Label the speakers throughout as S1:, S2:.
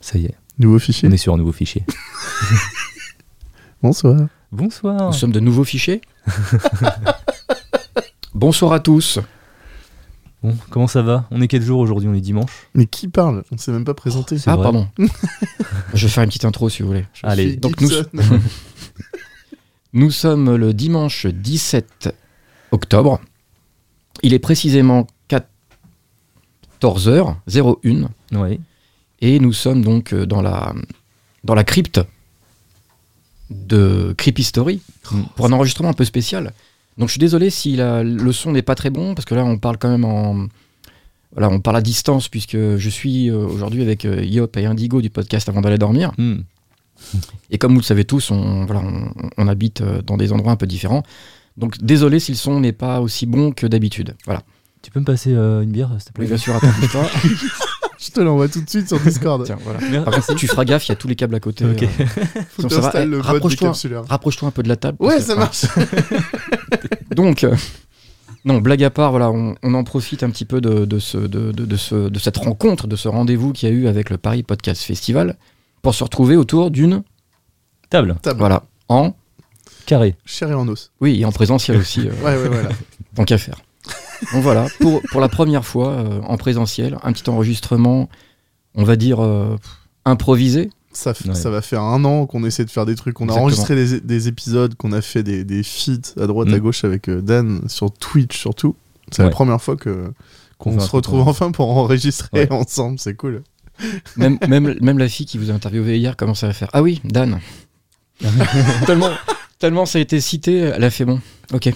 S1: Ça y est,
S2: Nouveau fichier.
S1: on est sur un nouveau fichier.
S2: Bonsoir.
S1: Bonsoir.
S3: Nous sommes de nouveaux fichiers. Bonsoir à tous.
S1: Bon, comment ça va On est quel jour aujourd'hui On est dimanche.
S2: Mais qui parle On s'est même pas présenté.
S1: C'est
S3: Ah,
S1: vrai.
S3: pardon. Je vais faire une petite intro si vous voulez.
S2: Je
S1: allez,
S2: suis
S3: donc nous-
S2: Gibson.
S3: Nous sommes le dimanche 17 octobre. Il est précisément 14h01
S1: Ouais.
S3: et nous sommes donc euh, dans la, dans la crypte de Creepy Story pour un enregistrement un peu spécial. Donc je suis désolé si la- le son n'est pas très bon parce que là on parle quand même en voilà, on parle à distance puisque je suis euh, aujourd'hui avec euh, Yop et Indigo du podcast avant d'aller dormir.
S1: Hmm.
S3: Et comme vous le savez tous, on, voilà, on, on habite euh, dans des endroits un peu différents. Donc désolé si le son n'est pas aussi bon que d'habitude. Voilà.
S1: Tu peux me passer euh, une bière, s'il te
S3: Oui,
S1: plaît
S3: bien sûr, attends, bouge pas.
S2: Je te l'envoie tout de suite sur Discord.
S3: Tiens, voilà.
S1: Mer-
S3: Par contre, tu feras gaffe, il y a tous les câbles à côté.
S1: Ok.
S3: euh,
S2: Faut
S3: donc
S2: que
S3: ça va.
S2: t'installes
S3: Eh,
S2: le mode
S3: rapproche-toi.
S2: décapsuleur.
S3: Rapproche-toi un peu de la table. parce
S2: Ouais,
S3: que- Ah.
S2: ça
S3: voilà.
S2: marche.
S3: Donc, euh, non, blague à part, voilà, on, on en profite un petit peu de, de ce, de, de- de ce- de cette rencontre, de ce rendez-vous qu'il y a eu avec le Paris Podcast Festival pour se retrouver autour d'une.
S1: Table.
S2: Table.
S3: Voilà. En.
S1: Carré.
S2: Chair et en os.
S3: Oui, et en présentiel aussi. euh,
S2: Ouais, ouais, voilà.
S3: Tant qu'à faire. Donc voilà, pour, pour la première fois euh, en présentiel, un petit enregistrement, on va dire euh, improvisé.
S2: Ça, f-
S1: Ouais.
S2: ça va faire un an qu'on essaie de faire des trucs. qu'on a
S3: Exactement.
S2: enregistré des, des épisodes, qu'on a fait des, des feats à droite, à
S1: Mm.
S2: gauche avec euh, Dan sur Twitch surtout. C'est
S1: Ouais.
S2: la première fois que
S1: On
S2: qu'on
S1: fait un
S2: se
S1: truc
S2: retrouve
S1: en-
S2: enfin pour enregistrer
S1: Ouais.
S2: ensemble. C'est cool.
S3: Même, même, même la fille qui vous a interviewé hier commençait à faire Ah oui, Dan. tellement, tellement ça a été cité, elle a fait bon. Ok.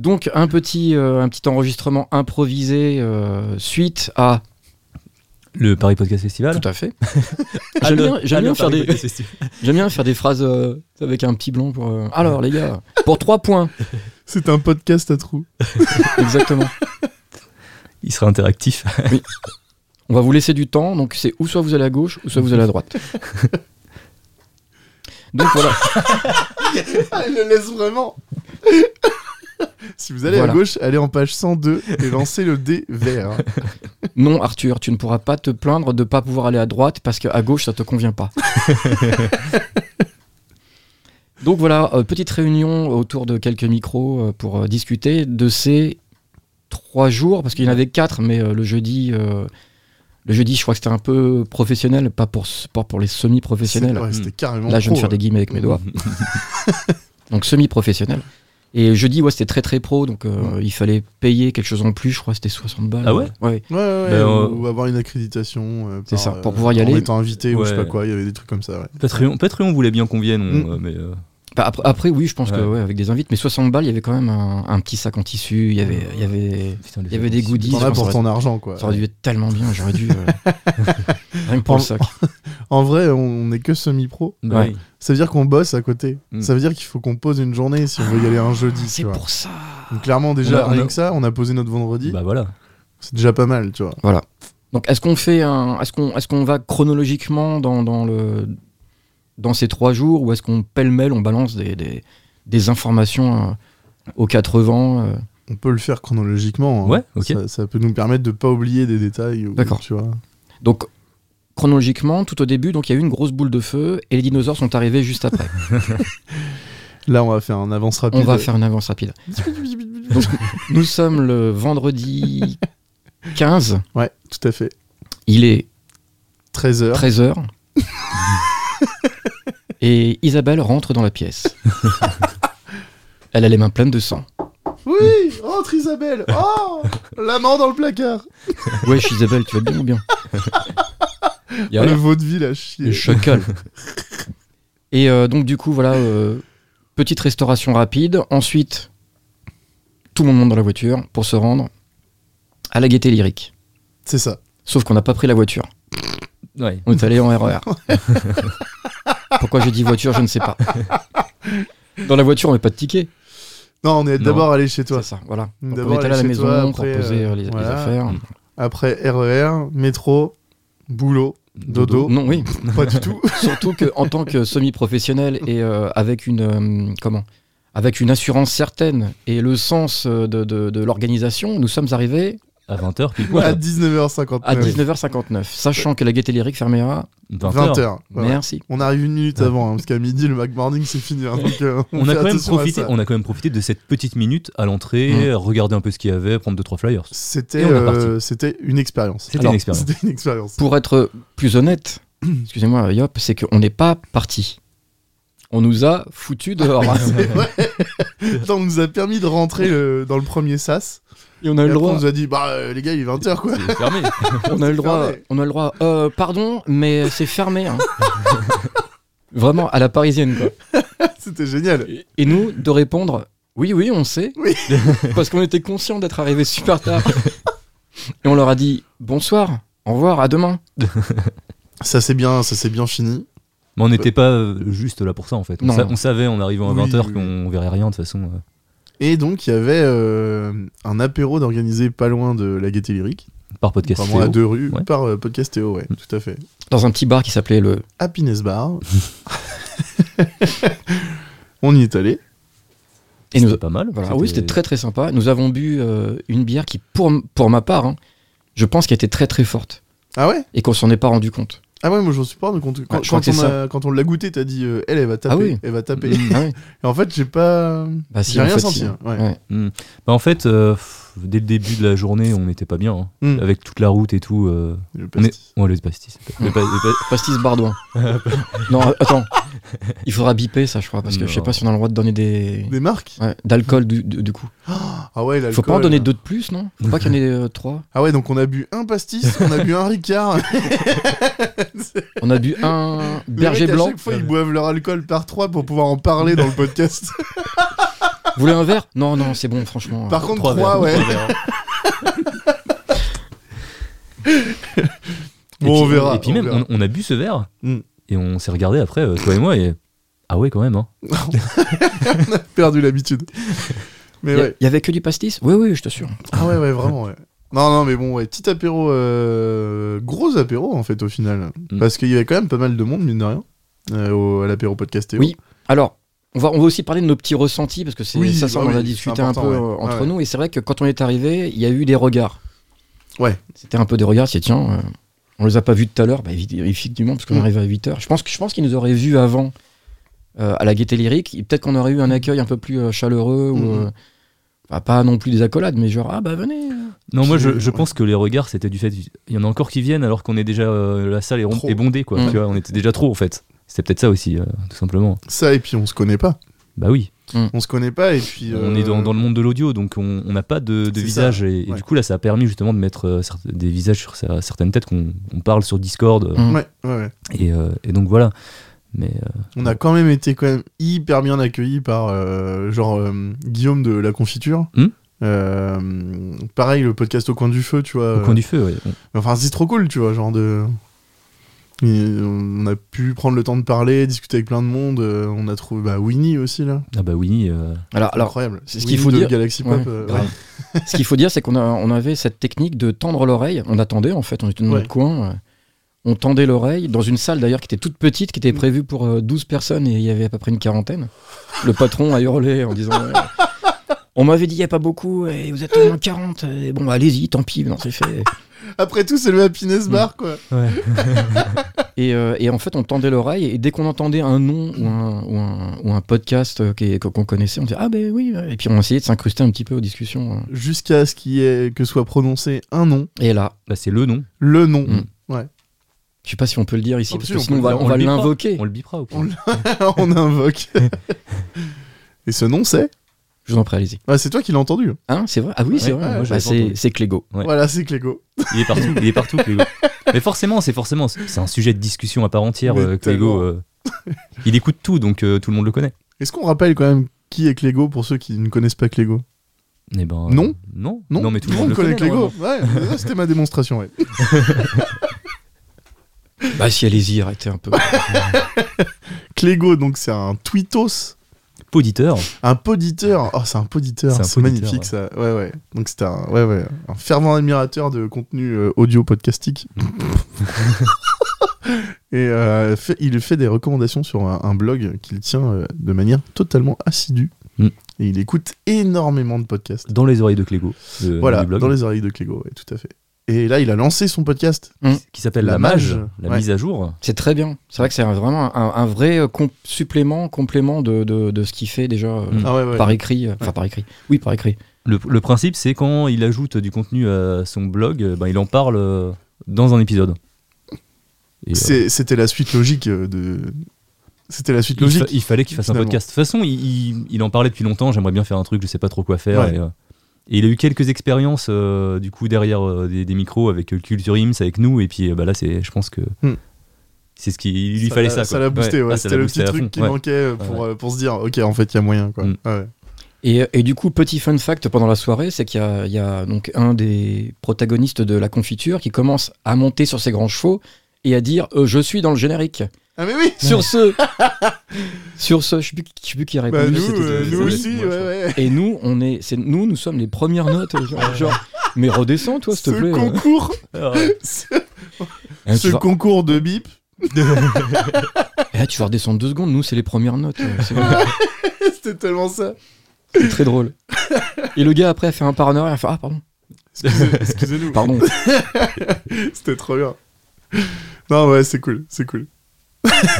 S3: Donc un petit, euh, un petit enregistrement improvisé euh, suite à.
S1: Le Paris Podcast Festival. Ah,
S3: Tout à fait. J'aime bien, j'aime bien faire des. J'aime bien faire des phrases euh, avec un petit blanc pour. euh, Alors les gars, pour trois points.
S2: C'est un podcast à trous.
S3: Exactement.
S1: Il sera interactif.
S3: On va vous laisser du temps, donc c'est ou soit vous allez à gauche, ou soit vous allez à droite. donc voilà,
S2: Ah, il le laisse vraiment. si vous allez
S3: Voilà.
S2: à gauche, allez en page 102 et lancez le dé vert. hein.
S3: non Arthur, tu ne pourras pas te plaindre de ne pas pouvoir aller à droite parce qu'à gauche ça te convient pas. donc voilà, euh, petite réunion autour de quelques micros euh, pour euh, discuter de ces trois jours, parce qu'il y en avait quatre, mais euh, le jeudi. euh, le jeudi, je crois que c'était un peu professionnel, pas pour, pas pour les
S2: C'est-
S3: semi-professionnels.
S2: ouais, C'était carrément
S3: Là, je viens de
S2: pro,
S3: faire des
S2: ouais.
S3: guillemets avec mes doigts. donc semi-professionnel. Et jeudi, ouais, c'était très très pro, donc euh, il fallait payer quelque chose en plus, je crois que c'était 60 balles.
S1: Ah ouais
S2: Ouais, ouais, ouais,
S1: Ben,
S2: ou avoir une accréditation. euh,
S3: C'est
S2: par,
S3: ça,
S2: euh,
S3: pour pouvoir y aller.
S2: En étant invité ou je sais
S1: Ouais.
S2: pas quoi, il y avait des trucs comme ça. ouais.
S1: Patreon, Patreon voulait bien qu'on vienne, on-
S2: Mm.
S1: euh, mais euh,
S3: Bah, après, après, oui, je pense que
S1: Ouais.
S3: ouais, avec des invites, mais 60 balles, il y avait quand même un, un petit sac en tissu, il y avait, il y avait,
S1: putain, les
S3: Il y avait
S1: gens,
S3: des
S1: c'est-
S3: goodies.
S2: T'en
S3: je
S2: as
S3: pense
S2: pour
S3: que
S2: ton argent, quoi.
S3: ça aurait dû être tellement bien, j'aurais dû. euh, rien que pour le sac.
S2: En vrai, on- on est que semi-pro.
S1: Bah
S3: Ouais.
S1: oui.
S2: Ça veut dire qu'on bosse à côté.
S1: Mm.
S2: Ça veut dire qu'il faut qu'on pose une journée si on veut y aller un jeudi. tu
S3: Ah, C'est
S2: vois.
S3: pour ça.
S2: Donc, clairement, déjà,
S1: On a- on
S2: rien
S1: a-
S2: que ça, on a posé notre vendredi.
S1: Bah voilà.
S2: C'est déjà pas mal, tu vois.
S3: Donc est-ce qu'on fait un, est-ce qu'on, est-ce qu'on va chronologiquement dans, dans le, dans ces trois jours, ou est-ce qu'on pêle-mêle, on balance des, des, des informations euh, aux quatre vents euh,
S2: On peut le faire chronologiquement. hein.
S1: Ouais, ok.
S2: Ça, ça peut nous permettre de pas oublier des détails. ou-
S3: D'accord.
S2: Tu vois.
S3: Donc, chronologiquement, tout au début, donc il y a eu une grosse boule de feu et les dinosaures sont arrivés juste après.
S2: Là, on va faire un avance rapide.
S3: On va faire une avance rapide. Donc, nous sommes le vendredi 15,
S2: Ouais, tout à fait.
S3: il est
S2: 13h.
S3: 13h. Et Isabelle rentre dans la pièce. Elle a les mains pleines de sang.
S2: Oui Rentre, Isabelle Oh La main dans le placard
S3: Wesh Isabelle, tu vas bien ou bien Il y a
S2: Le vaudeville à chier.
S3: Le chacal. Et euh, donc, du coup, voilà, euh, petite restauration rapide. Ensuite, tout le monde monte dans la voiture pour se rendre à la gaieté lyrique.
S2: C'est ça.
S3: Sauf qu'on n'a pas pris la voiture.
S1: Ouais.
S3: On est allé en RER. Pourquoi j'ai dit voiture, je ne sais pas. Dans la voiture, on met pas de ticket.
S2: Non, on est
S1: Non.
S2: d'abord allé chez toi.
S3: C'est ça, voilà. Donc,
S2: D'abord,
S3: on est allé à la
S2: chez
S3: maison
S2: toi,
S3: pour
S2: après,
S3: poser
S2: euh,
S3: euh, les, les
S2: voilà.
S3: affaires.
S2: Après RER, métro, boulot, dodo.
S3: Non, oui.
S2: Pas du tout.
S3: Surtout qu'en tant que semi-professionnel et euh, avec une euh, comment avec une assurance certaine et le sens euh, de, de- de l'organisation, nous sommes arrivés
S1: À 20h, puis
S2: à
S1: quoi
S2: 19h59.
S3: à 19h59, sachant que la gaieté lyrique fermera.
S1: 20h.
S2: 20h.
S3: Merci.
S2: On arrive une minute avant, hein, parce qu'à midi, le McMorning, c'est fini. hein, donc, euh,
S1: On a,
S2: fait
S1: quand même
S2: attention à
S1: profité,
S2: ça.
S1: on a quand même profité de cette petite minute à
S3: Mm.
S1: l'entrée, regarder un peu ce qu'il y avait, prendre deux trois flyers.
S2: C'était
S1: Et on est
S2: euh, c'était une expérience.
S1: C'était
S3: Alors,
S1: une expérience.
S2: C'était une expérience.
S3: Pour être plus honnête, excusez-moi Yop, c'est qu'on n'est pas parti. On nous a foutu dehors.
S2: Attends, on nous a permis de rentrer le- dans le premier sas.
S3: et on a
S2: Et
S3: eu le
S2: après, on
S3: droit.
S2: nous a dit, bah euh, les gars, il est 20h quoi.
S1: C'est fermé.
S3: On a eu le droit.
S2: fermé.
S3: On a le droit. euh, pardon, mais c'est fermé. hein. Vraiment à la parisienne quoi.
S2: C'était génial.
S3: Et- Et nous, de répondre oui, oui, on sait.
S2: Oui.
S3: Parce qu'on était conscients d'être arrivés super tard. Et on leur a dit bonsoir, au revoir, à demain.
S2: Ça c'est bien, ça c'est bien fini.
S1: Mais on n'était pas euh, juste là pour ça en fait. On,
S3: Non.
S1: sa- on savait en arrivant à
S2: Oui,
S1: 20h
S2: oui.
S1: qu'on verrait rien de toute façon. euh,
S2: Et donc il y avait euh, un apéro d'organiser pas loin de la Gaîté Lyrique,
S1: par podcast.
S2: vraiment à
S1: Théo.
S2: deux rues,
S1: Ouais. Mm.
S2: par euh, podcast Théo, ouais, tout à fait.
S3: Dans un petit bar qui s'appelait le.
S2: Happiness Bar. on y est allé.
S3: Et nous.
S1: C'était pas mal.
S3: Voilà. Ah oui, c'était très très sympa. Nous avons bu euh, une bière qui, pour, pour ma part, hein, je pense qu'elle était très très forte
S2: Ah ouais
S3: et qu'on s'en est pas rendu compte.
S2: Ah ouais, moi j'en suis pas. rendu compte. Quand,
S3: Ouais, je crois
S2: quand
S3: que c'est
S2: on a- quand on l'a goûté, t'as dit, euh, elle, elle va taper,
S3: Ah oui.
S2: elle va taper.
S1: Mm.
S3: Ah oui.
S2: Et en fait, j'ai pas,
S3: Bah, si,
S2: j'ai
S3: en
S2: rien
S3: fait,
S2: senti.
S3: si.
S2: hein, ouais.
S3: Ouais.
S1: Bah, en fait, euh, pff, dès le début de la journée, on n'était pas bien. hein.
S2: Mm.
S1: Avec toute la route et tout. euh,
S2: Le
S1: on est...
S2: pastis.
S1: Ouais, le pastis. Le pa- le pa-
S3: Pastis Bardouin. non, attends. Il faudra biper ça, je crois, parce que je sais
S1: Non.
S3: pas si on a le droit de donner des.
S2: Des marques
S3: Ouais, d'alcool du, du- du coup.
S2: Ah ouais, l'alcool.
S3: Faut pas en donner deux de plus, non Faut pas qu'il y en ait euh, trois.
S2: Ah ouais, donc on a bu un pastis, on a bu un Ricard.
S3: On a bu un
S2: Les
S3: berger
S2: mecs, à
S3: blanc.
S2: chaque fois, ils boivent leur alcool par trois pour pouvoir en parler dans le podcast.
S3: Vous voulez un verre Non, non, c'est bon, franchement.
S2: par contre,
S1: trois
S2: trois,
S1: verres,
S2: ouais.
S1: trois verres. Et
S2: Bon, on
S3: euh,
S1: puis-
S2: verra.
S1: Et puis même,
S2: verra.
S1: on, on a bu ce verre
S2: Mm.
S1: et on s'est regardé après, euh, toi et moi, et ah ouais, quand même. Hein.
S2: on a perdu l'habitude. Mais
S3: Il y, a-
S2: ouais.
S3: y avait que du pastis Oui, oui, je t'assure.
S2: Ah ouais, ouais, vraiment, ouais. Non, non, mais bon, ouais, petit apéro, euh, gros apéro en fait au final.
S1: Mm.
S2: Parce qu'il y avait quand même pas mal de monde, mine de rien, euh, au- à l'apéro podcasté.
S3: Oui. Alors, on va, on va aussi parler de nos petits ressentis, parce que c'est
S2: Oui,
S3: ça, ça,
S2: bah
S3: on en a
S2: oui, c'est
S3: discuté un peu
S2: important, ouais.
S3: euh, entre
S2: Ouais.
S3: nous. Et c'est vrai que quand on est arrivé, il y a eu des regards.
S2: Ouais.
S3: C'était un peu des regards, c'est tiens, euh, on les a pas vus tout à l'heure, bah, évi- effectivement, parce qu'on
S2: Mm.
S3: arrive à 8h. Je pense, que- je pense qu'ils nous auraient vus avant euh, à la gaieté lyrique. Et Peut-être qu'on aurait eu un accueil un peu plus euh, chaleureux, ou,
S2: Mm.
S3: euh, bah, pas non plus des accolades, mais genre, ah bah venez. euh,
S1: Non, moi, je,
S2: Puis,
S1: je
S2: ouais.
S1: pense que les regards, c'était du fait. du- Il y en a encore qui viennent alors qu'on est déjà. euh, la salle est, ron-
S2: Trop. Hmm.
S1: est bondée, quoi.
S3: Mm.
S1: Tu vois, on était déjà trop, en fait. C'était peut-être ça aussi, euh, tout simplement.
S2: Ça, et puis on se connaît pas.
S1: Bah oui,
S2: On se connaît pas, et puis. euh,
S1: on est dans, dans le monde de l'audio, donc on on n'a pas de, de
S2: C'est
S1: visage. Et, et
S2: ouais.
S1: du coup, là, ça a permis justement de mettre euh, certes- des visages sur sa- certaines têtes qu'on on parle sur Discord. euh,
S3: Mm.
S2: Ouais, ouais, ouais.
S1: et, euh, et donc voilà. Mais euh,
S2: On a quand même été quand même hyper bien accueillis par euh, genre euh, Guillaume de la confiture.
S1: Hmm.
S2: Euh, pareil le podcast au coin du feu, tu vois. euh,
S1: au coin du feu, ouais. On-
S2: Enfin c'est trop cool, tu vois, genre de. Et on a pu prendre le temps de parler, discuter avec plein de monde. euh, on a trouvé bah, Winnie aussi là.
S1: ah bah Winnie. euh,
S3: Alors, alors
S2: Incroyable.
S3: c'est ce
S2: Winnie
S3: qu'il faut
S2: de
S3: dire.
S2: Galaxy Pop.
S3: Ouais,
S2: euh,
S3: grave.
S2: ouais.
S3: Ce qu'il faut dire, c'est qu'on a- on avait cette technique de tendre l'oreille. On attendait, en fait, on était dans
S2: Ouais.
S3: notre coin. euh, On tendait l'oreille dans une salle d'ailleurs qui était toute petite, qui était prévue pour euh, 12 personnes et il y avait à peu près une quarantaine. Le patron a hurlé en disant euh, On m'avait dit il n'y a pas beaucoup, et vous êtes au moins 40. et bon, bah, allez-y, tant pis, non, c'est fait.
S2: Après tout c'est le happiness
S1: Hmm. Mm.
S2: bar quoi.
S3: Et, euh, et en fait, on tendait l'oreille et dès qu'on entendait un nom ou un, ou un- ou un podcast euh, qui- qu'on connaissait, on disait Ah ben oui. ouais. Et puis on essayait de s'incruster un petit peu aux discussions. euh.
S2: Jusqu'à ce qu'il y ait, que soit prononcé un nom,
S3: Et là,
S1: bah, c'est le nom.
S2: le nom.
S3: Hmm. je sais pas si on peut le dire ici,
S2: Ah,
S3: parce
S2: si,
S3: que
S2: on
S3: sinon
S2: peut
S3: on va,
S2: le dire,
S3: on
S1: on
S3: va
S1: le bipera.
S3: l'invoquer.
S1: On le bipera ou pas
S2: On on invoque. Et ce nom c'est
S3: Je vous en prie, allez-y.
S2: Ah, C'est toi qui l'as entendu.
S3: Hein, c'est vrai Ah oui, c'est
S1: Ouais,
S3: vrai.
S1: ouais,
S3: Bah,
S1: j'avais pas
S3: c'est,
S1: entendu.
S3: c'est Clégo.
S1: Ouais.
S2: Voilà, c'est Clégo.
S1: Il est partout, il est partout, Clégo. Mais forcément, c'est forcément, c'est un sujet de discussion à part entière,
S2: Mais
S1: euh, Clégo. euh, il écoute tout, donc euh, tout le monde le connaît.
S2: Est-ce qu'on rappelle quand même qui est Clégo pour ceux qui ne connaissent pas Clégo
S1: Eh ben, euh,
S2: Non.
S1: Non.
S2: Non,
S1: mais tout le
S2: on
S1: monde le
S2: connaît que
S1: connaît,
S2: Lego. Ouais, ouais, c'était ma démonstration, ouais.
S3: Bah si, allez-y, arrêtez un peu.
S2: Clégo, donc c'est un tweetos,
S1: Poditeur.
S2: un poditeur. Oh, c'est un poditeur,
S1: C'est un
S2: c'est
S1: poditeur,
S2: magnifique ça. Ouais, ouais. Donc c'était un, ouais, ouais, un fervent admirateur de contenu euh, audio podcastique. Et euh, fait- il fait des recommandations sur un, un blog qu'il tient euh, de manière totalement assidue.
S1: Mm.
S2: Et il écoute énormément de podcasts.
S1: Dans les oreilles de Clégo. le-
S2: voilà,
S1: du blog,
S2: dans les oreilles de Clégo, ouais, tout à fait. Et là, il a lancé son podcast.
S1: Qui s'appelle
S2: La
S1: La Mage,
S2: Mage.
S1: la
S2: Ouais.
S1: mise à jour.
S3: C'est très bien. C'est vrai que c'est un- vraiment un, un vrai euh, com- supplément, complément de, de- de ce qu'il fait déjà euh,
S1: Mm.
S2: Ah ouais, ouais.
S3: par écrit. euh, Enfin, par écrit. Oui, par écrit.
S1: Le, le principe, c'est quand il ajoute du contenu à son blog, euh, ben, il en parle euh, dans un épisode. Et, euh,
S2: C'est- C'était la suite logique euh, de. C'était la suite
S1: il,
S2: logique.
S1: fa- il fallait qu'il fasse un
S2: finalement.
S1: podcast. De toute façon, il, il- il en parlait depuis longtemps. J'aimerais bien faire un truc, je sais pas trop quoi faire.
S2: Ouais.
S1: Et, euh, et il a eu quelques expériences euh, du coup derrière euh, des, des micros avec euh, Culture Ims, avec nous. Et puis euh, bah, là, c'est, je pense que
S2: Hmm.
S1: c'est ce qu'il il lui fallait ça.
S2: Ça
S1: quoi.
S2: l'a boosté,
S1: Ouais,
S2: ouais.
S1: ah, ça
S2: C'était
S1: l'a
S2: le
S1: boosté
S2: petit
S1: à fond,
S2: truc qui
S1: ouais.
S2: manquait euh, pour, euh, pour se dire, ok, en fait, il y a moyen, quoi. Ah
S1: Mm.
S2: Ouais.
S3: Et, euh, et du coup, petit fun fact pendant la soirée, c'est qu'il y a, il y a donc un des protagonistes de la confiture qui commence à monter sur ses grands chevaux et à dire euh, Je suis dans le générique.
S2: Ah, mais oui
S3: Sur ce, sur ce, je sais plus, qui- je sais plus qui a
S2: Bah,
S3: répondu.
S2: nous,
S3: c'était-
S2: euh,
S3: c'était-
S2: nous
S1: c'était-
S2: aussi,
S1: c'était-
S2: ouais, ouais.
S3: Et nous, on est, c'est nous, nous sommes les premières notes. Genre, genre, mais redescends, toi, s'il te
S2: Ce
S3: plaît.
S2: concours,
S1: Ah,
S2: ce,
S3: Eh,
S2: ce
S3: tu, vas,
S2: concours de bip,
S3: eh, tu vas redescendre deux secondes. Nous, c'est les premières notes. euh, C'est
S2: c'était tellement ça.
S3: c'est très drôle. Et le gars après a fait un pas en arrière. il a fait, ah pardon,
S2: Excusez- Excusez-nous.
S3: pardon.
S2: C'était trop bien. Non, ouais, c'est cool, c'est cool.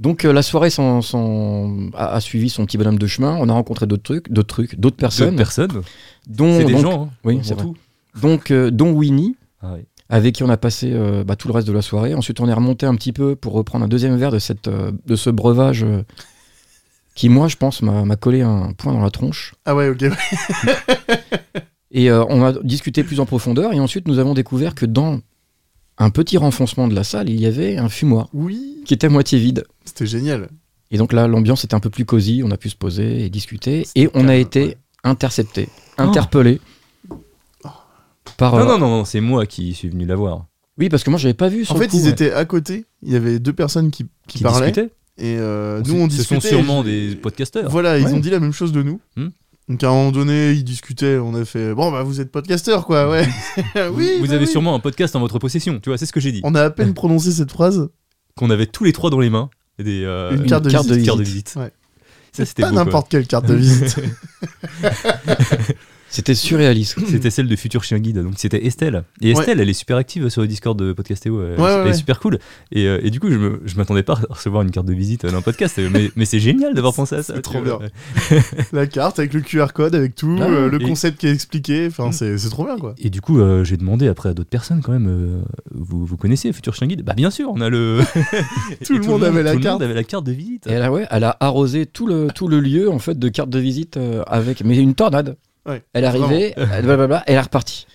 S3: Donc euh, la soirée s'en- s'en- a, a suivi son petit bonhomme de chemin. On a rencontré d'autres trucs, d'autres trucs, d'autres
S1: D'autres
S3: personnes,
S1: personnes.
S3: dont
S1: C'est des
S3: donc,
S1: gens. hein,
S3: oui,
S1: avant
S3: c'est vrai.
S1: tout.
S3: donc, euh, dont Winnie,
S1: Ah ouais.
S3: avec qui on a passé euh, bah, tout le reste de la soirée. Ensuite, on est remonté un petit peu pour reprendre un deuxième verre de cette euh, de ce breuvage euh, qui, moi, je pense, m'a m'a collé un point dans la tronche.
S2: Ah ouais, ok.
S3: Et euh, on a discuté plus en profondeur. Et ensuite, nous avons découvert que dans un petit renfoncement de la salle, il y avait un fumoir
S2: Oui,
S3: qui était à moitié vide.
S2: c'était génial.
S3: Et donc là, l'ambiance était un peu plus cosy. On a pu se poser et discuter.
S2: C'était
S3: Et on a
S2: calme,
S3: été
S2: ouais. Oh.
S3: intercepté, interpellé par. euh,
S1: Oh. Non, non, non, non, c'est moi qui suis venu la voir.
S3: Oui, parce que moi, j'avais pas vu. sur
S2: En
S3: le
S2: fait,
S3: coup,
S2: ils
S3: ouais.
S2: étaient à côté. Il y avait deux personnes qui, qui,
S1: Qui
S2: parlaient.
S1: discutait
S2: Et euh,
S1: Bon,
S2: nous,
S1: c'est-
S2: on
S1: Ce
S2: discutait.
S1: sont sûrement
S2: et-
S1: des podcasteurs.
S2: Voilà,
S3: Ouais.
S2: ils ont dit la même chose de nous.
S1: Hmm.
S2: Donc à un moment donné, ils discutaient, on a fait bon bah vous êtes podcasteur quoi, ouais. oui.
S1: vous
S2: bah
S1: avez
S2: oui.
S1: sûrement un podcast en votre possession, tu vois, c'est ce que j'ai dit.
S2: On a à peine prononcé cette phrase.
S1: Qu'on avait tous les trois dans les mains des, euh,
S2: Une carte de
S1: une
S2: visite.
S1: carte de visite.
S2: Ouais.
S1: Ça,
S2: C'est
S1: c'était
S2: pas
S1: beau, quoi.
S2: n'importe quelle carte de visite.
S3: C'était surréaliste.
S1: C'était celle de Futur Chien Guide, donc c'était Estelle. Et Estelle, elle est super active sur le Discord de Podcastéo, elle,
S2: Ouais, ouais,
S1: elle est
S2: ouais.
S1: super cool. Et, euh, et du coup, je, me- je m'attendais pas à recevoir une carte de visite d'un podcast, mais, mais c'est génial d'avoir pensé à ça.
S2: C'est
S1: tu
S2: trop
S1: vois.
S2: bien. la carte avec le QR code, avec tout,
S3: Ah,
S2: euh, le
S1: et-
S2: concept qui est expliqué. Enfin c'est c'est trop bien quoi.
S1: Et du coup, euh, j'ai demandé après à d'autres personnes quand même, euh, vous, vous connaissez Futur Chien Guide Bah bien sûr, on a le... Et
S2: le monde avait la
S1: tout le
S2: carte.
S1: monde avait la carte de visite.
S3: Et elle a, ouais, elle a arrosé tout le, tout le lieu en fait de cartes de visite euh, avec, mais une tornade.
S2: Ouais,
S3: elle est arrivée, elle- blablabla, elle est repartie.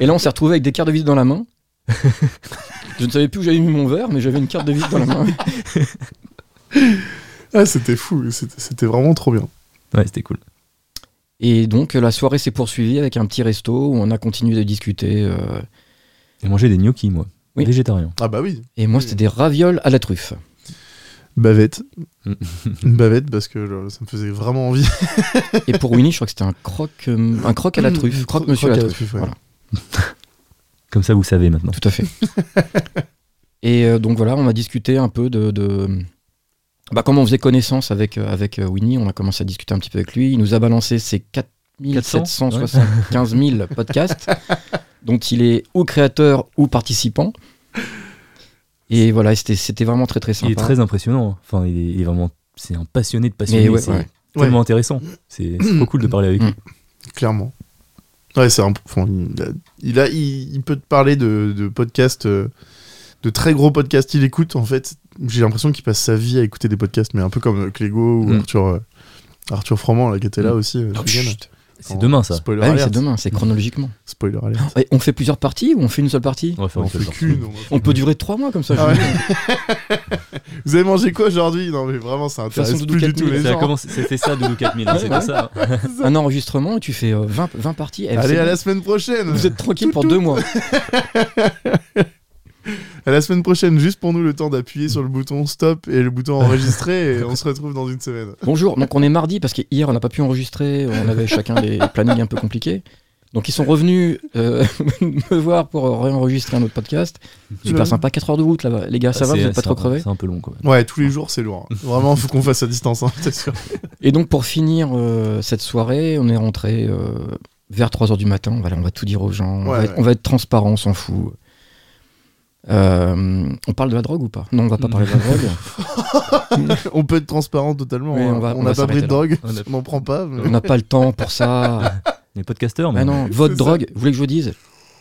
S3: Et là, on s'est retrouvé avec des cartes de visite dans la main. Je ne savais plus où j'avais mis mon verre, mais j'avais une carte de visite dans la main.
S2: Ah c'était fou, c'était c'était vraiment trop bien.
S1: Ouais, c'était cool.
S3: Et donc, euh, la soirée s'est poursuivie avec un petit resto où on a continué de discuter. euh,
S1: Et manger des gnocchis, moi.
S3: Oui.
S1: Végétarien.
S2: Ah bah oui, Bah,
S3: et moi, c'était des ravioles à la truffe.
S2: bavette,
S1: Mm.
S2: une bavette parce que euh, ça me faisait vraiment envie.
S3: Et pour Winnie, je crois que c'était un croque, euh, un croque à
S1: Mm.
S3: la truffe, croque monsieur à la truffe.
S2: ouais.
S3: voilà.
S1: Comme ça, vous savez maintenant.
S3: Tout à fait. et euh, donc voilà, on a discuté un peu de. de- Bah, comme on faisait connaissance avec, euh, avec euh, Winnie, on a commencé à discuter un petit peu avec lui. Il nous a balancé ses 4775 000 podcasts, dont il est ou créateur ou participant. Et voilà, c'était- c'était vraiment très très
S1: Il
S3: sympa.
S1: est très impressionnant. hein. Enfin, il est, il est vraiment. C'est un passionné de passionné.
S3: Mais ouais,
S1: c'est
S3: ouais.
S1: tellement intéressant. C'est c'est trop cool de parler avec
S3: Mm.
S1: lui.
S2: clairement. Ouais, c'est un. enfin, il, a, il, a- il- il peut te parler de, de podcasts, euh, de très gros podcasts. Il écoute, en fait. J'ai l'impression qu'il passe sa vie à écouter des podcasts, mais un peu comme euh, Clégo ou
S1: Mm.
S2: Arthur, euh, Arthur Froment, là, qui était là aussi. euh,
S3: Oh,
S2: Regan.
S3: chut.
S1: Ah, C'est demain ça.
S2: Spoiler
S3: Bah oui, c'est
S2: alert.
S3: demain, c'est chronologiquement.
S2: Spoiler alert.
S3: Et on fait plusieurs parties ou on fait une seule partie
S1: On va faire
S2: On
S1: une
S2: fait
S1: seule
S2: qu'une.
S1: sortie.
S2: on va faire-
S3: On peut durer trois mois comme ça. je
S2: Ah
S3: vous
S2: ouais.
S3: dis.
S2: Vous avez mangé quoi aujourd'hui Non mais vraiment, ça
S3: façon,
S2: intéresse
S3: Doudou
S2: plus du
S3: 4000,
S2: tout les
S1: Ça a
S2: gens.
S1: commencé- C'était ça, Doudou 4000. hein,
S3: Ouais,
S1: C'était
S3: ouais.
S1: ça. hein.
S3: Un enregistrement et tu fais euh, 20, 20 parties. Eh,
S2: Allez,
S3: c'est
S2: à
S3: bon.
S2: la semaine prochaine
S3: Vous êtes tranquille pour deux mois.
S2: À la semaine prochaine, juste pour nous le temps d'appuyer sur le bouton stop et le bouton enregistrer et on se retrouve dans une semaine.
S3: Bonjour, donc on est mardi parce qu'hier on n'a pas pu enregistrer, on avait chacun des plannings un peu compliqués. Donc ils sont revenus euh, me voir pour réenregistrer un autre podcast. Super
S2: J'avoue.
S3: sympa, 4 heures de route là-bas. Les gars, ça va,
S1: Ah, C'est-
S3: vous n'êtes pas
S1: c'est
S3: trop
S1: un-
S3: crevés
S1: C'est un peu long quand même.
S2: Ouais, tous les jours c'est lourd. hein. Vraiment, faut qu'on fasse à distance, hein, c'est sûr.
S3: Et donc pour finir euh, cette soirée, on est rentré euh, vers 3h du matin. Voilà, on va tout dire aux gens. on,
S2: Ouais,
S3: va être,
S2: ouais.
S3: on va être transparent, on s'en fout. Euh, on parle de la drogue ou pas Non, on va pas parler de la drogue.
S2: On peut être transparent totalement.
S3: Oui,
S2: hein.
S3: on va- on va
S2: n'a pas
S3: s'arrêter
S2: pris de
S3: là.
S2: drogue,
S1: On a-
S2: on n'en prend pas. mais-
S3: On n'a pas le temps pour ça.
S1: On est podcasteurs, mais
S3: Ah non, votre
S2: C'est ça.
S3: drogue, vous voulez que je vous dise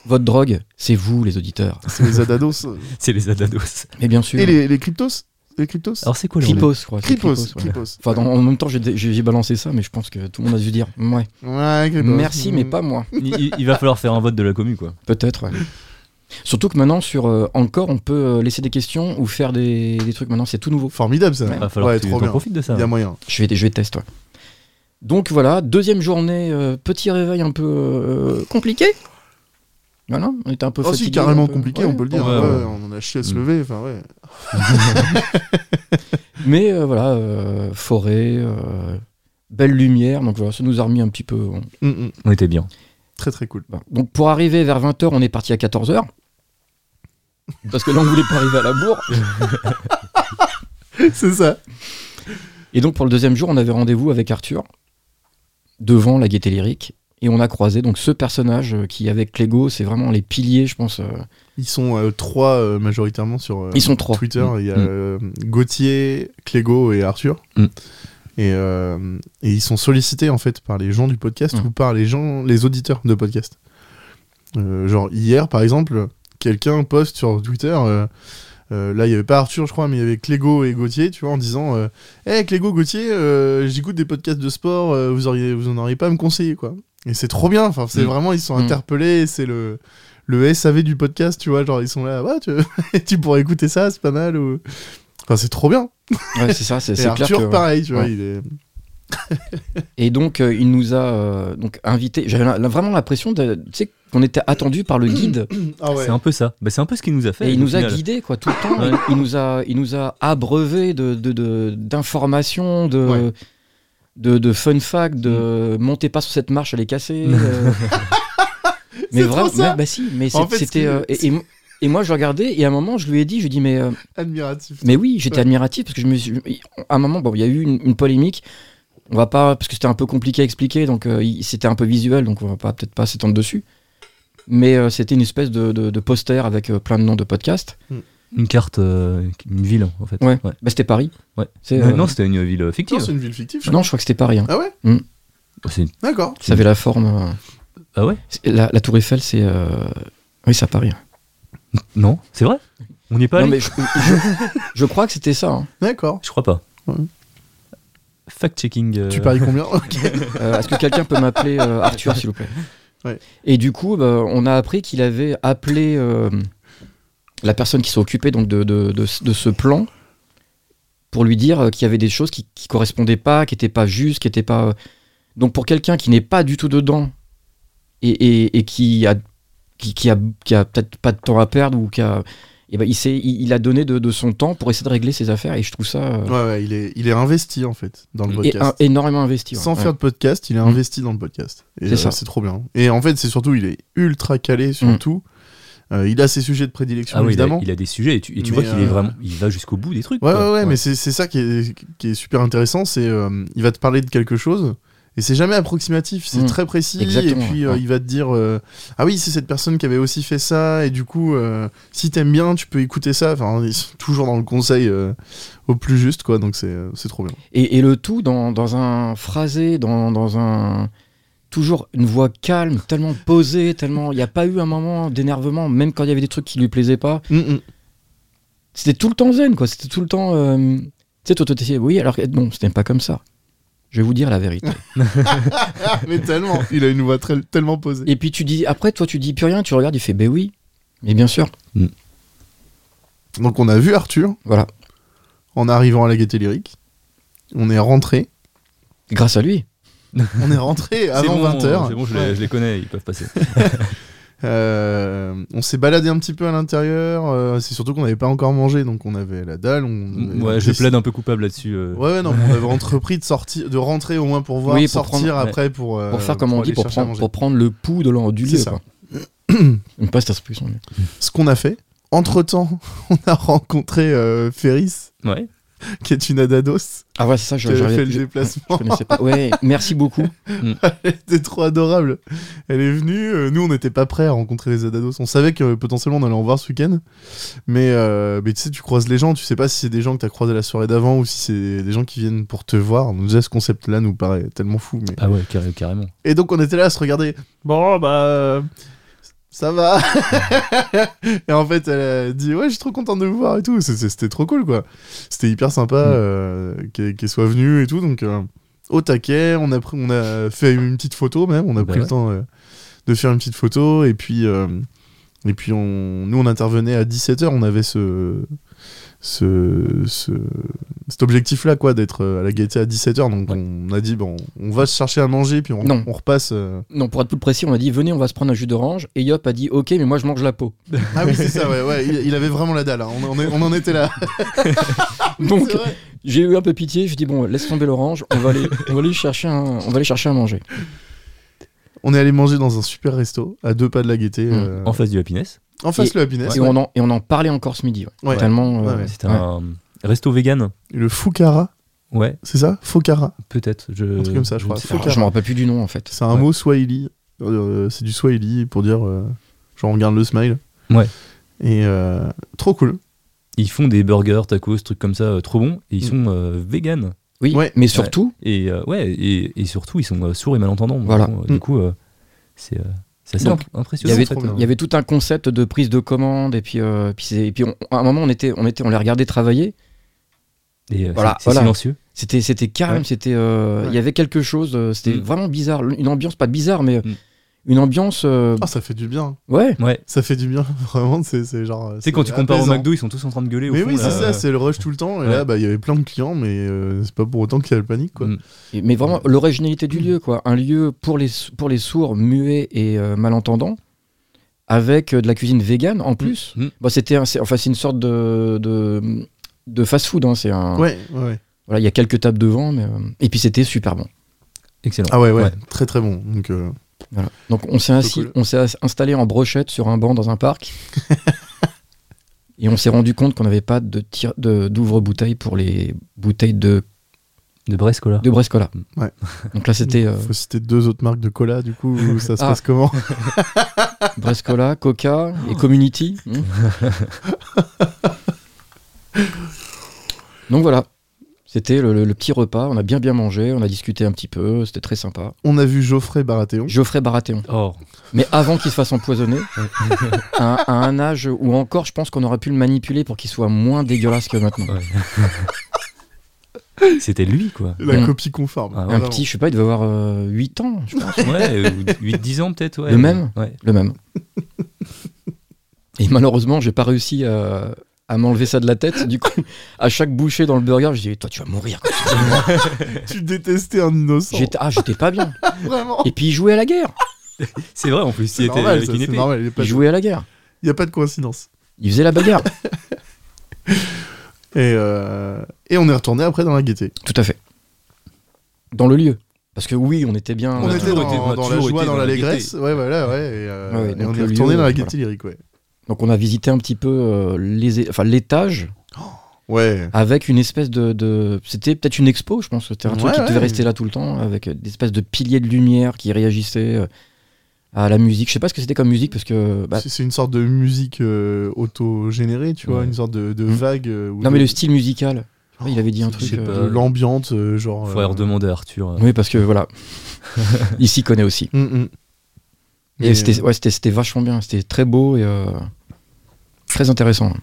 S3: Votre drogue, c'est vous les auditeurs.
S2: C'est les Adados.
S1: c'est les Adados.
S3: Mais bien sûr.
S2: Et les, les Cryptos Les Cryptos
S1: Alors c'est quoi le
S3: Kripos, je crois. c'est
S2: Cryptos.
S3: Kripos, ouais.
S2: Cryptos.
S3: Enfin, dans- en même temps, j'ai- j'ai j'ai balancé ça, mais je pense que tout le monde a dû dire ouais.
S2: Ouais, Cryptos.
S3: Merci, mais pas moi.
S1: il, il- il va falloir faire un vote de la commu quoi.
S3: Peut-être, ouais. Surtout que maintenant, sur euh, Encore, on peut euh, laisser des questions ou faire des, des trucs. Maintenant, c'est tout nouveau.
S2: Formidable ça.
S1: Il va falloir
S2: Ouais,
S1: que tu
S2: trop
S1: t'en
S2: bien.
S1: profites de ça.
S2: Il y a moyen.
S3: Je vais, je vais tester, ouais. Donc voilà, deuxième journée, euh, petit réveil un peu euh, compliqué. Voilà, on était un peu
S2: Oh
S3: fatigué.
S2: si, carrément
S3: un peu-
S2: compliqué,
S3: ouais.
S2: on peut le dire.
S1: Ouais,
S2: Ouais,
S1: ouais.
S2: On en a chié à se
S1: Mm.
S2: lever. Enfin, ouais.
S3: Mais euh, voilà, euh, forêt, euh, belle lumière. Donc voilà, ça nous a remis un petit peu. en-
S2: Mm, mm.
S1: On était bien.
S2: Très très cool.
S3: Voilà. Donc pour arriver vers 20h, on est parti à 14h. Parce que là, on voulait pas arriver à la bourre.
S2: c'est ça.
S3: Et donc pour le deuxième jour, on avait rendez-vous avec Arthur devant la gaieté lyrique. Et on a croisé donc ce personnage euh, qui, avec Clégo, c'est vraiment les piliers, je pense. euh,
S2: Ils sont euh, trois euh, majoritairement sur euh,
S3: Ils sont trois.
S2: Twitter.
S3: Mm.
S2: Il y a
S3: Mm.
S2: euh, Gauthier, Clégo et Arthur.
S1: Mm.
S2: Et, euh, et ils sont sollicités en fait par les gens du podcast
S3: Mm.
S2: ou par les gens, les auditeurs de podcast. Euh, genre hier par exemple, quelqu'un poste sur Twitter. euh, euh, là, il n'y avait pas Arthur, je crois, mais il y avait Clégo et Gauthier, tu vois, en disant euh, Hey, Clégo, Gauthier, euh, j'écoute des podcasts de sport, euh, vous, auriez, vous en auriez pas à me conseiller, quoi. Et c'est trop bien, enfin, c'est
S3: Mm.
S2: vraiment, ils sont
S3: Mm.
S2: interpellés, c'est le, le SAV du podcast, tu vois, genre, ils sont là, ouais, tu, tu pourrais écouter ça, c'est pas mal, ou. Enfin, c'est trop bien.
S3: Ouais, c'est ça, c'est
S2: Et
S3: c'est clair.
S2: Arthur,
S3: que-
S2: pareil, tu vois,
S3: ouais.
S2: il est.
S3: Et donc, euh, il nous a euh, donc invités. J'avais la- la- vraiment l'impression de- tu sais, qu'on était attendu par le guide.
S2: Ah ouais.
S1: C'est un peu ça. Bah, c'est un peu ce qu'il nous a fait.
S3: Et il
S1: au
S3: nous a
S1: final.
S3: guidés quoi tout le temps. Il- Il nous a, il nous a abreuvé de de- de- d'informations, de,
S2: Ouais.
S3: de, de, fun facts, de
S1: Mm.
S3: montez pas sur cette marche, elle est cassée. euh. mais
S2: C'est trop
S3: vraiment,
S2: ça.
S3: mais- bah si, mais
S2: En
S3: c'est-
S2: fait, ce
S3: c'était.
S2: qui-
S3: euh, et, et m- et moi, je regardais et à un moment, je lui ai dit, je lui ai dit, mais euh,
S2: Admiratif.
S3: mais oui, j'étais
S2: Ouais.
S3: admiratif parce que je me suis. À un moment, bon, il y a eu une, une polémique. On va pas parce que c'était un peu compliqué à expliquer, donc euh, il- c'était un peu visuel, donc on va pas peut-être pas s'étendre dessus. Mais euh, c'était une espèce de, de- de poster avec euh, plein de noms de podcasts.
S1: une carte, euh, une ville en fait.
S3: Ouais. Bah, c'était Paris.
S1: Ouais.
S3: C'est,
S1: Non,
S3: euh,
S1: Non, c'était une ville
S2: Non,
S1: fictive. Bah,
S2: c'est une ville fictive, je
S3: non, je crois que c'était Paris. hein.
S2: crois. Ah ouais
S1: C'est-
S2: D'accord.
S3: Ça avait la forme. euh,
S1: Ah ouais
S3: c'est- la, la Tour Eiffel, c'est. euh, Oui, c'est à Paris.
S1: Non, c'est vrai On n'y est pas
S3: non,
S1: allé
S3: mais je, je- je crois que c'était ça. hein.
S2: D'accord.
S1: Je crois pas.
S2: Ouais.
S1: Fact-checking. euh,
S2: Tu paries combien Ok.
S3: Euh, Est-ce que quelqu'un peut m'appeler euh, Arthur, s'il vous plaît
S2: Ouais.
S3: Et du coup, bah, on a appris qu'il avait appelé euh, la personne qui s'occupait donc de, de- de ce- de ce plan pour lui dire euh, qu'il y avait des choses qui, qui correspondaient pas, qui n'étaient pas justes, qui n'étaient pas. euh, Donc pour quelqu'un qui n'est pas du tout dedans et, et- et qui a qui, qui a, qui a peut-être pas de temps à perdre ou qui a, eh ben, il, s'est- il, il a donné de, de son temps pour essayer de régler ses affaires et je trouve ça euh,
S2: Ouais, ouais, il est, il est investi en fait dans le
S3: et-
S2: podcast.
S3: un- énormément investi. ouais.
S2: Sans
S3: Ouais.
S2: faire de podcast, il est
S3: Mm.
S2: investi dans le podcast. Et
S3: C'est
S2: euh,
S3: ça.
S2: C'est trop bien. Et en fait, c'est surtout, il est ultra calé sur
S3: Mm.
S2: tout. Euh, il a ses sujets de prédilection,
S1: Ah oui, il a,
S2: évidemment.
S1: il a des sujets et tu, et tu
S2: Mais,
S1: vois qu'il
S2: euh,
S1: est vraiment, il va jusqu'au bout des trucs.
S2: Ouais, ouais,
S1: quoi.
S2: ouais, mais c'est c'est ça qui est, qui est super intéressant. C'est euh, il va te parler de quelque chose et c'est jamais approximatif, c'est
S3: Mm.
S2: très précis.
S3: Exactement,
S2: et puis euh,
S3: ouais.
S2: il va te dire euh, ah oui, c'est cette personne qui avait aussi fait ça et du coup euh, si t'aimes bien, tu peux écouter ça. Enfin, ils sont toujours dans le conseil euh, au plus juste quoi. Donc c'est euh, c'est trop bien.
S3: Et, et le tout dans, dans un phrasé, dans, dans un. Toujours une voix calme, tellement posée, tellement. Il n'y a pas eu un moment d'énervement, même quand il y avait des trucs qui lui plaisaient pas.
S2: Mm, mm.
S3: C'était tout le temps zen, quoi. C'était tout le temps. euh, Tu sais, toi, toi, t'essayais, oui, alors que non, c'était pas comme ça. Je vais vous dire la vérité.
S2: Mais tellement, il a une voix très- tellement posée.
S3: Et puis tu dis, après, toi, tu dis plus rien, tu regardes, il fait, ben oui. Mais bien sûr,
S2: Donc on a vu Arthur
S3: voilà.
S2: en arrivant à la gaieté lyrique. On est rentré.
S3: Grâce à lui.
S2: On est rentré
S1: C'est
S2: avant
S1: bon,
S2: 20h.
S1: C'est bon, je les, je les connais, ils peuvent passer.
S2: Euh, on s'est baladé un petit peu à l'intérieur. euh, c'est surtout qu'on n'avait pas encore mangé, donc on avait la dalle. On avait-
S1: Mm, ouais, je plaide un peu coupable là-dessus. euh.
S2: Ouais, ouais, non, mais on avait entrepris de sortir, de rentrer au moins pour voir,
S3: Oui, pour
S2: sortir
S3: prendre- ouais.
S2: après pour. euh,
S3: pour faire, comme on
S2: aller
S3: dit, pour
S2: chercher à
S3: prendre,
S2: manger.
S3: pour prendre le pouls de l'en- du
S2: C'est
S3: lieu.
S2: ça.
S3: quoi. Une passe ta solution.
S2: Ce qu'on a fait. Entre temps, on a rencontré euh, Ferris,
S1: Ouais.
S2: qui est une Adados,
S3: Ah ouais, c'est ça,
S2: qui
S3: je,
S2: avait
S3: j'arrivais-
S2: fait le
S3: je- je
S2: déplacement.
S3: connaissais pas. Ouais, merci beaucoup.
S1: Mm.
S2: Elle était trop adorable. Elle est venue. euh, nous, on n'était pas prêts à rencontrer les Adados. On savait que euh, potentiellement on allait en voir ce week-end. Mais, euh, mais tu sais, tu croises les gens. Tu sais pas si c'est des gens que tu as croisés la soirée d'avant ou si c'est des gens qui viennent pour te voir. Donc, déjà, ce concept-là nous paraît tellement fou. mais-
S1: Ah ouais, carré- carrément.
S2: Et donc, on était là à se regarder. Bon, bah. euh, Ça va. et en fait, elle a dit Ouais, je suis trop contente de vous voir et tout. C'est- c'est- C'était trop cool, quoi. C'était hyper sympa
S1: Mm.
S2: euh, qu'elle qu'elle soit venue et tout. Donc, euh, au taquet, on a, pris- on a fait une petite photo même. On a
S1: Bah
S2: pris le
S1: ouais.
S2: temps euh, de faire une petite photo. Et puis, euh, et puis on, nous, on intervenait à 17h. On avait ce. Ce, ce- cet objectif là quoi d'être euh, à la gaieté à 17h donc
S1: Ouais.
S2: on a dit bon on va se chercher à manger puis on,
S3: Non.
S2: on repasse euh,
S3: Non, pour être plus précis, on a dit venez, on va se prendre un jus d'orange. Et Yop a dit ok, mais moi je mange la peau.
S2: Ah oui, c'est ça, ouais, ouais. Il, il avait vraiment la dalle. hein. On, en est- on en était là.
S3: Donc
S2: C'est vrai.
S3: j'ai eu un peu pitié. Je dis bon, laisse tomber l'orange. On va aller, on va aller chercher un, on va aller chercher à manger.
S2: On est allé manger dans un super resto, à deux pas de la gaieté, euh,
S1: Mmh. En face du happiness.
S2: en face le happiness.
S3: Et on en, et on en parlait encore ce midi. ouais.
S2: Ouais.
S3: Tellement. euh,
S2: Ouais, ouais.
S1: C'était un resto vegan.
S2: Et Le Foucara,
S1: Ouais,
S2: c'est ça Foucara.
S1: peut-être. Je...
S2: Un truc comme ça, je crois.
S1: ne sais
S3: alors,
S1: pas.
S3: Ah, je me rappelle plus du nom en fait.
S2: C'est un
S1: Ouais.
S2: mot swahili. Euh, c'est du swahili pour dire euh, genre on regarde le smile.
S1: Ouais.
S2: Et euh, trop cool.
S1: Ils font des burgers, tacos, trucs comme ça, euh, trop bons. Et ils sont euh, vegan.
S3: Oui.
S2: Mm. Ouais.
S3: Mais surtout,
S1: Et euh, ouais, et, et surtout, ils sont euh, sourds et malentendants. Donc,
S3: Voilà.
S1: euh,
S2: Mm.
S1: Du coup, euh, c'est euh, c'est assez
S3: Donc,
S1: imp-
S3: il
S1: impressionnant.
S3: y avait,
S1: en fait,
S2: trop bien.
S1: euh.
S3: il y avait tout un concept de prise de commande. Et puis, euh, puis, c'est- et puis on- à un moment, on était, on était, on les regardait travailler.
S1: Et, euh,
S3: Voilà,
S1: c'est- c'est
S3: voilà.
S1: silencieux.
S3: C'était, c'était calme,
S2: Ouais.
S3: c'était, euh, il
S2: Ouais.
S3: y avait quelque chose, euh, c'était
S1: Mm.
S3: vraiment bizarre, une ambiance pas bizarre, mais euh,
S1: Mm.
S3: une ambiance, euh,
S2: Ah, ça fait du bien.
S3: ouais,
S1: Ouais.
S2: Ça fait du bien, vraiment. C'est euh, c'est genre.
S1: Tu sais, quand tu compares au
S2: apaisant.
S1: McDo, ils sont tous en train de gueuler. au
S2: Mais
S1: fond,
S2: oui,
S1: là,
S2: c'est ça,
S1: euh,
S2: c'est le rush tout le temps. Et
S1: Ouais.
S2: là, bah, il y avait plein de clients, mais euh, c'est pas pour autant qu'il y a le panique, quoi.
S1: Mm.
S3: Et- mais vraiment l'originalité du lieu, quoi, un lieu pour les pour les sourds, muets et euh, malentendants, avec euh, de la cuisine végane en plus.
S1: Mm.
S3: Bon, c'était, un- c'est- enfin, c'est une sorte de de, de fast-food, hein, c'est un,
S2: Ouais, ouais, ouais.
S3: voilà, il y a quelques tables devant, mais euh, et puis c'était super bon.
S1: Excellent.
S2: Ah ouais, ouais,
S1: Ouais.
S2: Très, très bon. Donc. euh,
S3: Voilà. Donc on s'est assis,
S2: cool.
S3: on s'est as- installé en brochette sur un banc dans un parc. Et on s'est rendu compte qu'on n'avait pas de tire- de- d'ouvre-bouteille pour les bouteilles de,
S1: De Brescola.
S3: de Brescola.
S2: Ouais.
S3: Donc là, c'était euh,
S2: Faut citer deux autres marques de cola, du coup, où ça se
S3: Ah.
S2: passe comment
S3: Brescola, Coca et Community. Hmm. Donc voilà, c'était le, le- le petit repas. On a bien bien mangé, on a discuté un petit peu, c'était très sympa.
S2: On a vu Geoffrey Baratheon.
S3: Geoffrey Baratheon.
S1: Oh.
S3: Mais avant qu'il se fasse empoisonner, à, un- à un âge où encore je pense qu'on aurait pu le manipuler pour qu'il soit moins dégueulasse que maintenant.
S1: C'était lui, quoi.
S2: La
S3: Mm.
S2: copie conforme.
S1: Ah ouais.
S3: un
S2: Vraiment.
S3: petit, je sais pas, il devait avoir euh, 8 ans, je pense,
S1: Ouais, 8-10 ans peut-être, ouais.
S3: Le même
S1: Ouais.
S3: le même. Et malheureusement, j'ai pas réussi à, à m'enlever ça de la tête. Du coup, à chaque bouchée dans le burger, je dis Toi, tu vas mourir.
S2: Tu détestais un innocent.
S3: J'étais, ah, j'étais pas bien.
S2: Vraiment.
S3: Et puis, il jouait à la guerre.
S1: C'est vrai, en plus, il
S2: C'est
S1: était
S2: normal,
S1: avec
S2: ça,
S1: une
S2: c'est
S1: épée.
S2: normal. Il n'y a, pas
S3: Il
S2: de-
S3: jouait à la guerre.
S2: il y a pas de coïncidence.
S3: Il faisait la bagarre.
S2: Et, euh, et on est retourné après dans la gaieté.
S3: Tout à fait. Dans le lieu. Parce que oui, on était bien.
S2: On,
S1: a
S3: euh,
S2: était
S1: toujours
S2: dans,
S1: été- on a
S2: dans la
S1: toujours
S2: joie,
S1: été
S2: dans
S1: dans la
S2: l'allégresse. Ouais, voilà, ouais. Et, euh,
S3: Ah Ouais, ouais,
S2: et
S3: donc
S2: on est
S3: le
S2: retourné
S3: lieu,
S2: dans la
S3: voilà.
S2: gaieté lyrique, ouais.
S3: Donc, on a visité un petit peu euh, les, é- enfin, l'étage
S2: Oh, Ouais.
S3: avec une espèce de, de- c'était peut-être une expo je pense c'était un
S2: Ouais,
S3: truc qui
S2: ouais.
S3: devait rester là tout le temps avec des espèces de piliers de lumière qui réagissaient euh, à la musique je sais pas ce que c'était comme musique parce que bah,
S2: C'est- c'est une sorte de musique euh, auto-générée, tu vois,
S3: Ouais.
S2: une sorte de, de
S3: Mm.
S2: vague. euh, ou
S3: non
S2: de-
S3: mais le style musical Je sais pas, il avait dit un
S2: de-
S3: truc
S1: sais
S3: euh,
S1: pas.
S2: de l'ambiante, euh, genre.
S1: Faudrait
S2: euh,
S1: redemander à Arthur. euh.
S3: oui parce que voilà il s'y connaît aussi
S2: mm, mm.
S3: et
S2: Mais-
S3: c'était ouais, c'était c'était vachement bien c'était très beau et euh, très euh, intéressant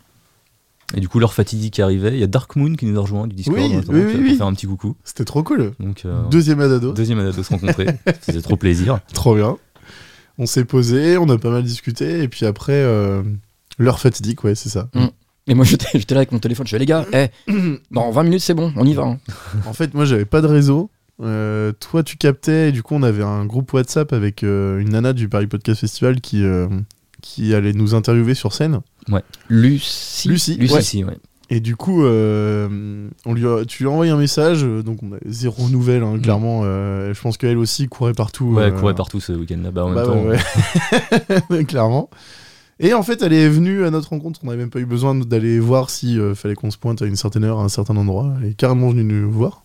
S1: Et du coup, l'heure fatidique qui arrivait. Il y a Dark Moon qui nous a rejoint du Discord
S2: Oui,
S1: en attendant,
S2: oui,
S1: tu vois,
S2: oui,
S1: pour
S2: oui.
S1: faire un petit coucou.
S2: C'était trop cool.
S1: Donc, euh,
S2: Deuxième Adado.
S1: deuxième année de se rencontrer. Ça faisait trop plaisir.
S2: Trop bien. On s'est posé, on a pas mal discuté, et puis après, euh, l'heure fatidique, ouais, c'est ça.
S3: Et Mm. moi, j'étais j'étais là avec mon téléphone. Je fais, les gars, eh, dans 20 minutes, c'est bon, on y va. hein.
S2: En fait, moi, j'avais pas de réseau. Euh, toi, tu captais, et du coup, on avait un groupe WhatsApp avec euh, une nana du Paris Podcast Festival qui, euh, qui allait nous interviewer sur scène.
S3: Lucie.
S2: Lucie,
S1: Lucie,
S3: ouais.
S1: si, ouais.
S2: Et du coup, euh, on lui a- tu lui as envoyé un message, euh, donc on a zéro nouvelle, hein, clairement. euh, je pense qu'elle aussi courait partout.
S1: Mm. Ouais,
S2: euh,
S1: courait partout ce week-end là-bas en
S2: bah
S1: même temps.
S2: ouais, ouais. clairement. Et en fait, elle est venue à notre rencontre. On n'avait même pas eu besoin d'aller voir si euh, fallait qu'on se pointe à une certaine heure, à un certain endroit. Elle est carrément venue nous voir.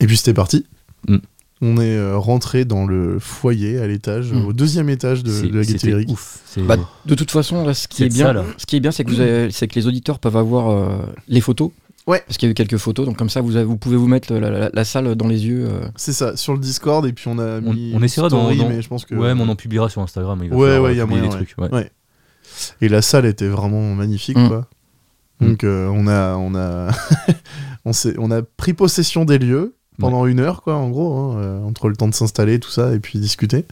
S2: Et puis c'était parti.
S1: Mm.
S2: On est euh, rentré dans le foyer à l'étage,
S3: Mm.
S2: au deuxième étage de,
S1: C'est-
S2: de la Gaîté
S1: c'était
S2: Lyrique.
S1: ouf. C'est-
S3: Bah, de toute façon, là, ce qui est
S1: Cette
S3: bien,
S1: salle.
S3: ce qui est bien, c'est que vous avez- c'est que les auditeurs peuvent avoir euh, les photos.
S2: Ouais.
S3: Parce qu'il y a eu quelques photos, donc comme ça, vous, avez- vous pouvez vous mettre la, la- la- la salle dans les yeux. euh.
S2: C'est ça, sur le Discord. Et puis on a
S1: On-
S2: mis.
S1: on
S2: une
S1: essaiera d'en-
S2: story,
S1: d'en-
S2: mais je pense que.
S1: Ouais, mais on en publiera sur Instagram. Il va
S2: Ouais,
S1: falloir,
S2: ouais,
S1: euh,
S2: y a
S1: publier
S2: moyen,
S1: des
S2: ouais.
S1: trucs. ouais.
S2: Ouais. Et la salle était vraiment magnifique,
S3: Mm.
S2: quoi. Donc euh, on a on a on s'est on a pris possession des lieux pendant une heure, quoi, en gros, hein, euh, entre le temps de s'installer, tout ça, et puis discuter.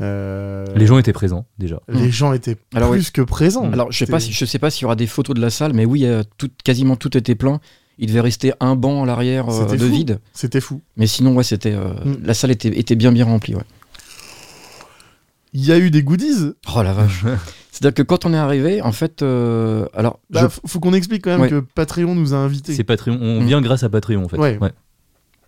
S2: Euh,
S1: Les gens étaient présents déjà.
S2: les gens étaient
S3: Mm. Alors,
S2: plus que présents.
S3: Alors, je sais pas
S2: C'était-
S3: si je sais pas s'il y aura des photos de la salle, mais oui, euh, tout, quasiment tout était plein. Il devait rester un banc à l'arrière euh,
S2: C'était
S3: de
S2: fou.
S3: vide,
S2: c'était fou.
S3: mais sinon, ouais, c'était euh,
S2: Mm.
S3: la salle était, était bien bien remplie. Ouais.
S2: Il y a eu des goodies.
S3: Oh la vache. C'est-à-dire que quand on est arrivé, en fait, euh, alors
S2: Bah, f- Faut qu'on explique quand même
S3: Ouais.
S2: que Patreon nous a invités.
S1: C'est Patreon. On
S3: Mm.
S1: vient grâce à Patreon en fait.
S2: Ouais.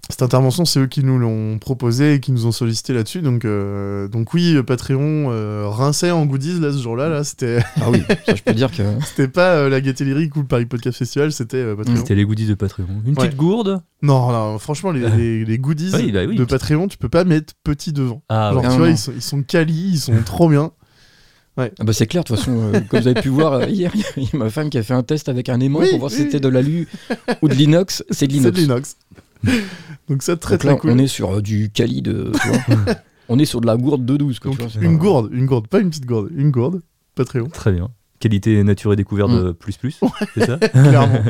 S2: Cette intervention, c'est eux qui nous l'ont proposé et qui nous ont sollicité là-dessus. Donc, euh, donc oui, Patreon euh, rinçait en goodies là ce jour-là. Là, c'était
S3: je, ah oui, ça, je peux dire que
S2: C'était pas euh, la Gaieté Lyrique ou le Paris Podcast Festival, c'était euh,
S3: Mm.
S2: Patreon.
S1: C'était les goodies de Patreon. Une
S2: Ouais.
S1: petite gourde.
S2: Non, non, franchement, les,
S1: Euh.
S2: les- les goodies
S1: Oui, bah oui.
S2: de Patreon, tu peux pas mettre petit devant.
S1: Ah,
S2: Genre,
S1: ouais.
S3: ouais.
S2: tu
S3: Non,
S2: vois,
S3: non.
S2: ils sont, ils sont quali, ils sont trop bien.
S3: Ah bah c'est clair, de toute façon, euh, comme vous avez pu voir euh, hier, il y a ma femme qui a fait un test avec un aimant
S2: Oui,
S3: pour voir si
S2: oui.
S3: c'était de l'alu ou de l'inox. C'est de
S2: C'est
S3: l'inox.
S2: de l'inox. Donc ça, très
S3: Donc là,
S2: très cool.
S3: On est sur euh, du Cali de. tu vois. on est sur de la gourde de 12. Quoi,
S2: Donc
S3: tu vois, c'est
S2: une
S3: pas-
S2: gourde, une gourde, pas une petite gourde, une gourde, Patreon,
S1: Très bien. Qualité nature et découverte
S3: Mm.
S1: euh, plus plus. C'est ça.
S2: clairement.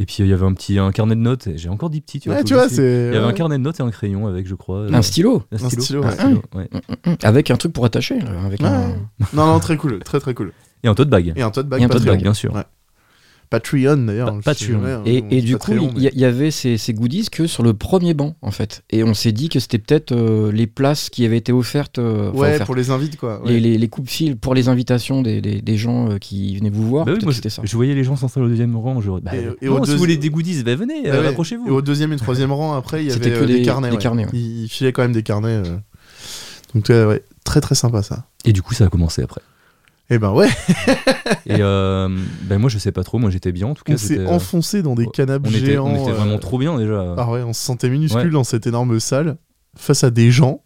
S1: Et puis euh, il y avait un petit un carnet de notes. J'ai encore dit petit. Tu vois,
S2: Ouais,
S1: faut
S2: tu
S1: le
S2: vois,
S1: laisser.
S2: c'est...
S1: Il y avait un carnet de notes et un crayon avec, je crois. euh,
S3: Un stylo Ah,
S1: un
S2: Un
S1: stylo.
S2: stylo,
S1: Un
S2: ouais. Ah
S1: stylo, ouais.
S3: avec un truc pour attacher. là, avec
S2: Ouais.
S3: un-
S2: Non, non, très cool, très très cool.
S1: Et un tote bag.
S2: Et un tote bag
S3: Et un tote
S2: Patreon.
S3: bag.
S1: bien sûr.
S2: Ouais. Patreon, d'ailleurs.
S1: Pa-
S2: je
S1: Patreon.
S2: dirais, hein,
S3: Et, et du coup,
S2: Patreon,
S3: il y, il y avait ces, ces goodies que sur le premier banc, en fait. Et on s'est dit que c'était peut-être euh, les places qui avaient été offertes. euh,
S2: mais-
S3: enfin,
S2: Ouais,
S3: offertes,
S2: pour les invites, quoi. ouais.
S3: Les, les- les coupes-fils pour les invitations des, des- des gens euh, qui venaient vous voir.
S1: Bah oui,
S3: peut-être
S1: moi,
S3: que
S1: je,
S3: c'était ça.
S1: je voyais les gens s'installer au deuxième rang. Je... Bah,
S2: Et- et
S1: non,
S2: au
S1: si
S2: deuxi-
S1: vous voulez des goodies, bah, venez,
S2: Ouais,
S1: euh,
S2: ouais.
S1: approchez-vous.
S2: Et au deuxième et troisième rang, après, il y
S3: C'était
S2: avait
S3: que
S2: euh, des,
S3: des-
S2: carnets.
S3: des
S2: ouais.
S3: carnets, ouais.
S2: Ils ils filaient quand même des carnets. euh. Donc, ouais, ouais, très très sympa ça.
S1: Et du coup, ça a commencé après.
S2: Et ben ouais,
S1: Et euh, ben moi, je sais pas trop. Moi, j'étais bien en tout cas.
S2: on s'est
S1: c'était- euh,
S2: enfoncé dans des
S1: on
S2: canapes
S1: on était,
S2: géants.
S1: on était vraiment
S2: euh,
S1: trop bien déjà.
S2: Ah ouais, on se sentait minuscule dans cette énorme salle, face à des gens.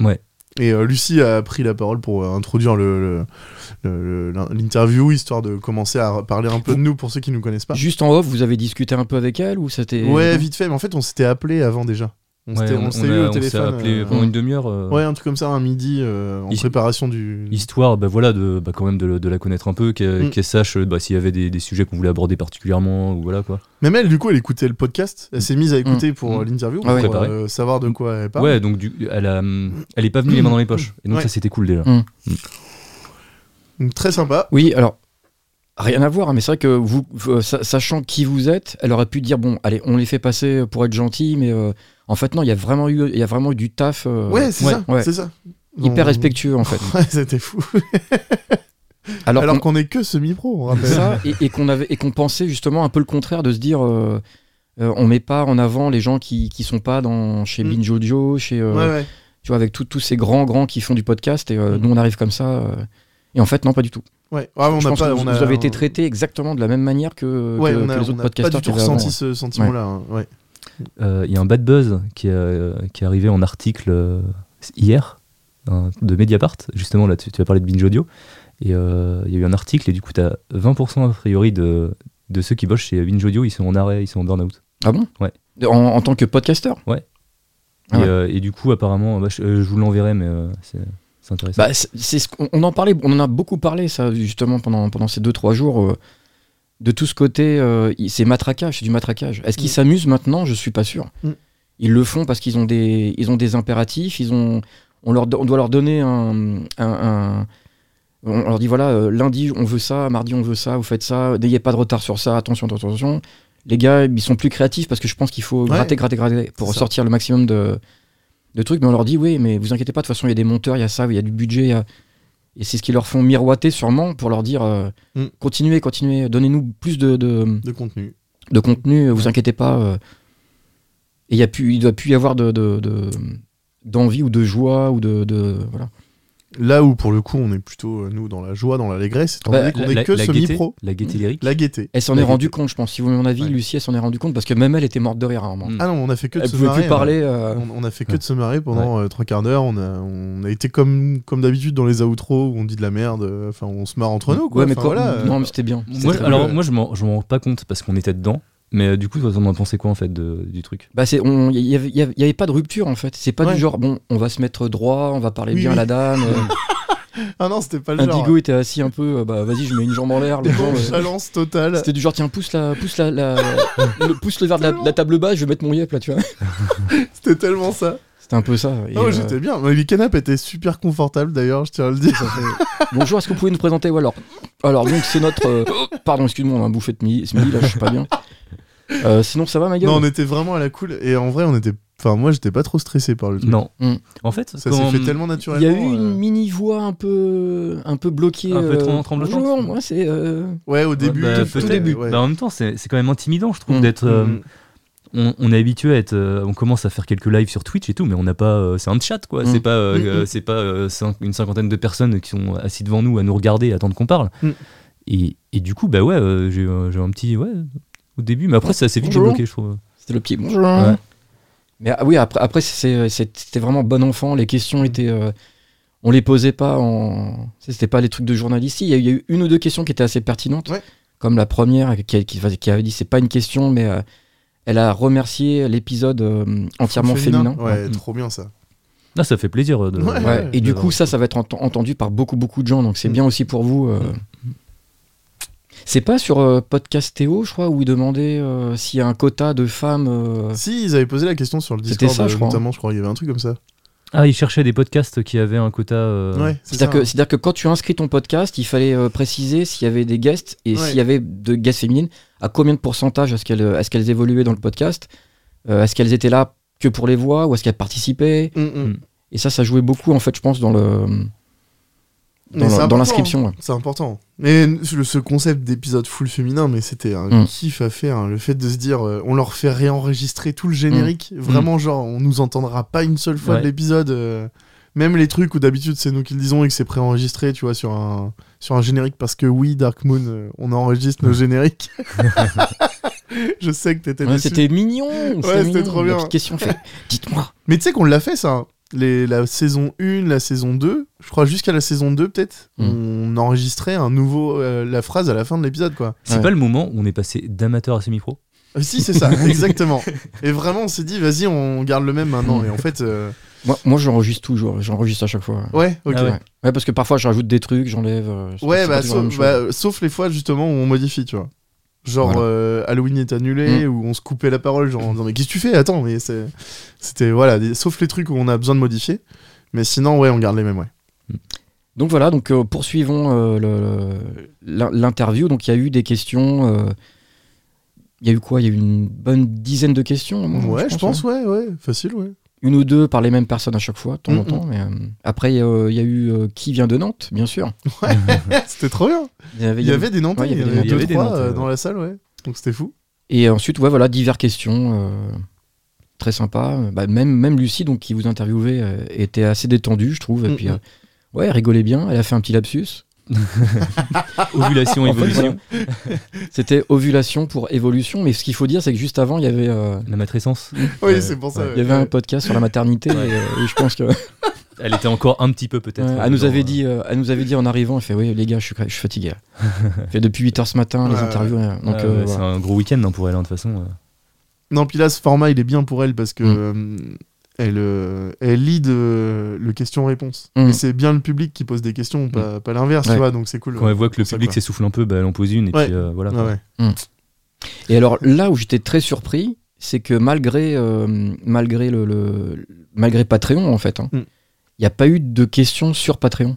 S1: Ouais.
S2: Et euh, Lucie a pris la parole pour euh, introduire le- le- le- le- euh, l'interview, histoire de commencer à parler un peu de nous pour ceux qui nous connaissent pas.
S3: Juste en off, vous avez discuté un peu avec elle ou c'était
S2: Ouais, vite fait, mais en fait, on s'était appelé avant déjà. On
S1: Ouais,
S2: s'était on s'est eu
S1: a-
S2: au
S1: on s'est
S2: téléphone.
S1: appelé
S2: euh,
S1: pendant une demi-heure. euh,
S2: Ouais, un truc comme ça, un midi, euh, en
S1: Ils-
S2: préparation du.
S1: Histoire, bah voilà, de, bah, quand même de, de la connaître un peu, qu'elle
S2: Mm.
S1: qu'elle sache euh, bah, s'il y avait des, des sujets qu'on voulait aborder particulièrement ou voilà quoi.
S2: Même elle, du coup, elle écoutait le podcast. Elle s'est mise à écouter pour euh, l'interview,
S3: Mm. Ah ouais.
S2: pour
S1: Préparer.
S2: euh, savoir de quoi elle parle.
S1: Ouais, donc du, elle, a, hum, elle est pas venue les mains dans les poches. Et donc
S2: Ouais.
S1: ça c'était cool déjà.
S3: Mmh.
S2: Donc, Mm, très sympa.
S3: Oui, alors rien à voir, hein, mais c'est vrai que vous, vous, euh, sa- sachant qui vous êtes, elle aurait pu dire bon, allez, on les fait passer pour être gentils, mais euh, en fait non, il y a vraiment eu, il y a vraiment eu du taf euh,
S2: ouais, c'est
S1: ouais,
S2: ça.
S3: ouais.
S2: C'est ça.
S3: hyper
S2: On-
S3: respectueux en fait.
S2: Ouais, c'était fou.
S3: Alors,
S2: Alors
S3: qu'on-
S2: qu'on est que semi-pro, on rappelle.
S3: ça et, et qu'on avait et qu'on pensait justement un peu le contraire de se dire. euh, euh, on met pas en avant les gens qui, qui sont pas dans chez
S2: Mm.
S3: Binge Audio, chez euh,
S2: Ouais, ouais.
S3: tu vois avec tout- tous ces grands grands qui font du podcast et euh,
S2: Mm.
S3: nous on arrive comme ça euh, et en fait non pas du tout.
S2: Ouais. Ah, on
S3: Je
S2: a
S3: pense
S2: pas.
S3: que vous,
S2: on a,
S3: vous avez été traités exactement de la même manière que,
S2: Ouais,
S3: que-
S2: on
S3: que
S2: a,
S3: les
S2: on
S3: autres
S2: a pas du
S3: podcasteurs. qui
S2: tout
S3: avaient avant,
S2: ressenti
S3: ouais.
S2: ce sentiment-là. hein. Ouais.
S1: Euh, Il y a un bad buzz qui est, euh, qui est arrivé en article euh, hier hein, de Mediapart, justement là tu, tu as parlé de Binge Audio. Et euh, il y a eu un article et du coup tu as 20% a priori de, de ceux qui bossent chez Binge Audio, ils sont en arrêt, ils sont en burn-out.
S3: Ah bon
S1: Ouais.
S3: En, en tant que podcasteur
S1: Et,
S3: Ah ouais.
S1: euh, et du coup apparemment, bah, je, euh, je vous l'enverrai mais euh, c'est c'est C'est intéressant.
S3: Bah, c'est- c'est ce qu'on- on en parlait, on en a beaucoup parlé ça justement pendant, pendant ces 2-3 jours euh, de tout ce côté, euh, il- c'est matraquage, c'est du matraquage. Est-ce qu'ils
S2: Mm.
S3: s'amusent maintenant Je suis pas sûr.
S2: Mm.
S3: Ils le font parce qu'ils ont des ils ont des impératifs, ils ont on leur do- on doit leur donner un, un- un- on leur dit voilà euh, lundi on veut ça, mardi on veut ça, vous faites ça, n'ayez pas de retard sur ça, attention attention attention. Les gars ils sont plus créatifs parce que je pense qu'il faut
S2: Ouais.
S3: gratter gratter gratter pour
S2: C'est ça.
S3: sortir le maximum de de trucs, mais on leur dit oui, mais vous inquiétez pas, de toute façon, il y a des monteurs, il y a ça, il y a du budget, il y a- et c'est ce qu'ils leur font miroiter sûrement pour leur dire euh,
S2: Mm.
S3: continuez, continuez, donnez-nous plus de, de,
S2: de contenu.
S3: de contenu, vous
S2: Ouais.
S3: inquiétez pas. euh. et il y a plus, il doit plus y avoir de, de- de- d'envie ou de joie ou de, de voilà.
S2: Là où, pour le coup, on est plutôt, euh, nous, dans la joie, dans l'allégresse, étant
S3: Bah,
S2: donné qu'on est que
S1: gaieté,
S2: semi-pro.
S1: la gaieté lyrique.
S2: La gaieté.
S3: Elle s'en
S1: La
S3: est
S1: vie-
S3: rendue compte, je pense. Si vous voulez mon avis,
S1: Ouais.
S3: Lucie, elle s'en est rendue compte parce que même elle était morte de rire à un moment.
S1: Mm.
S2: Ah non, on a fait que de
S3: Elle
S2: se
S3: pouvait
S2: marrer. hein.
S3: plus parler. euh,
S2: On, on a fait que de se marrer pendant euh, trois quarts d'heure. On a, on a été comme, comme d'habitude dans les outros où on dit de la merde. euh, Enfin, on se marre entre nous. Quoi.
S3: ouais, mais
S2: Enfin,
S3: quoi-
S2: voilà, euh,
S3: non, mais c'était bien. C'était
S1: Moi,
S3: très
S1: alors,
S3: bien.
S1: moi, je m'en je m'en rends pas compte parce qu'on était dedans. Mais euh, du coup, toi, on en pensait quoi en fait de- du truc
S3: Bah c'est, on- il y, avait- il y avait- il y avait pas de rupture en fait. C'est pas
S2: Ouais.
S3: du genre bon, on va se mettre droit, on va parler
S2: Oui,
S3: bien à
S2: oui.
S3: la dame. euh,
S2: Ah non, c'était pas le genre.
S3: Indigo était assis un peu, euh, bah vas-y, je mets une jambe en l'air. l'autre jambe, euh,
S2: Chalance totale.
S3: C'était du genre tiens pousse la pousse la, la- le, pousse le verre de la, la table basse, Bah, je vais mettre mon yep là, tu vois.
S2: C'était tellement ça.
S3: C'était un peu ça. et,
S2: Non,
S3: euh,
S2: j'étais bien. Mais les canapes étaient super confortables d'ailleurs, je tiens à le dire.
S3: ça fait- Bonjour, est-ce que vous pouvez nous présenter ouais, alors, alors donc c'est notre euh, pardon, excuse-moi, on a bouffé de midi, ce midi là, je suis pas bien. Euh, sinon ça va ma gueule.
S2: Non, on était vraiment à la cool. Et en vrai, on était. Enfin, moi, j'étais pas trop stressé par le truc.
S1: Non.
S3: Mm.
S1: En fait,
S2: Ça
S1: quand-
S2: s'est fait tellement
S3: Hum, Il y a eu
S2: naturellement.
S3: une
S2: euh,
S3: mini voix un peu un peu bloquée. euh,
S1: Un peu trem- tremblotante.
S3: Bonjour, moi c'est euh,
S2: Ouais, au début.
S1: bah,
S2: tout- tout
S1: peut-être.
S2: début. ouais.
S1: Bah, en même temps, c'est c'est quand même intimidant, je trouve,
S3: Mm.
S1: d'être. euh,
S2: Mm.
S1: on, on est habitué à être. euh, on commence à faire quelques lives sur Twitch et tout, mais on n'a pas. euh, c'est un chat, quoi. C'est
S3: Mm.
S1: pas, euh,
S2: Mm,
S1: euh,
S2: mm.
S1: c'est pas euh, cin- une cinquantaine de personnes qui sont assis devant nous à nous regarder et attendre qu'on parle.
S2: Mm.
S1: Et, et du coup, bah ouais, euh, j'ai euh, j'ai un petit. Ouais, au début, mais après, ça s'est vite
S3: Bonjour.
S1: débloqué, je trouve.
S3: C'était le petit bonjour.
S1: Ouais.
S3: Mais ah oui, après, après c'est- c'est- c'était vraiment bon enfant. Les questions étaient. euh, on les posait pas en. tu sais, C'était pas les trucs de journaliste. Si, Il y, a eu- il y a eu une ou deux questions qui étaient assez pertinentes.
S2: Ouais.
S3: Comme la première qui, a- qui, va- qui avait dit c'est pas une question, mais euh, elle a remercié l'épisode euh, entièrement féminin.
S2: Ouais,
S1: Mm.
S2: trop bien ça.
S1: Là, ça fait plaisir. euh, de-
S2: Ouais.
S3: Ouais, et du
S1: j'adore.
S3: coup, ça, ça va être ent- entendu par beaucoup, beaucoup de gens. Donc, c'est
S2: Mm.
S3: bien aussi pour vous. euh. C'est pas sur euh, Podcast Théo, je crois, où il demandait euh, s'il y a un quota de femmes. euh,
S2: Si, ils avaient posé la question sur le
S3: C'était ça,
S2: Discord,
S3: je
S2: euh,
S3: crois. hein.
S2: notamment, je crois. Il y avait un truc comme ça.
S1: Ah, ils cherchaient des podcasts qui avaient un quota. euh,
S2: Ouais, c'est ça. hein.
S3: C'est-à-dire que, c'est-à-dire que quand tu inscris ton podcast, il fallait euh, préciser s'il y avait des guests et
S2: Ouais.
S3: s'il y avait de guests féminines, à combien de pourcentage est-ce qu'elles, euh, est-ce qu'elles évoluaient dans le podcast Euh, Est-ce qu'elles étaient là que pour les voix ou est-ce qu'elles participaient
S2: Mm, mm.
S1: Mm.
S3: Et ça, ça jouait beaucoup, en fait, je pense, dans, le, dans, la-
S2: Mais c'est
S3: dans
S2: important,
S3: l'inscription. ouais.
S2: C'est important. Mais le- ce concept d'épisode full féminin, mais c'était un
S3: Mm.
S2: kiff à faire. hein. Le fait de se dire, euh, on leur fait réenregistrer tout le générique.
S3: Mm.
S2: Vraiment, genre, on nous entendra pas une seule fois
S1: Ouais.
S2: de l'épisode. euh, même les trucs où d'habitude c'est nous qui le disons et que c'est préenregistré, tu vois, sur un, sur un générique. Parce que oui, Dark Moon, euh, on enregistre nos génériques. Je sais que t'étais
S3: Mm. Ouais,
S2: déçu.
S3: c'était mignon.
S2: c'était trop bien.
S3: La petite question fait. Dites-moi.
S2: Mais tu sais qu'on l'a fait ça. Les, la saison 1, la saison 2, je crois jusqu'à la saison 2 peut-être,
S3: Mm.
S2: on enregistrait un nouveau euh, la phrase à la fin de l'épisode quoi.
S1: C'est
S3: Ouais.
S1: pas le moment où on est passé d'amateur à semi-pro
S2: Euh, si c'est ça, exactement. Et vraiment on s'est dit vas-y on garde le même maintenant et en fait euh,
S3: Moi, moi, j'enregistre toujours. J'enregistre à chaque fois.
S2: ouais ok.
S1: Ah
S2: ouais.
S1: ouais.
S3: Ouais, parce que parfois, je rajoute des trucs, j'enlève. euh, c'est- c'est pas
S2: bah,
S3: toujours la
S2: sauf,
S3: même chose.
S2: bah, euh, sauf les fois justement où on modifie tu vois. Genre
S3: Voilà. Hmm.
S2: euh, Halloween est annulé où on se coupait la parole genre en disant mais qu'est-ce que tu fais attends mais c'est- c'était voilà des- sauf les trucs où on a besoin de modifier mais sinon ouais on garde les mêmes ouais.
S3: Donc voilà, donc euh, poursuivons euh, le- l'in- l'interview. Donc il y a eu des questions. euh, Il y a eu quoi Il y a eu une bonne dizaine de questions. moi,
S2: Ouais je pense
S3: ouais.
S2: ouais ouais facile ouais.
S3: Une ou deux par les mêmes personnes à chaque fois, de temps en
S2: Mm,
S3: temps. mais, euh, après, euh, il y a eu euh, qui vient de Nantes, bien sûr.
S2: c'était trop bien.
S3: Il y avait,
S2: Il y avait des Nantais,
S3: Ouais,
S2: il y avait
S1: il y
S2: deux,
S1: avait des
S2: trois
S1: Nantais,
S2: euh,
S1: ouais.
S2: dans la salle, ouais. Donc c'était fou.
S3: Et ensuite, ouais, voilà, diverses questions. euh, très sympa. Bah, même, même Lucie, donc, qui vous interviewait, euh, était assez détendue, je trouve. Et
S2: Mm,
S3: puis,
S2: mm.
S3: euh, ouais, elle rigolait bien. Elle a fait un petit lapsus.
S1: Ovulation,
S3: En fait,
S1: évolution.
S3: C'était ovulation pour évolution. Mais ce qu'il faut dire, c'est que juste avant, il y avait. euh,
S1: La matrescence.
S2: Oui,
S1: Ouais,
S2: c'est pour ça.
S1: ouais.
S2: ouais.
S3: Il y avait un podcast sur la maternité
S1: Ouais.
S3: et, euh, et je pense que
S1: Elle était encore un petit peu peut-être.
S3: Ouais,
S1: euh,
S3: elle nous
S1: dans,
S3: avait
S1: euh,
S3: dit, euh, elle nous avait dit en arrivant, elle fait oui les gars, je suis, je suis fatigué. Elle fait depuis 8 h ce matin les
S2: Ouais,
S3: interviews. euh, donc
S1: ah,
S3: euh,
S1: ouais, c'est
S3: voilà.
S1: un gros week-end hein, pour elle hein, de toute façon. euh.
S2: Non, puis là, ce format, il est bien pour elle parce que
S3: Mm.
S2: euh, elle, euh, elle lead euh, le question-réponse.
S3: Mm.
S2: Et c'est bien le public qui pose des questions, pas, Bah, pas l'inverse,
S3: Ouais.
S2: tu vois, donc c'est cool.
S1: Quand elle voit que le
S2: Ça,
S1: public
S2: quoi.
S1: s'essouffle un peu, bah, elle en pose une et
S2: Ouais.
S1: puis euh, voilà.
S2: Ouais,
S1: quoi.
S2: Ah ouais.
S3: Hmm. Et alors là où j'étais très surpris, c'est que malgré, euh, malgré, le, le- malgré Patreon, en fait, hein, il
S2: Mm.
S3: n'y a pas eu de questions sur Patreon.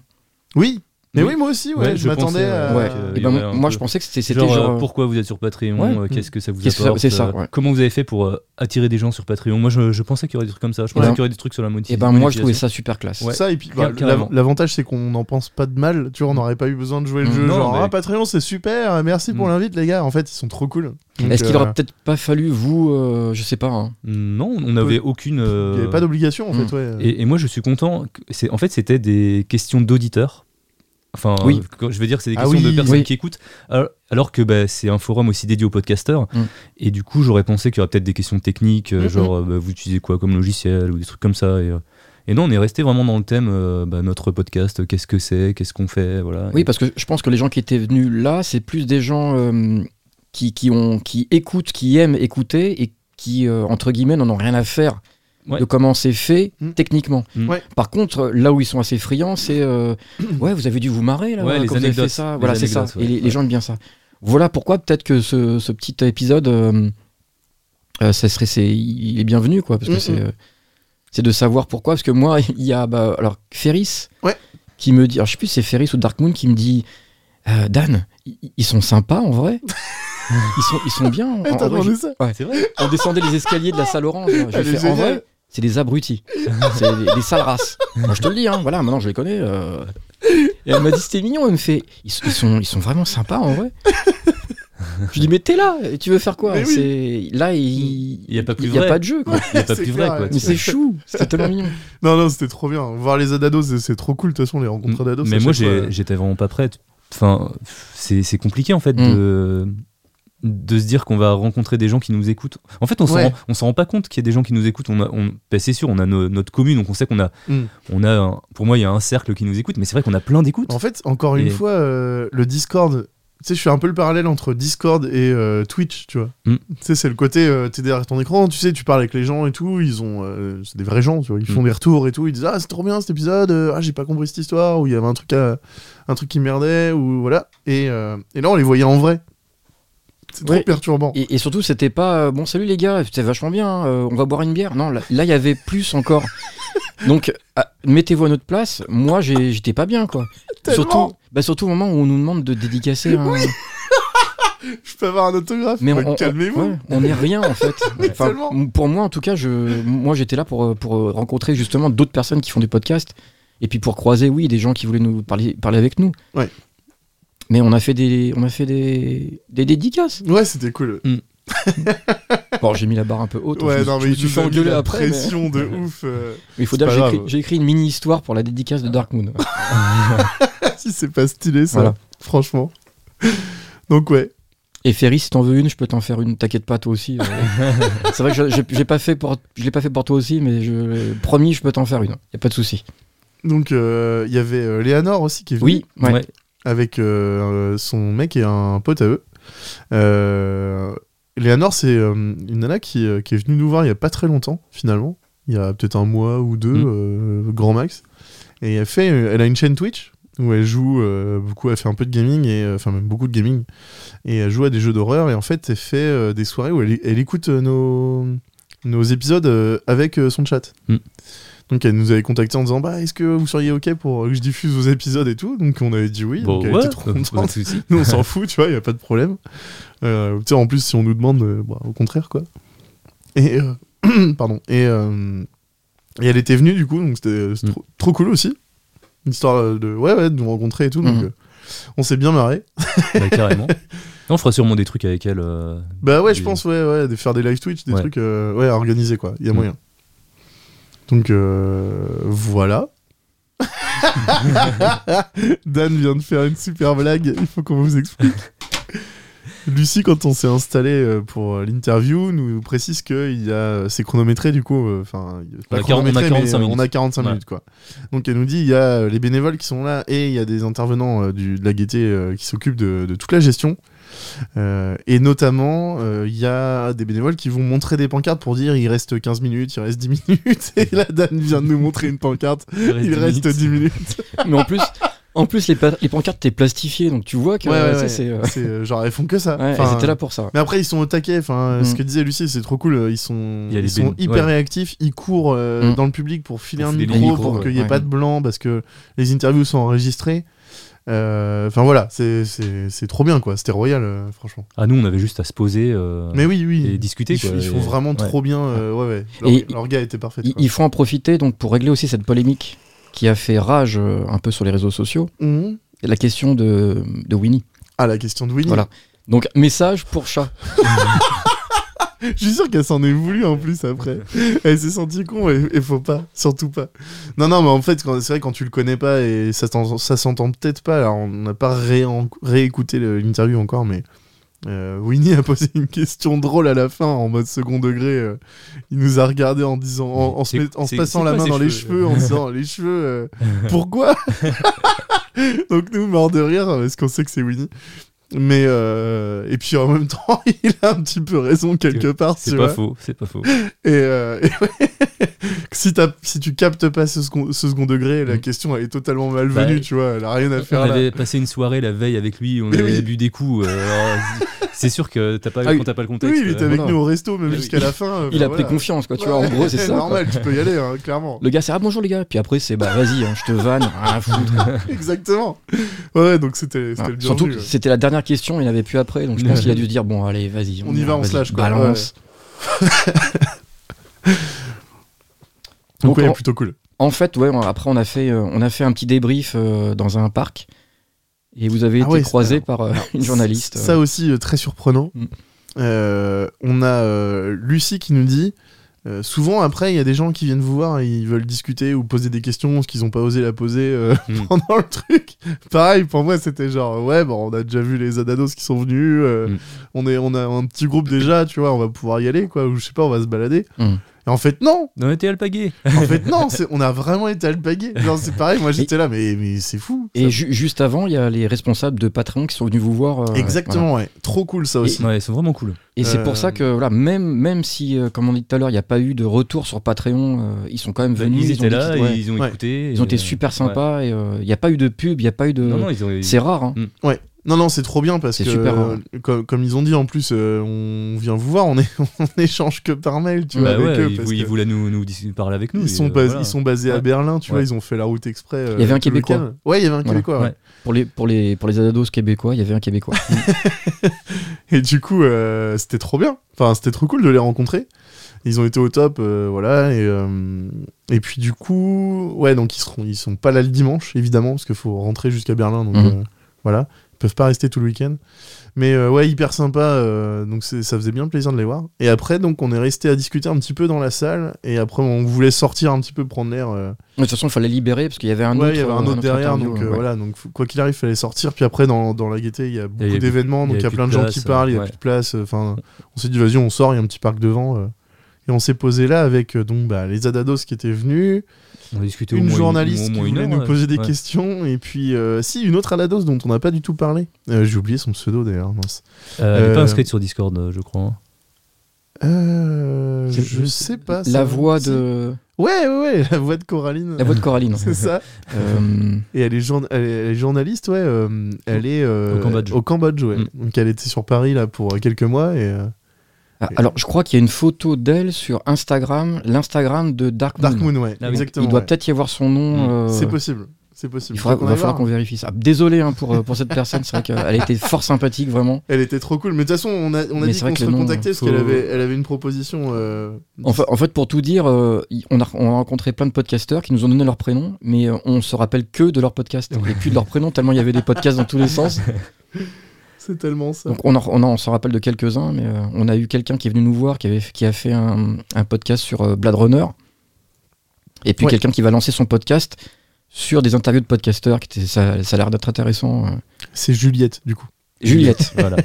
S2: Oui, mais
S1: Oui.
S2: oui, moi aussi, ouais,
S1: Ouais,
S2: je,
S1: je
S2: m'attendais
S1: pensais,
S2: à.
S3: ouais.
S1: euh,
S3: Et
S1: il y
S3: ben,
S1: aurait un
S3: moi,
S1: peu-
S3: je pensais que c'était c'était
S1: Genre,
S3: genre.
S1: euh, pourquoi vous êtes sur Patreon
S3: Ouais.
S2: Mm.
S1: euh, Qu'est-ce que ça vous
S3: Qu'est-ce que ça-
S1: apporte
S3: c'est ça,
S1: euh,
S3: ouais.
S1: Comment vous avez fait pour euh, attirer des gens sur Patreon Moi, je, je pensais qu'il y aurait des trucs comme ça. Je pensais
S3: ben-
S1: qu'il y aurait des trucs sur la motivation.
S3: et ben moi, je trouvais ça super classe.
S1: Ouais.
S2: Ça, et puis bah,
S1: Car- carrément.
S2: l'av- l'avantage, c'est qu'on n'en pense pas de mal. Tu vois, on n'aurait pas eu besoin de jouer le
S3: Mm.
S2: jeu.
S1: Non,
S2: genre,
S1: mais-
S2: ah, Patreon, c'est super, merci pour
S1: Mm.
S2: l'invite, les gars. En fait, ils sont trop cool. Donc,
S3: Est-ce qu'il
S2: euh,
S3: aurait peut-être pas fallu vous, euh, je sais pas. hein.
S1: Non, on n'avait aucune.
S2: Il
S1: euh,
S2: n'y avait pas d'obligation, en
S3: Mm.
S2: fait, ouais.
S1: Et, et moi, je suis content. que- c'est- En fait, c'était des questions d'auditeurs. Enfin,
S3: Oui.
S1: euh, quand- je veux dire, c'est des
S2: Ah
S1: questions
S2: oui,
S1: de personnes
S3: oui.
S1: qui écoutent. Alors, alors que bah, c'est un forum aussi dédié aux podcasteurs.
S3: Mm.
S1: Et du coup, j'aurais pensé qu'il y aurait peut-être des questions techniques, euh,
S2: Mm,
S1: genre euh, bah, vous utilisez quoi comme logiciel ou des trucs comme ça. Et, euh, et non, on est resté vraiment dans le thème euh, bah, notre podcast, euh, qu'est-ce que c'est, qu'est-ce qu'on fait, voilà.
S3: Oui,
S1: Et-
S3: parce que je pense que les gens qui étaient venus là, c'est plus des gens euh, qui, qui, ont, qui écoutent, qui aiment écouter et qui, euh, entre guillemets, n'en ont rien à faire
S1: Ouais.
S3: de comment c'est fait
S2: Mm.
S3: techniquement.
S1: Mm.
S2: Ouais.
S3: Par contre, là où ils sont assez friands, c'est euh, ouais, vous avez dû vous marrer là,
S1: Ouais, les
S3: quand vous avez fait
S1: anecdotes.
S3: ça.
S1: Les
S3: Voilà, c'est ça.
S1: anecdotes,
S3: et
S1: ouais.
S3: les, les
S1: Ouais.
S3: gens aiment bien ça. Voilà pourquoi peut-être que ce, ce petit épisode, euh, euh, ça serait, c'est, il est bienvenu quoi, parce que
S2: Mm,
S3: c'est,
S2: mm.
S3: euh, c'est de savoir pourquoi. Parce que moi, il y a bah, alors Ferris
S2: Ouais.
S3: qui me dit, alors je sais plus si c'est Ferris ou Dark Moon qui me dit, Euh, Dan, i- ils sont sympas en vrai. ils sont, ils sont bien. En,
S2: Eh,
S3: en
S2: t'as
S3: vrai,
S2: demandé ça
S1: C'est vrai.
S3: on descendait les escaliers de la salle orange. Hein, J'ai
S2: Elle est
S3: fait, en
S2: géniale.
S3: vrai, c'est des abrutis. c'est des, des sales races. Moi, je te le dis, hein, voilà, maintenant je les connais. euh. Et elle m'a dit, c'était mignon. Elle me fait, ils, s- ils sont, ils sont vraiment sympas en vrai. Je lui dis, mais t'es là, et tu veux faire quoi
S2: Mais oui.
S3: C'est- Là, il
S1: Il y a pas plus
S3: il y a
S1: vrai.
S3: pas de jeu. Quoi.
S1: Il n'y a pas
S2: C'est
S1: plus
S2: clair,
S1: vrai, quoi.
S2: ouais.
S3: Mais
S1: tu
S3: c'est
S1: sais.
S3: chou, c'était tellement mignon.
S2: Non, non, c'était trop bien. Voir les adados, c'est- c'est trop cool. De toute façon, les rencontres adados. à
S1: Mm. Mais moi,
S2: chaque
S1: j'ai-
S2: fois, euh,
S1: j'étais vraiment pas prêt. Enfin, c'est c'est compliqué en fait de, de se dire qu'on va rencontrer des gens qui nous écoutent. En fait, on s'en
S2: Ouais.
S1: rend- on s'en rend pas compte qu'il y a des gens qui nous écoutent. On a- on, bah, c'est sûr, on a no- notre commune, donc on sait qu'on a,
S2: Mm.
S1: on a. un- pour moi, il y a un cercle qui nous écoute, mais c'est vrai qu'on a plein d'écoutes.
S2: En fait, encore une
S1: Et-
S2: fois, euh, le Discord. Tu sais, je fais un peu le parallèle entre Discord et euh, Twitch, tu vois.
S1: Mm.
S2: Tu sais, c'est le côté, euh, t'es derrière ton écran, tu sais, tu parles avec les gens et tout, ils ont, euh, c'est des vrais gens, tu vois,
S1: Mm.
S2: ils font des retours et tout, ils disent ah c'est trop bien cet épisode, euh, ah j'ai pas compris cette histoire, ou il y avait un truc, à- un truc qui merdait, ou voilà. Et, euh, et là on les voyait en vrai. C'est trop
S3: Ouais.
S2: perturbant.
S3: Et, et surtout, c'était pas euh, bon, salut les gars, c'était vachement bien, hein, euh, on va boire une bière. Non, là, là, il y avait plus encore. Donc, ah, mettez-vous à notre place. Moi, j'ai- j'étais pas bien, quoi.
S2: Tellement.
S3: Surtout, bah, surtout au moment où on nous demande de dédicacer. un-
S2: Je peux avoir un autographe.
S3: Mais
S2: Ouais,
S3: on, on-
S2: Bah, calmez-vous.
S3: ouais, on est rien, en fait. Enfin,
S2: tellement.
S3: m- pour moi, en tout cas, je, moi, j'étais là pour, euh, pour euh, rencontrer justement d'autres personnes qui font du podcast. Et puis pour croiser, oui, des gens qui voulaient nous parler, parler avec nous.
S2: Ouais.
S3: Mais on a fait des, on a fait des, des dédicaces. Mm.
S2: Ouais, c'était cool.
S3: Bon, j'ai mis la barre un peu haute. je
S2: Ouais,
S3: me-
S2: non,
S3: je
S2: mais
S3: me
S2: il
S3: suis
S2: nous
S3: fait
S2: a mis
S3: engueuler
S2: la
S3: après. mais-
S2: Pression de ouf. euh.
S3: Mais il faut
S2: C'est
S3: dire que
S2: pas
S3: j'ai écrit-
S2: grave.
S3: j'ai écrit une mini-histoire pour la dédicace de Dark Moon.
S2: si c'est pas stylé ça,
S3: Voilà.
S2: franchement. Donc ouais.
S3: Et Ferry, si t'en veux une, je peux t'en faire une. T'inquiète pas, toi aussi. euh. c'est vrai que je- j'ai j'ai pas fait pour, je l'ai pas fait pour toi aussi, mais je, promis, je peux t'en faire une. Y a pas de souci.
S2: Donc euh, il y avait euh, Léanor aussi qui est venue
S3: Oui, ouais.
S1: Ouais.
S2: avec euh, euh, son mec et un pote à eux. Euh, Léanor c'est euh, une nana qui, euh, qui est venue nous voir il y a pas très longtemps finalement, il y a peut-être un mois ou deux euh, grand max. Et elle fait, euh, elle a une chaîne Twitch où elle joue euh, beaucoup, elle fait un peu de gaming et euh, enfin même beaucoup de gaming et elle joue à des jeux d'horreur et en fait elle fait euh, des soirées où elle, elle écoute euh, nos nos épisodes euh, avec euh, son chat.
S1: Mm.
S2: Donc elle nous avait contacté en disant bah est-ce que vous seriez ok pour euh, que je diffuse vos épisodes et tout donc on avait dit oui
S1: Bon,
S2: donc elle
S1: ouais,
S2: était trop
S1: pas de
S2: contente
S1: souci.
S2: nous on s'en fout tu vois il y a pas de problème Euh, tu sais en plus si on nous demande euh, bah, au contraire quoi et euh, pardon et, euh, et elle était venue du coup donc c'était euh, c'est
S1: Mm.
S2: trop, trop cool aussi une histoire euh, de ouais ouais de nous rencontrer et tout donc
S3: Mhm.
S2: euh, on s'est bien marré
S1: Bah, carrément. On fera sûrement des trucs avec elle. euh,
S2: bah ouais je
S1: Et-
S2: pense ouais ouais de faire des live Twitch des
S1: Ouais.
S2: trucs euh, ouais organisés quoi il y a
S1: Mm.
S2: moyen donc euh, voilà Dan vient de faire une super blague il faut qu'on vous explique Lucie, quand on s'est installé euh, pour euh, l'interview, nous précise que il y a euh, c'est chronométré du coup. euh, Enfin, il y
S1: On a
S2: pas
S1: quarante- on a
S2: chronométré,
S1: 45
S2: mais, euh,
S1: minutes.
S2: on a 45
S1: Ouais.
S2: minutes quoi. Donc elle nous dit il y a euh, les bénévoles qui sont là et il y a des intervenants euh, du, de la gaieté euh, qui s'occupent de, de toute la gestion. Euh, et notamment, euh, il y a des bénévoles qui vont montrer des pancartes pour dire il reste 15 minutes, il reste 10 minutes. Et la dame vient de nous montrer une pancarte, il reste 10 minutes.
S3: Mais en plus, en plus les, pa- les pancartes t'es plastifié, donc tu vois que
S2: Ouais, ouais,
S3: euh, ça,
S2: ouais.
S3: c'est. euh,
S2: C'est, euh, genre, elles font que ça.
S3: ouais,
S2: Enfin,
S3: elles étaient là pour ça.
S2: Mais après, ils sont au taquet. Enfin, euh,
S3: Mm.
S2: ce que disait Lucie, c'est trop cool. euh, Ils sont,
S1: Il y a
S2: ils
S1: les
S2: sont
S1: bén-
S2: hyper
S1: ouais.
S2: réactifs. Ils courent euh,
S3: Mm.
S2: dans le public pour filer
S1: Pour
S2: un
S1: filer
S2: micro,
S1: les micros,
S2: pour
S1: ouais.
S2: qu'il n'y ait
S3: Ouais.
S2: pas de blanc, parce que les interviews sont enregistrées. Euh, Enfin voilà, c'est- c'est c'est trop bien quoi. C'était royal, euh, franchement.
S1: Ah, nous, on avait juste à se poser euh,
S2: Mais oui, oui.
S1: et discuter.
S2: ils,
S1: quoi,
S2: ils font
S1: et-
S2: vraiment
S1: ouais.
S2: trop bien. euh, ouais, ouais. Leur,
S3: Et-
S2: leur gars était parfait.
S3: Il,
S2: quoi.
S3: il faut en profiter donc pour régler aussi cette polémique qui a fait rage euh, un peu sur les réseaux sociaux,
S2: Mhm.
S3: la question de, de Winnie.
S2: Ah, la question de Winnie.
S3: Voilà. Donc message pour chat.
S2: Je suis sûr qu'elle s'en est voulu en plus après. Elle s'est sentie con et, et faut pas, surtout pas. Non, non, mais en fait, quand- c'est vrai quand tu le connais pas et ça, t'en- ça s'entend peut-être pas. Alors, on n'a pas réen- réécouté le- l'interview encore, mais euh, Winnie a posé une question drôle à la fin en mode second degré. euh, il nous a regardé en disant, en, en se,
S1: C'est-
S2: met- en se
S1: c'est-
S2: passant
S1: c'est
S2: la
S1: quoi
S2: main
S1: ces
S2: dans les cheveux,
S1: cheveux euh
S2: en disant les cheveux. euh, pourquoi Donc nous, morts de rire, parce qu'on sait que c'est Winnie. Mais euh, et puis en même temps, il a un petit peu raison quelque part, tu
S1: C'est pas
S2: vois.
S1: faux, c'est pas faux.
S2: Et, euh, et ouais. si, t'as- si tu captes pas ce second, ce second degré, la
S1: Mhm.
S2: question elle est totalement malvenue,
S1: Bah,
S2: tu vois. Elle a rien à
S1: On
S2: faire là.
S1: avait passé une soirée la veille avec lui, on
S2: Mais
S1: avait
S2: oui.
S1: bu des coups. euh, alors, c'est- c'est sûr que t'as pas,
S3: Ah oui.
S1: quand t'as pas le contexte.
S2: Oui, il était
S1: euh,
S2: avec
S3: voilà.
S2: nous au resto, même
S1: Mais
S2: jusqu'à
S3: oui.
S2: la fin. euh,
S3: Il
S2: enfin,
S3: a pris
S2: voilà.
S3: confiance quoi, tu vois. En
S2: Ouais,
S3: gros c'est ça. quoi.
S2: normal, tu peux y aller, hein, clairement.
S3: Le gars c'est ah bonjour les gars. Puis après c'est bah vas-y hein, je te vanne. Rien à foutre.
S2: Exactement. Ouais, donc c'était c'était
S3: Ah,
S2: le
S3: surtout
S2: bienvenu.
S3: que c'était la dernière question, il n'y en avait plus après, donc je pense qu'il a dû se dire bon allez vas-y.
S2: On y va, on
S3: vas-y,
S2: se lâche, quoi.
S3: Balance.
S2: Donc
S3: Donc,
S2: ouais,
S3: en-
S2: plutôt cool.
S3: En fait, ouais, on- après, on a fait, euh, on a fait un petit débrief euh, dans un parc. Et vous avez
S2: Ah
S3: été
S2: ouais,
S3: croisé par euh, une journaliste.
S2: Ça aussi, euh, très surprenant.
S3: Mm.
S2: Euh, on a euh, Lucie qui nous dit. euh, souvent après, il y a des gens qui viennent vous voir et ils veulent discuter ou poser des questions, ce qu'ils n'ont pas osé la poser euh,
S1: Mm.
S2: pendant le truc. Pareil, pour moi, c'était genre ouais, bon, on a déjà vu les adados qui sont venus, euh,
S1: Mm.
S2: on est, on a un petit groupe déjà, tu vois, on va pouvoir y aller quoi, ou je sais pas, on va se balader.
S3: Mm.
S2: Et en fait non,
S1: On était alpagués.
S2: en fait non, c'est- on a vraiment été alpagués. Genre c'est pareil, moi j'étais là, mais mais c'est fou.
S3: Et ju- juste avant, il y a les responsables de Patreon qui sont venus vous voir. euh, voilà.
S2: Exactement, ouais, trop cool ça aussi.
S1: Ouais, ils sont vraiment cool.
S3: Et c'est
S2: Euh,
S3: pour ça que, voilà, même, même si, euh, comme on dit tout à l'heure, il n'y a pas eu de retour sur Patreon, euh, ils sont quand même venus.
S1: Ils étaient
S3: ont dit
S1: là,
S3: qu'ils- ouais,
S1: ils ont
S2: Ouais.
S1: écouté.
S3: ils ont
S1: et,
S3: été
S1: euh,
S3: super
S1: ouais.
S3: sympas. et, euh, Il n'y a pas eu de pub, il n'y a pas eu de.
S1: Non, non, ils ont
S3: Mm.
S1: Hmm. Mm.
S3: C'est rare. hein.
S2: Non, non, c'est trop bien parce que,
S3: C'est super rare.
S2: euh, comme, comme ils ont dit en plus, euh, on vient vous voir, on, est, on échange que par mail, tu vois,
S1: Bah
S2: avec
S1: ouais,
S2: eux.
S1: ils,
S2: parce
S1: ils
S2: que
S1: voulaient nous, nous dis- parler avec nous.
S2: ils
S1: et,
S2: sont,
S1: euh,
S2: bas-
S1: voilà.
S2: ils sont basés à
S1: Ouais.
S2: Berlin, tu vois,
S1: Ouais.
S2: ils ont fait la route exprès. euh,
S3: Il y avait un
S2: tout le
S3: Québécois.
S2: week-end. Ouais, il y avait un
S3: Voilà.
S2: Québécois. ouais.
S3: Pour, les, pour, les, pour les adados québécois, il y avait un Québécois.
S2: Et du coup, euh, c'était trop bien. Enfin, c'était trop cool de les rencontrer. Ils ont été au top, euh, voilà. Et, euh, et puis du coup, ouais, donc ils seront, ils sont pas là le dimanche, évidemment, parce qu'il faut rentrer jusqu'à Berlin. Donc
S3: Mhm.
S2: euh, voilà, ils peuvent pas rester tout le week-end. Mais euh, ouais, hyper sympa. euh, donc c'est- ça faisait bien plaisir de les voir. Et après, donc on est resté à discuter un petit peu dans la salle. Et après, on voulait sortir un petit peu prendre l'air. euh,
S3: Mais de toute façon, il fallait libérer parce qu'il y avait un
S2: ouais,
S3: autre.
S2: il y avait
S3: euh,
S2: un autre derrière,
S3: interview,
S2: donc
S3: euh,
S2: euh,
S3: ouais.
S2: voilà, donc faut- quoi qu'il arrive, fallait sortir. Puis après, dans, dans la gaieté, il y a beaucoup
S1: y avait plus-
S2: d'événements,
S1: il y
S2: donc il y a
S1: avait plus
S2: plein de
S1: de
S2: gens
S1: place,
S2: qui parlent, il y a
S1: ouais.
S2: plus de place. euh, Enfin, on s'est dit, vas-y, on sort, il y a un petit parc devant. euh. et on s'est posé là avec euh, donc bah, les Adados qui étaient venus,
S1: On a discuté au
S2: une
S1: moins
S2: journaliste
S1: au moins
S2: qui
S1: une
S2: voulait
S1: heure,
S2: nous
S1: ouais.
S2: poser des
S1: Ouais.
S2: questions, et puis euh, si une autre Adados dont on n'a pas du tout parlé. Euh, J'ai oublié son pseudo d'ailleurs. mince.
S1: Euh, elle est
S2: Euh,
S1: pas inscrite sur Discord, euh, je crois. hein.
S2: Euh,
S3: C'est-
S2: je sais pas. ça-
S3: La voix
S2: si.
S3: de,
S2: Ouais, ouais, ouais, la voix de Coraline.
S3: la voix de Coraline.
S2: C'est ça.
S3: Euh,
S2: Et elle est, journa- elle est- elle est journaliste, ouais. euh, elle est euh,
S1: Au Cambodge.
S2: ouais.
S1: Mm.
S2: Donc elle était sur Paris là pour euh, quelques mois et euh,
S3: ah, alors, je crois qu'il y a une photo d'elle sur Instagram, l'Instagram de Dark Moon.
S2: Dark Moon, ouais,
S1: Ah oui.
S2: exactement.
S3: Il doit
S2: ouais.
S3: peut-être y avoir son nom.
S1: Mm.
S3: euh,
S2: C'est possible, c'est possible.
S3: Il faudra-
S2: Faut qu'on
S3: va
S2: aille
S3: falloir
S2: voir.
S3: qu'on vérifie ça. Désolé hein, pour, euh, pour cette personne, c'est vrai qu'elle était fort sympathique, vraiment.
S2: Elle était trop cool, mais de toute façon on a, on a
S3: Mais
S2: dit
S3: c'est vrai
S2: qu'on
S3: que
S2: se
S3: le nom,
S2: recontactait parce
S3: faut-
S2: qu'elle avait, elle avait une proposition. euh,
S3: En fa- en fait, pour tout dire, euh, y- on, a, on a rencontré plein de podcasteurs qui nous ont donné leur prénom, mais euh, on se rappelle que de leur podcast et plus de leur prénom, tellement il y avait des podcasts dans tous les sens.
S2: C'est tellement ça.
S3: Donc on, en- on en- on s'en rappelle de quelques-uns, mais euh, on a eu quelqu'un qui est venu nous voir, qui, avait, qui a fait un, un podcast sur euh, Blade Runner, et puis
S2: Ouais.
S3: quelqu'un qui va lancer son podcast sur des interviews de podcasteurs, qui était, ça, ça a l'air d'être intéressant. euh.
S2: C'est Juliette du coup.
S3: Juliette.
S1: Voilà.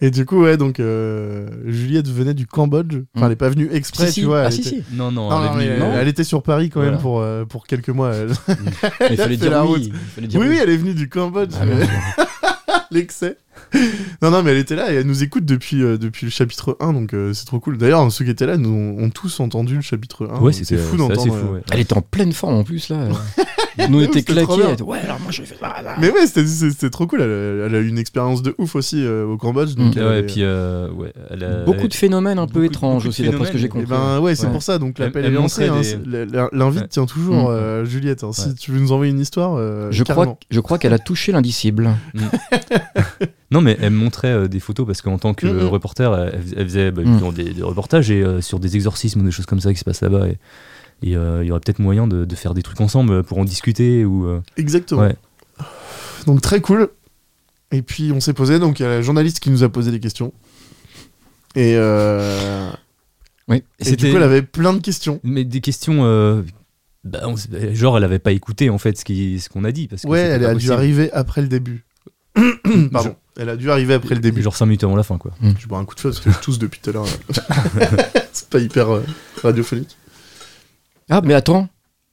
S2: Et du coup, ouais, donc euh, Juliette venait du Cambodge. Enfin, elle est pas venue exprès,
S3: Si, si.
S2: tu
S3: Mm.
S2: vois.
S3: Ah,
S2: elle
S3: si,
S2: était-
S3: si.
S1: Non, non,
S2: Non,
S1: elle est
S2: non,
S1: venue-
S2: mais
S1: non.
S2: elle était sur Paris quand même
S1: Voilà.
S2: pour, euh, pour quelques mois. elle.
S3: Mais Il
S2: Elle a fait
S3: fallait dire
S2: la
S3: oui. Il fallait dire
S2: Oui,
S3: oui.
S2: oui, elle est venue du Cambodge.
S3: Ah, bien
S2: mais-
S3: sûr.
S2: L'excès. Non, non, mais elle était là et elle nous écoute depuis, euh, depuis le chapitre 1, donc euh, c'est trop cool. D'ailleurs, ceux qui étaient là nous ont, ont tous entendu le chapitre 1.
S1: Ouais,
S2: donc
S1: c'était
S2: fou
S1: c'est assez
S2: d'entendre.
S1: fou.
S2: euh,
S1: ouais.
S3: Elle était en pleine forme en plus là. Nous on était
S2: C'était
S3: claqués.
S2: trop bien.
S3: Elle était, Ouais, alors moi j'ai fait. Ah, là.
S2: Mais ouais, c'était- c'était c'était trop cool. Elle, a- elle a eu une expérience de ouf aussi euh, au Cambodge. Donc
S3: Mm.
S2: elle
S1: Ouais,
S2: avait-
S1: et puis, euh, ouais, elle a-
S3: Beaucoup de phénomènes un peu
S1: beaucoup de-
S3: étranges
S1: beaucoup de
S3: aussi, d'après ce que j'ai
S2: Eh
S3: compris.
S2: ben ouais, c'est
S3: Ouais.
S2: pour ça. Donc l'appel
S1: Elle-
S2: est
S1: elle
S2: lancé.
S1: montrait
S2: hein.
S1: des-
S2: La- la- L'invite
S1: Ouais.
S2: tient toujours,
S3: Mm.
S2: euh, Juliette. hein. Si
S1: Ouais.
S2: tu veux nous envoyer une histoire, euh,
S3: Je
S2: carrément.
S3: crois, je crois qu'elle a touché l'indicible.
S1: Non, mais elle me montrait euh, des photos parce qu'en tant que
S2: Mhm.
S1: reporter, elle, elle faisait bah,
S3: Mhm.
S2: Mm.
S1: évidemment, des, des reportages et, euh, sur des exorcismes ou des choses comme ça qui se passent là-bas. Et et, euh, il y aurait peut-être moyen de, de faire des trucs ensemble pour en discuter. ou euh,
S2: Exactement.
S1: Ouais.
S2: Donc très cool. Et puis on s'est posé, donc il y a la journaliste qui nous a posé des questions. Et, euh,
S3: Oui.
S2: et du coup, elle avait plein de questions.
S1: Mais des questions. euh, bah, on s- bah, genre, elle avait pas écouté en fait ce qu'on ce qu'on a dit. Parce que
S2: Ouais,
S1: c'était
S2: elle
S1: pas
S2: a dû
S1: possible.
S2: arriver après le début. Pardon. Elle a dû arriver après le début. Mm.
S1: Genre 5 minutes avant la fin, quoi.
S2: Je bois un coup de feu parce que je tousse depuis tout à l'heure. là. C'est pas hyper euh, radiophonique.
S3: Ah, mais attends,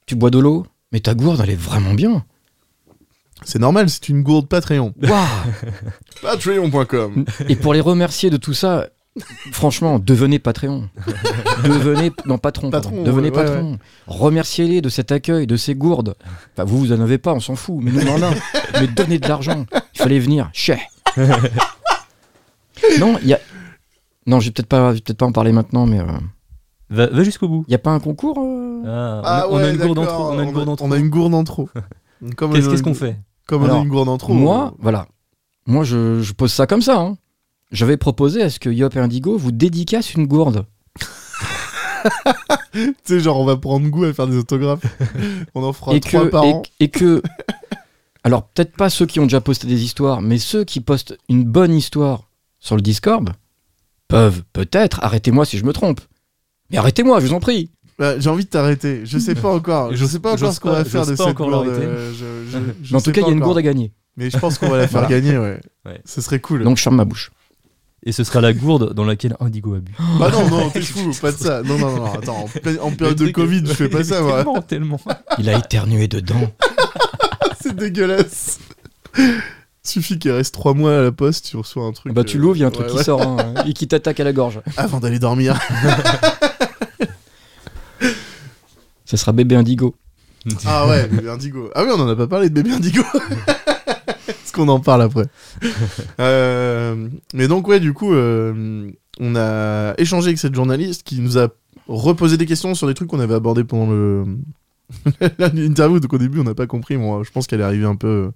S3: tu bois de l'eau, mais ta gourde elle est vraiment bien.
S2: C'est normal, c'est une gourde Patreon.
S3: Waouh
S2: Patreon.com.
S3: Et pour les remercier de tout ça, franchement, devenez Patreon. devenez non patron, pardon.
S2: Patron,
S3: devenez
S2: ouais, ouais,
S3: patron. Remerciez-les de cet accueil, de ces gourdes. Enfin, vous vous en avez pas, on s'en fout, mais nous on en a. mais donnez de l'argent. Il fallait venir. Chais. non, il y a Non, je vais peut-être pas je vais peut-être pas en parler maintenant mais il
S1: Va, va jusqu'au bout.
S3: y a pas un concours euh
S1: Ah, on,
S2: Ah
S1: a, on a
S2: ouais,
S1: une gourde en
S2: d'accord,
S1: trop. On a une gourde en trop.
S2: On a une gourde en trop. Comme on
S1: Qu'est-ce
S2: a
S1: qu'est-ce
S2: une
S1: qu'on
S2: gour-
S1: fait
S2: Comme on a
S3: Alors,
S2: une gourde en trop. euh.
S3: Moi, voilà. Moi je, je pose ça comme ça hein. J'avais proposé à ce que Yop et Indigo vous dédicassent une gourde.
S2: Tu sais, genre, on va prendre goût à faire des autographes. on en fera
S3: et
S2: trois
S3: que,
S2: par
S3: et-
S2: an.
S3: et que- alors peut-être pas ceux qui ont déjà posté des histoires, mais ceux qui postent une bonne histoire sur le Discord peuvent peut-être, arrêtez-moi si je me trompe, mais arrêtez-moi, je vous en prie.
S2: Bah, J'ai envie de t'arrêter. Je sais pas encore. Je
S1: J'ose-
S2: sais pas encore
S1: j'ose
S2: ce qu'on va
S1: pas-
S2: faire
S1: j'ose
S2: de
S1: pas
S2: cette
S1: encore
S2: gourde.
S1: l'arrêter.
S2: euh, je- je- je
S3: Mais en tout
S2: sais
S3: cas, il y a
S2: pas
S3: une
S2: encore.
S3: gourde à gagner.
S2: Mais je pense qu'on va la faire
S3: Voilà.
S2: gagner, ouais.
S1: Ouais.
S2: Ce serait cool.
S3: Donc je ferme ma bouche.
S1: Et ce sera la gourde dans laquelle Indigo a bu.
S2: Bah non, non, t'es fou, pas de ça. Non, non, non, attends, en, pleine- en période de
S1: Le truc-
S2: Covid, je fais pas ça, moi.
S1: Tellement, tellement.
S3: Il a éternué dedans.
S2: C'est dégueulasse. Suffit qu'il reste trois mois à la poste, tu reçois un truc.
S3: bah tu
S2: euh,
S3: l'ouvres, il y a un truc
S2: ouais,
S3: qui
S2: ouais.
S3: sort hein, et qui t'attaque à la gorge.
S2: Avant d'aller dormir.
S3: Ça sera bébé indigo.
S2: Ah ouais, bébé indigo. Ah oui, on en a pas parlé de bébé indigo. Est-ce qu'on en parle après Euh, Mais donc, ouais, du coup, euh, on a échangé avec cette journaliste qui nous a reposé des questions sur des trucs qu'on avait abordés pendant le. L'interview, donc au début on n'a pas compris, moi je pense qu'elle est arrivée un peu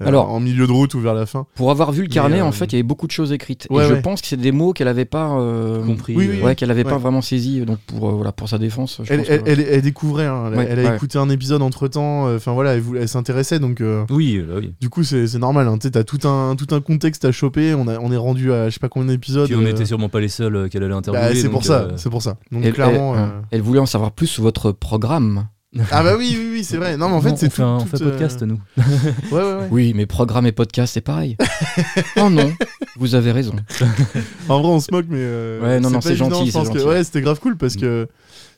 S2: euh,
S3: Alors-
S2: en milieu de route ou vers la fin.
S3: Pour avoir vu le
S2: Mais,
S3: carnet,
S2: euh,
S3: en fait, il y avait beaucoup de choses écrites.
S2: ouais,
S3: et je
S2: ouais.
S3: pense que c'est des mots qu'elle avait pas euh,
S1: Compris.
S2: Oui,
S1: euh,
S2: oui,
S3: Ouais, qu'elle avait pas
S2: Ouais.
S3: vraiment saisi. Donc pour euh, voilà, pour sa défense. Je
S2: Elle,
S3: pense que-
S2: elle, elle- elle découvrait, hein, elle,
S3: Ouais,
S2: elle a
S3: ouais.
S2: écouté un épisode entre temps, enfin voilà, elle, voulait- elle s'intéressait donc. euh,
S1: Oui, là, oui.
S2: Du coup, c'est c'est normal, hein. tu sais, t'as tout un, tout un contexte à choper, on, a, on est rendu à je sais pas combien d'épisodes.
S1: Puis on
S2: euh,
S1: n'était sûrement pas les seuls euh, qu'elle allait
S2: bah,
S1: interviewer.
S2: c'est
S1: donc,
S2: pour ça,
S1: euh,
S2: c'est pour ça. Donc
S3: Elle-
S2: clairement.
S3: elle-
S2: euh,
S3: elle voulait en savoir plus sur votre programme.
S2: Ah bah oui, oui, oui, c'est vrai. Non, mais en fait,
S1: on
S2: c'est
S1: fait
S2: tout.
S1: un- on
S2: tout,
S1: fait un
S2: euh,
S1: podcast, nous.
S2: Ouais, ouais, ouais.
S3: Oui, mais programme et podcast, c'est pareil. oh non, vous avez raison.
S2: En vrai, on se moque, mais. euh,
S3: Ouais, non, non,
S2: pas
S3: c'est
S2: évident,
S3: gentil,
S2: Je pense
S3: c'est
S2: que
S3: gentil.
S2: ouais, c'était grave cool parce que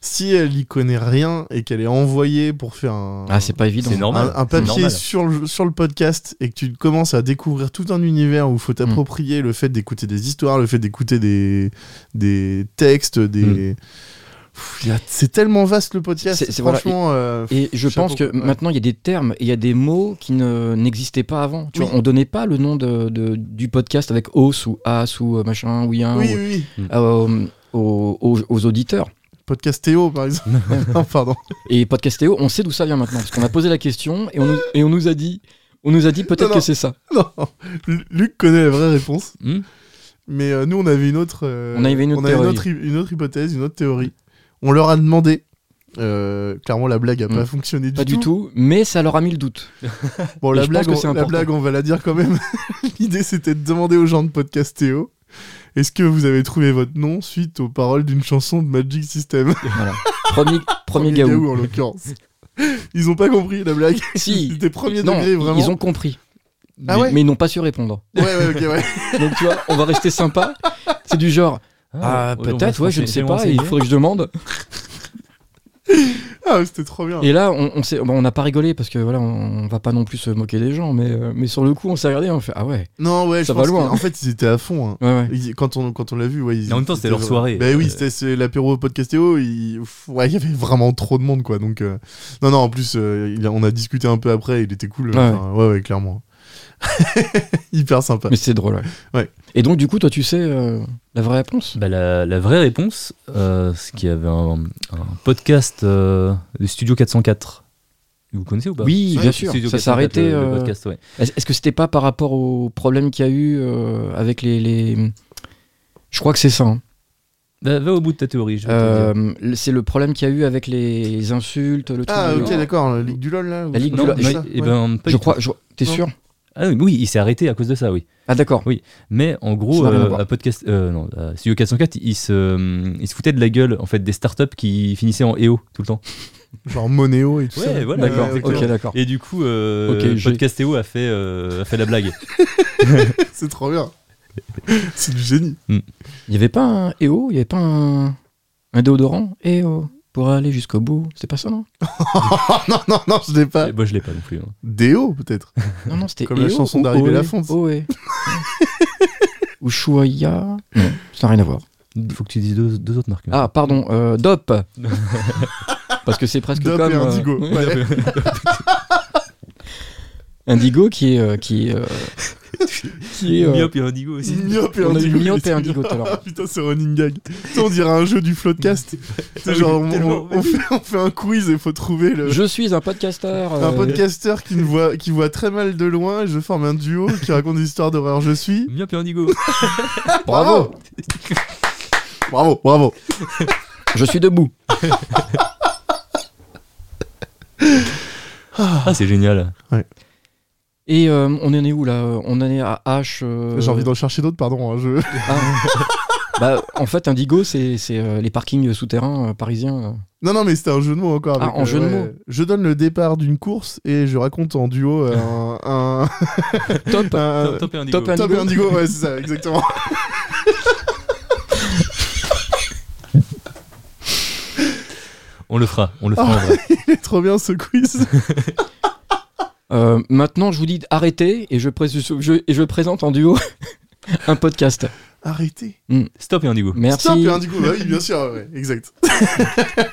S2: si elle y connaît rien et qu'elle est envoyée pour faire un.
S3: Ah, c'est pas évident.
S1: C'est normal.
S2: un, un
S1: C'est
S2: papier
S1: normal.
S2: sur le, sur le podcast et que tu commences à découvrir tout un univers
S3: Mm.
S2: où faut t'approprier le fait d'écouter des histoires, le fait d'écouter des, des textes, des. Pff, il y a- C'est tellement vaste le podcast.
S3: Mm. C'est- c'est- voilà,
S2: franchement. euh,
S3: Et je
S2: Chapeau,
S3: pense que
S2: ouais.
S3: maintenant, il y a des termes et il y a des mots qui ne- n'existaient pas avant. Tu
S2: Oui.
S3: vois, on donnait pas le nom de, de- du podcast avec os ou as ou euh, machin ou yin
S2: oui,
S3: ou-
S2: oui, oui.
S3: euh, aux, aux- aux auditeurs.
S2: Podcast Théo, par exemple. non, pardon.
S3: Et Podcastéo, on sait d'où ça vient maintenant. Parce qu'on a posé la question et on nous, et on nous a dit, on nous a dit
S2: Non,
S3: peut-être
S2: non.
S3: que c'est ça.
S2: Non. Lu- Luc connaît la vraie réponse.
S1: Hmm
S2: Mais euh, nous, on avait une autre. euh,
S3: On avait une autre
S2: avait
S3: théorie.
S2: autre hy- une autre hypothèse, une autre théorie. On leur a demandé. euh, clairement, la blague a
S3: Mm.
S2: pas fonctionné
S3: Pas du tout, mais ça leur a mis le doute.
S2: Bon,
S3: Et
S2: la
S3: je
S2: blague,
S3: pense que
S2: on,
S3: c'est
S2: la
S3: important.
S2: blague, on va la dire quand même. L'idée, c'était de demander aux gens de podcast Théo est-ce que vous avez trouvé votre nom suite aux paroles d'une chanson de Magic System
S3: Voilà. Premier, premier
S2: Gaou,
S3: gaou.
S2: en l'occurrence. Ils ont pas compris la blague.
S3: Si.
S2: C'était premier
S3: Non,
S2: degré,
S3: ils-
S2: vraiment.
S3: ils ont compris. mais,
S2: Ah ouais
S3: mais ils n'ont pas su répondre.
S2: Ouais, ouais, ok, ouais.
S3: Donc tu vois, on va rester sympa. C'est du genre, ah,
S2: oh, bah,
S3: peut-être, ouais, je ne sais pas, il faudrait que je demande.
S2: Ah, mais c'était trop bien.
S3: Et là, on, on s'est- bon, on n'a pas rigolé parce que voilà, on, on va pas non plus se moquer des gens, mais, euh, mais sur le coup, on s'est regardé, on fait ah ouais,
S2: Non, ouais,
S3: Ça
S2: je
S3: va
S2: pense
S3: loin,
S2: que-
S3: hein.
S2: En fait, ils étaient à fond. hein.
S3: ouais, ouais.
S2: Ils- Quand on, quand on l'a vu, ouais. Ils,
S1: Mais en même temps, c'était
S2: ils
S1: leur
S2: étaient-
S1: soirée.
S2: Bah oui,
S1: Euh,
S2: c'était c'est l'apéro podcastéo. Il... pff, Ouais, il y avait vraiment trop de monde, quoi. Donc, euh, non, non, en plus, euh, il a- on a discuté un peu après. Il était cool.
S3: Ouais.
S2: enfin, ouais, ouais, clairement. Hyper sympa.
S3: Mais c'est drôle. Ouais.
S2: Ouais.
S3: Et donc du coup, toi, tu sais euh, la vraie réponse
S1: Bah, la, la vraie réponse, euh, c'est qu'il y avait un, un podcast euh, du Studio 404. Vous connaissez ou pas
S3: Oui,
S1: Studio-
S3: bien sûr.
S1: Studio
S3: Ça s'est
S1: 404,
S3: arrêté,
S1: le- le
S3: euh,
S1: podcast, ouais.
S3: Est-ce est-ce que c'était pas par rapport au problème qu'il y a eu euh, avec les, les- je crois que c'est ça. hein.
S1: Bah, va au bout de ta théorie. Je vais te dire.
S3: Euh, le- c'est le problème qu'il y a eu avec les insultes, le truc.
S2: Ah,
S3: de-
S2: ok, d'accord. La Ligue du LOL, là.
S3: La Ligue
S1: Non,
S3: du
S1: mais-
S2: ça,
S1: eh
S2: ouais.
S1: ben, pas
S3: Je
S1: du
S3: crois.
S1: tout.
S3: je- T'es
S2: Non.
S3: sûr
S1: Ah oui, oui, il s'est arrêté à cause de ça, oui.
S3: Ah d'accord.
S1: Oui. Mais en
S3: Ça
S1: gros,
S3: n'a rien à
S1: euh,
S3: voir.
S1: à podcast, euh, non, à Studio 404, ils se, ils se foutaient de la gueule en fait des startups qui finissaient en EO tout le temps.
S2: Genre Monéo et tout
S1: Ouais,
S2: ça.
S1: voilà,
S3: D'accord.
S1: ouais,
S3: ok,
S1: ouais.
S3: d'accord.
S1: Et du coup, euh,
S3: Ok, j'ai-
S1: podcast EO a fait, euh, a fait la blague.
S2: C'est trop bien. C'est du génie.
S1: Hmm.
S3: Il n'y avait pas un EO, il n'y avait pas un, un déodorant EO pour aller jusqu'au bout. C'était pas ça, non
S2: Oh, non, non, non, je l'ai pas.
S1: Moi, je l'ai pas non plus. hein.
S2: Déo, peut-être.
S3: Non, non, c'était
S2: Comme la
S3: EO
S2: chanson
S3: E ou
S2: d'Arrivée
S3: Ohé,
S2: Lafonce.
S3: Ohé. E. Ou Shuaya. Non, ça n'a rien à voir.
S1: Il faut que tu dises deux, deux autres marques.
S3: Ah, pardon, euh, DOP. Parce que c'est presque
S2: Dop
S3: comme.
S2: et
S3: euh,
S2: Indigo.
S3: oui,
S2: Ouais.
S3: Indigo qui est. euh, qui est, euh, qui est, euh,
S1: Myope et Indigo aussi.
S2: Myope et
S3: On a eu
S2: Indigo.
S3: Myope et
S2: les
S3: Indigo
S2: trucs.
S3: tout à l'heure.
S2: Ah, Putain, c'est running gag. Putain, on dirait un jeu du floodcast. C'est genre, on, on- on fait, on fait un quiz et faut trouver le.
S3: Je suis un podcasteur. euh,
S2: Un podcasteur qui, ne voit, qui voit très mal de loin et je forme un duo qui raconte des histoires d'horreur. Je suis.
S1: Myope et Indigo.
S2: Bravo Bravo, bravo
S3: Je suis debout.
S1: Ah, c'est génial.
S3: Et euh, on en est où là On en est à H. euh,
S2: J'ai envie d'en chercher d'autres, pardon. hein, je...
S3: Ah. bah, en fait, Indigo, c'est c'est, euh, les parkings souterrains euh, parisiens.
S2: Non, non, mais c'était un jeu de mots encore.
S3: Ah,
S2: avec, euh,
S3: en jeu de mots.
S2: Je donne le départ d'une course et je raconte en duo euh, un.
S3: euh. Top
S2: un, un-
S1: Top et Indigo.
S3: Top and-
S2: Top et Indigo, ouais, c'est ça, exactement.
S1: On le fera. On le fera en vrai.
S2: Oh, Trop bien ce quiz.
S3: Euh, Maintenant, je vous dis d'arrêter et je, pré- je- et je présente en duo un podcast. Hmm.
S2: Arrêtez.
S1: Stop et Indigo.
S3: Merci.
S2: Stop et Indigo, bah oui, bien sûr, ouais, exact.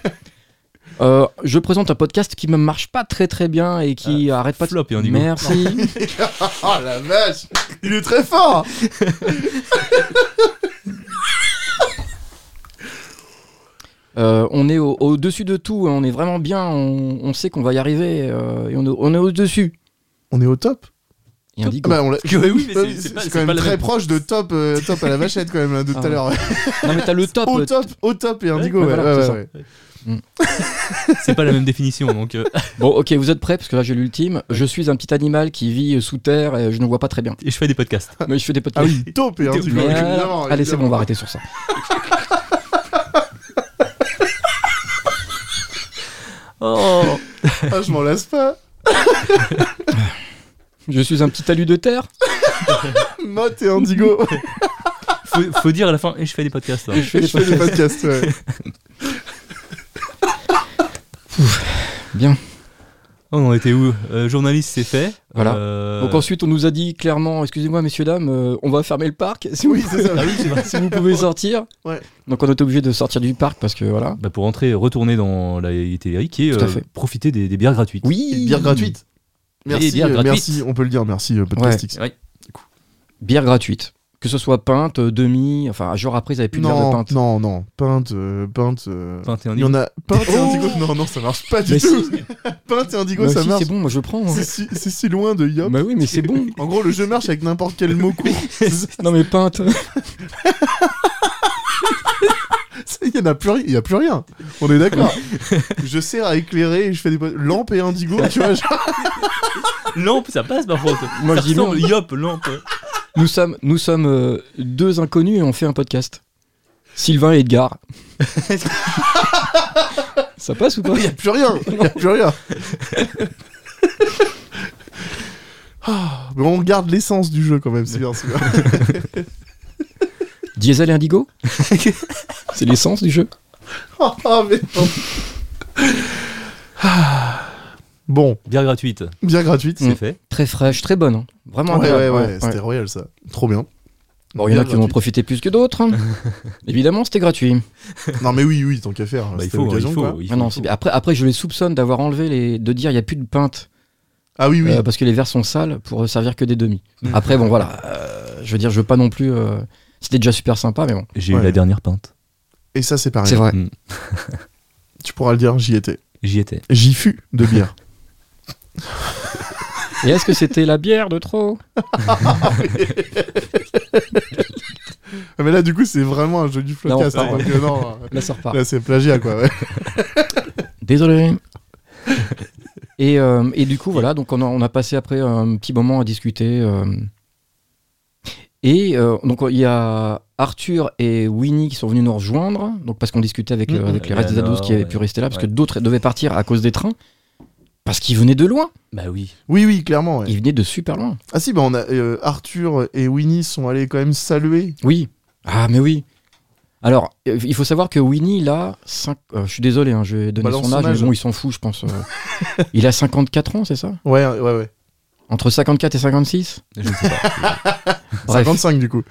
S3: Euh, je présente un podcast qui me marche pas très très bien et qui arrête pas de.
S1: Euh, Flop et Indigo.
S3: Merci.
S2: Oh la vache Il est très fort
S3: Euh, on est au- au-dessus de tout, hein, on est vraiment bien, on, on sait qu'on va y arriver euh, et on est, on est au-dessus.
S2: On est au top
S3: Et Indigo.
S2: Ah bah, on l'a-
S1: Que- ouais, oui, mais
S2: Bah
S1: c'est-
S2: oui,
S1: c'est pas-
S2: c'est
S1: c'est
S2: quand
S1: pas
S2: même
S1: la
S2: très
S1: même.
S2: proche de top, euh, top à la vachette quand même là, de tout
S3: Ah.
S2: à l'heure.
S3: Non mais t'as le top.
S2: Au
S3: le-
S2: top, au top et Indigo,
S3: Ouais,
S2: ouais,
S3: voilà,
S2: ouais,
S3: c'est
S2: ouais,
S1: C'est pas la même définition. Donc, euh,
S3: Mm. Bon ok, vous êtes prêts parce que là j'ai l'ultime. Je suis un petit animal qui vit euh, sous terre et je ne vois pas très bien.
S1: et je fais des podcasts.
S3: Mais je fais des
S2: Ah
S3: podcasts.
S2: oui, top et Indigo,
S3: Mais, euh,
S2: évidemment,
S3: allez, c'est bon, on va
S2: évidemment.
S3: arrêter sur ça.
S1: Oh.
S2: Ah, je m'en lasse pas
S3: Je suis un petit talus de terre
S2: Motte et Indigo
S1: Faut, faut dire à la fin. Et je fais des podcasts. hein.
S3: et je fais
S2: Et
S3: des
S2: je fais des
S3: podcasts.
S2: podcasts, ouais.
S3: Bien.
S1: Oh, on en était où Euh, Journaliste, c'est fait.
S3: Voilà.
S1: Euh,
S3: Donc ensuite, on nous a dit clairement, excusez-moi messieurs, dames, euh, on va fermer le parc si vous,
S2: Oui, c'est ça.
S1: Ah oui, c'est vrai.
S3: si vous pouvez sortir.
S2: Ouais.
S3: Donc on était obligé de sortir du parc parce que voilà.
S1: Bah, pour rentrer, retourner dans la télé qui est
S3: Tout à
S1: euh,
S3: fait.
S1: profiter des, des bières gratuites.
S3: Oui
S2: Bière gratuite
S1: Et
S2: Merci,
S1: bière
S2: euh,
S1: gratuite.
S2: merci, on peut le dire, merci euh, Podcast X.
S1: Ouais.
S3: Bière gratuite. Que ce soit pinte, demi, enfin, un jour après, ils avaient plus de bière de
S2: Non,
S3: pinte.
S2: non, non, peinte, euh, peinte... euh,
S1: Peinte et
S2: Il y en
S1: Indigo.
S2: a peinte et
S3: Oh
S2: Indigo, non, non, ça marche pas du
S3: Mais
S2: tout Peinte et Indigo,
S3: Bah
S2: ça
S3: si,
S2: marche
S3: c'est bon, moi je prends. hein.
S2: C'est si, c'est si loin de Yop.
S3: Bah oui, mais c'est bon.
S2: En gros, le jeu marche avec n'importe quel mot court.
S3: Non mais peinte.
S2: Ça, Il n'y en a plus, ri- il y a plus rien. On est d'accord. je sers à éclairer et je fais des po- lampes et indigo, tu vois. genre-
S1: Lampe, ça passe par contre.
S3: Moi,
S1: Ça
S3: je dis
S1: ressemble, Yop, lampe.
S3: Nous sommes, nous sommes euh, deux inconnus et on fait un podcast. Sylvain et Edgar. Ça passe ou pas
S2: Il n'y a plus rien. Il n'y a plus rien. Ah, mais on garde l'essence du jeu quand même, c'est bien. c'est bien.
S3: Diesel et Indigo C'est l'essence du jeu
S2: Ah, ah, mais non. Ah. Bon,
S1: Bière gratuite,
S2: bien gratuite.
S1: c'est
S3: Mm.
S1: fait.
S3: Très fraîche, très bonne. hein. Vraiment
S2: Ouais, ouais, ouais,
S3: agréable. Ouais,
S2: c'était
S3: ouais.
S2: royal ça. Trop bien.
S3: Bon, il y en a qui
S2: Bien
S3: en ont
S2: gratuite.
S3: profité plus que d'autres. hein. Évidemment, c'était gratuit.
S2: Non, mais oui, oui, tant qu'à faire.
S1: Bah, il
S2: c'était
S1: faut, il
S2: l'occasion,
S1: faut.
S2: quoi.
S1: il
S3: Ah
S1: faut,
S3: non,
S1: il
S3: c'est
S1: faut.
S3: bien. Après, après, je les soupçonne d'avoir enlevé les. de dire il n'y a plus de pinte
S2: Ah oui, Mm. oui.
S3: euh, parce que les verres sont sales pour euh, servir que des demi. Après, bon, voilà. euh, je veux dire, je veux pas non plus. euh, C'était déjà super sympa, mais bon.
S1: J'ai
S2: Ouais.
S1: eu la dernière Mm. pinte.
S2: Et ça, c'est pareil.
S3: C'est vrai.
S2: Tu pourras le dire, j'y étais.
S1: J'y étais.
S2: J'y fus de bière.
S3: Et est-ce que c'était la bière de trop
S2: Ah, mais là, du coup, c'est vraiment un jeu du flocast.
S3: Non,
S2: hein, donc, euh, non,
S3: La sort pas.
S2: là, c'est plagiat, quoi. ouais.
S3: Désolé. et, euh, et du coup, voilà, donc on a, on a passé après un petit moment à discuter. euh, et euh, donc il y a Arthur et Winnie qui sont venus nous rejoindre, donc parce qu'on discutait avec, euh,
S1: Mhm.
S3: avec les restes des
S1: Eleanor,
S3: ados qui avaient pu
S1: ouais.
S3: rester là, parce que
S1: Ouais.
S3: d'autres devaient partir à cause des trains, parce qu'ils venaient de loin,
S1: Bah oui.
S2: Oui, oui, clairement. ouais.
S3: ils venaient de super loin.
S2: Ah si, bah, on a, euh, Arthur et Winnie sont allés quand même saluer.
S3: Oui. Ah, mais oui. Alors, euh, il faut savoir que Winnie, il a cinq- euh, je suis désolé, hein, je vais donner
S2: Balance
S3: son
S2: Bah,
S3: âge,
S2: son âge.
S3: mais bon, il s'en fout, je pense. euh. il a 54 ans, c'est ça
S2: Ouais, ouais, ouais.
S3: Entre 54 et 56
S1: Je ne sais pas.
S3: Bref.
S2: 55 du coup.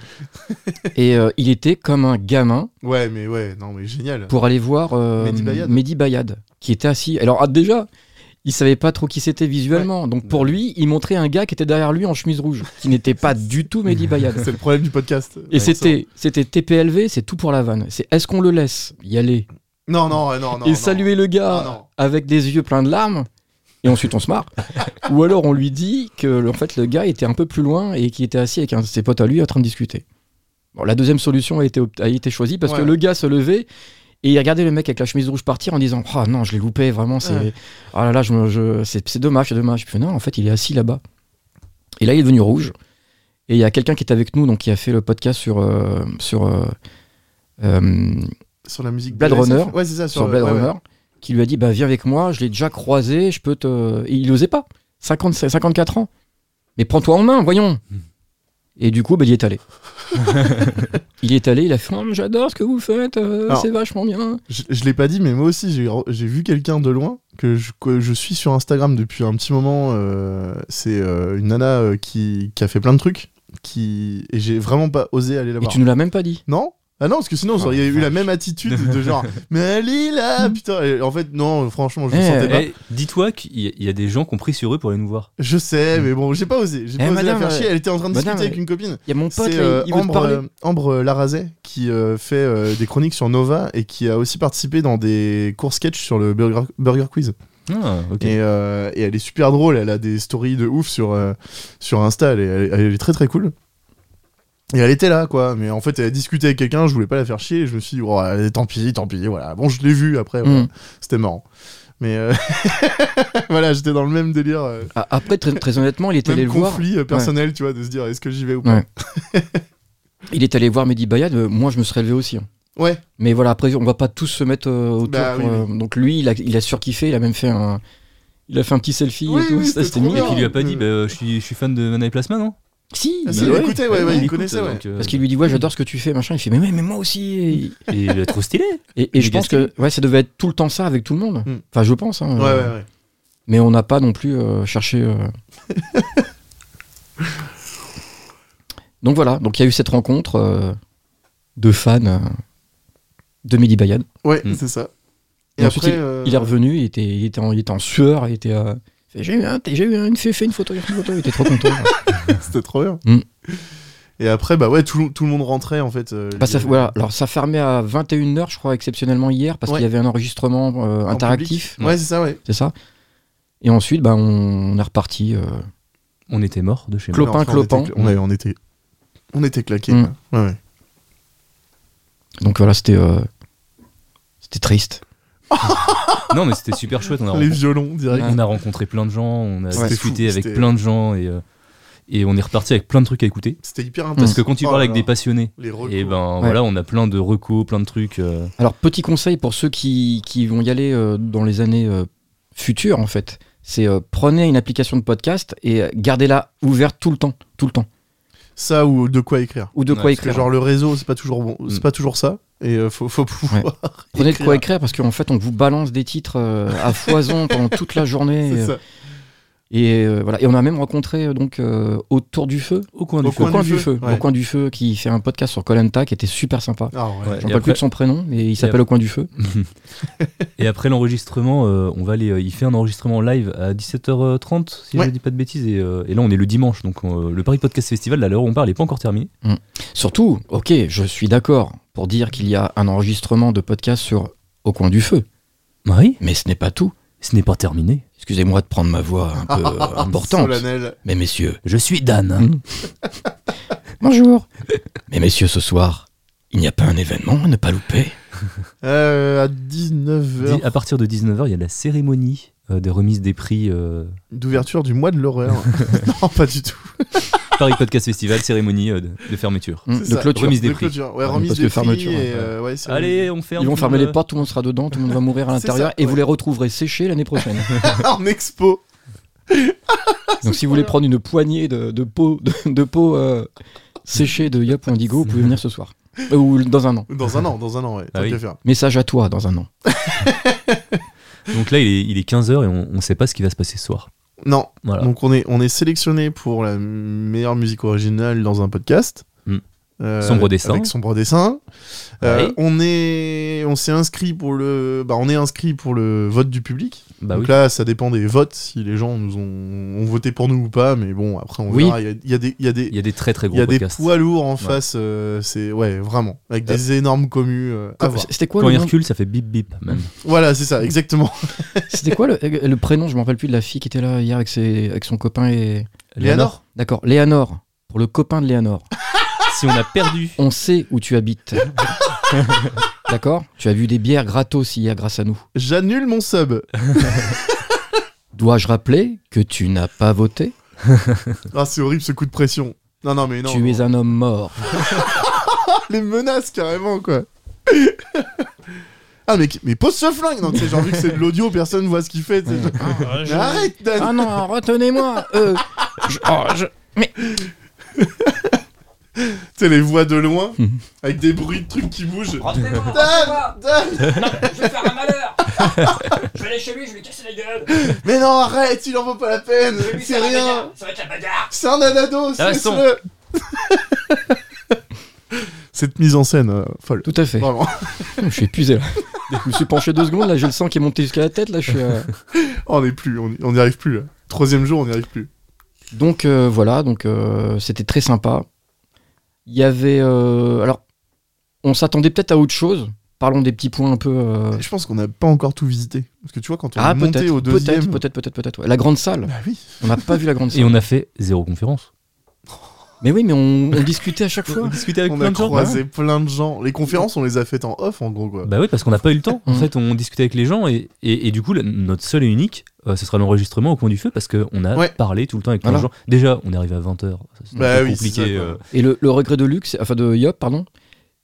S3: Et euh, il était comme un gamin
S2: Ouais, mais ouais, non, mais génial.
S3: pour aller voir euh,
S2: Mehdi Bayad.
S3: Mehdi Bayad, qui était assis. Alors ah, déjà, il savait pas trop qui c'était visuellement. Donc pour lui, il montrait un gars qui était derrière lui en chemise rouge, qui n'était pas du tout Mehdi Bayad.
S2: C'est le problème du podcast.
S3: Et
S2: Ouais,
S3: c'était c'était TPLV, c'est tout pour la vanne. C'est est-ce qu'on le laisse y aller
S2: ça. Non, non, euh, non, non.
S3: et
S2: non.
S3: saluer le gars
S2: Non, non.
S3: avec des yeux pleins de larmes et ensuite on se marre Ou alors on lui dit que en fait le gars était un peu plus loin et qu'il était assis avec un de ses potes à lui en train de discuter. Bon, la deuxième solution a été, opt- a été choisie parce que
S2: Ouais.
S3: le gars se levait et il regardait le mec avec la chemise rouge partir en disant Ah non, je l'ai loupé, vraiment, c'est.
S2: Ouais.
S3: Ah là là, je me- je- c'est c'est dommage, c'est dommage. Puis non, en fait, il est assis là-bas. Et là, il est devenu rouge. Et il y a quelqu'un qui est avec nous, donc qui a fait le podcast sur. euh, sur euh, euh,
S2: Sur la musique.
S3: Blade
S2: de la SF.
S3: Runner.
S2: Ouais, c'est ça.
S3: sur
S2: le-
S3: Blade
S2: ouais, ouais.
S3: Runner, qui lui a dit bah viens avec moi, je l'ai déjà croisé, je peux te. Et il osait pas, 50, 54 ans. Mais prends-toi en main, voyons. Et du coup, bah, il y est allé. il y est allé, il a fait Oh, mais j'adore ce que vous faites, euh,
S2: Alors-
S3: c'est vachement bien.
S2: Je, je l'ai pas dit, mais moi aussi, j'ai re- j'ai vu quelqu'un de loin que je, que je suis sur Instagram depuis un petit moment. euh, c'est euh, une nana euh, qui, qui a fait plein de trucs. Qui... Et j'ai vraiment pas osé aller la
S3: Et
S2: voir.
S3: tu nous l'as même pas dit.
S2: Non Ah non, parce que sinon, vous
S3: Ah,
S2: auriez eu
S3: vache.
S2: la même attitude de genre, mais allez là, putain. Et en fait, non, franchement, je le
S3: Eh,
S2: sentais pas.
S1: Eh, Dis-toi qu'il y a- il y a des gens qui ont pris sur eux pour aller nous voir. Hmm.
S2: Je sais, mais bon, j'ai pas osé. J'ai
S3: Mm. Eh,
S2: pas osé
S3: madame,
S2: la faire chier. Elle était en train de
S3: madame,
S2: discuter avec
S3: elle-
S2: une copine.
S3: Il y a mon pote,
S2: C'est
S3: là,
S2: euh,
S3: il veut te
S2: Ambre,
S3: parler.
S2: euh, Ambre Larazet qui euh, fait euh, des chroniques sur Nova et qui a aussi participé dans des courts sketchs sur le Burger, Burger Quiz.
S1: Ah, ok.
S2: Et, euh, et elle est super drôle. Elle a des stories de ouf sur, euh, sur Insta. Elle est, elle est- elle est très très cool. Et elle était là, quoi. Mais en fait, elle a discuté avec quelqu'un. Je voulais pas la faire chier. Et je me suis dit, oh, allez, tant pis, tant pis. Voilà. Bon, je l'ai vu après. voilà.
S3: Mm.
S2: C'était marrant. Mais euh, voilà, j'étais dans le même délire. euh,
S3: Ah, Après, très, très honnêtement, il est allé
S2: même
S3: le voir.
S2: conflit euh, personnel, tu vois, de se dire est-ce que j'y vais ou pas.
S3: Ouais. Il est allé voir Mehdi Bayad, euh, moi je me serais levé aussi. hein.
S2: Ouais.
S3: Mais voilà, après, on va pas tous se mettre euh, autour.
S2: Bah oui,
S3: pour, euh, Donc lui, il a, il a surkiffé, il a même fait un. Il a fait un petit selfie
S2: Oui,
S3: et tout,
S2: oui,
S3: ça
S2: c'était
S3: c'était
S2: trop
S3: mignon.
S1: Et puis il lui a pas
S2: Euh,
S1: dit, hein. bah, euh, je suis je suis fan de Manaï Plasma, non
S3: Si,
S2: Ah,
S3: bah
S2: si, il
S3: ouais.
S2: écoutait, ouais, ouais, il
S1: écoute,
S2: connaissait, ouais.
S1: donc, euh,
S3: Parce qu'il lui dit ouais j'adore ce que tu fais machin il fait mais ouais, mais moi aussi
S1: Et il est trop stylé.
S3: et, et je
S1: Il
S3: pense
S1: est
S3: que ouais ça devait être tout le temps ça avec tout le monde
S2: Hmm.
S3: enfin je pense hein,
S2: Ouais,
S3: euh,
S2: ouais, ouais.
S3: mais on n'a pas non plus euh, cherché euh. donc voilà donc il y a eu cette rencontre euh, de fans euh, de Mehdi Bayad
S2: Ouais,
S1: Mm.
S2: c'est ça.
S3: Et ensuite,
S2: euh,
S3: il est revenu il était il était en, il était en sueur il était euh, il fait, j'ai eu un- j'ai eu une fait fait une photo, une photo, il était trop content.
S2: C'était trop bien.
S3: Mm.
S2: Et après, bah ouais, tout, le- tout le monde rentrait en fait. euh,
S3: Bah, ça-
S2: les-
S3: voilà, alors ça fermait à 21h, je crois, exceptionnellement hier, parce
S2: Ouais.
S3: qu'il y avait un enregistrement euh,
S2: en
S3: interactif.
S2: public. Ouais, c'est ça, ouais.
S3: c'est ça Et ensuite, bah, on, on est reparti. euh,
S1: On était mort de chez moi.
S3: Clopin,
S2: Alors, après, on
S3: clopin.
S2: était cl- On, avait- on était, on était claqués.
S3: Mm.
S2: quoi. Ouais, ouais.
S3: donc voilà, c'était euh, c'était triste.
S1: Non, mais c'était super chouette. On a,
S2: Les
S1: rencontré,
S2: violons, direct.
S1: on a rencontré plein de gens, on a
S2: C'était
S1: discuté
S2: fou,
S1: avec
S2: c'était-
S1: plein de gens et, euh, et on est reparti avec plein de trucs à écouter.
S2: C'était hyper
S1: Parce
S2: intense.
S1: que quand tu
S2: Oh
S1: parles
S2: là
S1: avec
S2: là.
S1: des passionnés,
S2: Les recours.
S1: et ben
S3: Ouais.
S1: voilà, on a plein de recos, plein de trucs. euh,
S3: Alors, petit conseil pour ceux qui, qui vont y aller euh, dans les années euh, futures, en fait. c'est euh, prenez une application de podcast et euh, gardez-la ouverte tout le temps, tout le temps,
S2: Ça ou de quoi écrire.
S3: ou de quoi
S1: Ouais,
S2: Parce que
S3: écrire.
S2: genre le réseau, c'est pas toujours bon, c'est
S1: Mm.
S2: pas toujours ça. Et euh, faut, faut pouvoir.
S3: Prenez de quoi
S2: écrire.
S3: écrire parce qu'en fait on vous balance des titres euh, à foison pendant toute la journée.
S2: C'est
S3: euh,
S2: ça.
S3: Et euh, voilà, et on a même rencontré euh, donc euh, autour du feu,
S1: Au coin
S2: Au
S1: du
S3: au
S1: feu.
S2: coin
S3: coin
S2: du
S3: du
S2: feu,
S3: feu,
S2: ouais.
S3: au coin du feu qui fait un podcast sur Colanta qui était super sympa.
S2: Ah ouais.
S1: Ouais.
S3: J'en parle
S1: Et
S3: plus
S1: après-
S3: de son prénom, mais il s'appelle
S1: après-
S3: au coin du feu.
S1: Et après l'enregistrement, euh, on va aller. euh, il fait un enregistrement live à 17h30, si
S2: Ouais.
S1: je dis pas de bêtises. Et, euh, et là, on est le dimanche, donc euh, le Paris Podcast Festival, là, à l'heure où on parle, n'est pas encore terminé.
S3: Mm. Surtout, ok, je suis d'accord pour dire qu'il y a un enregistrement de podcast sur Au coin du feu,
S1: Marie,
S3: mais ce n'est pas tout.
S1: ce n'est pas terminé.
S3: Excusez-moi de prendre ma voix un peu euh, importante,
S2: Solennel.
S3: mais messieurs,
S1: Je suis Dan.
S3: Mm. bonjour. mais messieurs, ce soir, il n'y a pas un événement à ne pas louper.
S2: Euh, à
S1: Dis-
S2: 19h
S1: À partir de 19h, il y a la cérémonie euh, des remises des prix euh,
S2: d'ouverture du mois de l'horreur. non, pas du tout.
S1: Paris Podcast Festival, cérémonie euh, de, de fermeture.
S3: Hmm,
S2: C'est
S3: de
S2: ça.
S3: clôture.
S1: Remise des
S2: De
S1: prix.
S2: clôture. Ouais,
S3: Ouais, Mm,
S2: remise
S3: parce
S2: des
S3: que fermeture,
S2: prix
S3: ouais.
S2: et, euh, ouais, c'est-
S1: Allez, on ferme.
S3: Ils vont
S1: tout
S3: fermer
S1: le-
S3: les portes, tout le monde sera dedans, tout le monde va mourir à
S2: C'est ça,
S3: l'intérieur et vous
S2: ouais.
S3: les retrouverez séchés l'année prochaine.
S2: en expo.
S3: Donc si vous voulez prendre une poignée de, de peau, de, de peau euh, séchée de Yop ou Indigo, vous pouvez venir ce soir. Euh, Ou dans un an.
S2: Dans un an, dans un an, ouais.
S1: Ah
S2: tant
S1: oui.
S2: qu'à faire.
S3: Message à toi dans un an.
S1: Donc là, il est, 15h et on ne sait pas ce qui va se passer ce soir.
S2: Non.
S1: Voilà.
S2: Donc on est, on est sélectionné pour la meilleure musique originale dans un podcast.
S1: Mm.
S2: Euh,
S1: Sombre Dessin.
S2: Avec sombre dessin. Euh,
S1: Ouais.
S2: on est, on s'est inscrit pour le, bah, on est inscrit pour le vote du public.
S1: bah
S2: Donc
S1: oui.
S2: là, ça dépend des votes, si les gens nous ont, ont voté pour nous ou pas. Mais bon, après on
S3: Oui.
S2: verra. Il y a- il y a des, il y a des,
S1: Il y a des très très
S2: il
S1: gros
S2: y a des
S1: podcasts.
S2: poids lourds en
S1: Ouais.
S2: face. euh, c'est ouais, vraiment, avec des énormes communes. euh, à voir.
S3: C'était quoi,
S1: Quand
S3: le
S1: il
S3: nom-
S1: recule, ça fait bip bip même.
S2: Voilà, c'est ça, exactement.
S3: c'était quoi le, euh, le prénom Je me rappelle plus de la fille qui était là hier avec, ses- avec son copain et.
S2: Léanor
S3: D'accord, Léanor. Pour le copain de Léanor.
S1: si on a perdu.
S3: On sait où tu habites. D'accord Tu as vu des bières gratos hier grâce à nous.
S2: J'annule mon sub.
S3: Dois-je rappeler que tu n'as pas voté
S2: Ah, c'est horrible ce coup de pression. Non, non, mais non.
S3: Tu
S2: non.
S3: es un homme mort.
S2: les menaces carrément quoi. ah mais, mais pose ce flingue non tu sais, genre vu que c'est de l'audio personne voit ce qu'il fait. tu sais, genre, mais arrête Dan.
S3: Ah non, retenez-moi euh, je- oh, je-
S2: Tu sais les voix de loin
S3: Mhm.
S2: avec des bruits de trucs qui bougent.
S4: Rentrez-moi,
S2: Dan Dan
S4: je vais faire un malheur Je vais aller chez lui, je vais lui casser la gueule
S2: Mais non arrête il en vaut pas la peine
S4: Je vais lui
S2: c'est
S4: faire la bagarre,
S2: rien
S4: Ça va être la bagarre
S2: c'est un anado
S1: Ah,
S2: laisse-le Cette mise en scène euh, folle.
S3: Tout à fait.
S2: Vraiment.
S3: Je suis épuisé là. Je me suis penché deux secondes, là j'ai le sang qui est monté jusqu'à la tête, là je suis... euh,
S2: On est plus, on n'y on y arrive plus. là. Troisième jour, on n'y arrive plus.
S3: Donc euh, voilà, donc euh, c'était très sympa. Il y avait... euh, alors, on s'attendait peut-être à autre chose. Parlons des petits points un peu... euh,
S2: Je pense qu'on n'a pas encore tout visité. Parce que tu vois, quand on
S3: Ah
S2: est monté
S3: peut-être,
S2: au
S3: peut-être,
S2: deuxième.
S3: peut-être, peut-être, peut-être. ouais. La grande salle.
S2: Bah oui.
S3: On n'a pas vu la grande
S1: Et
S3: salle.
S1: on a fait zéro conférence.
S3: Mais oui, mais on, on discutait à chaque fois.
S1: discutait avec
S2: On a croisé plein de gens. Les conférences, on les a faites en off, en gros, quoi. Mmh.
S1: Bah oui, parce qu'on n'a pas eu le temps. En
S3: Mm.
S1: fait, on discutait avec les gens et, et, et du coup, la- notre seul et unique, euh, ce sera l'enregistrement au coin du feu parce qu'on a
S2: Ouais.
S1: parlé tout le temps avec plein de
S3: Voilà.
S1: gens. Déjà, on est arrivé à 20h. C'est
S2: Bah oui,
S1: compliqué.
S2: c'est ça, quoi.
S1: euh,
S3: Et le, le regret de Luc, c'est- enfin de Yop, pardon,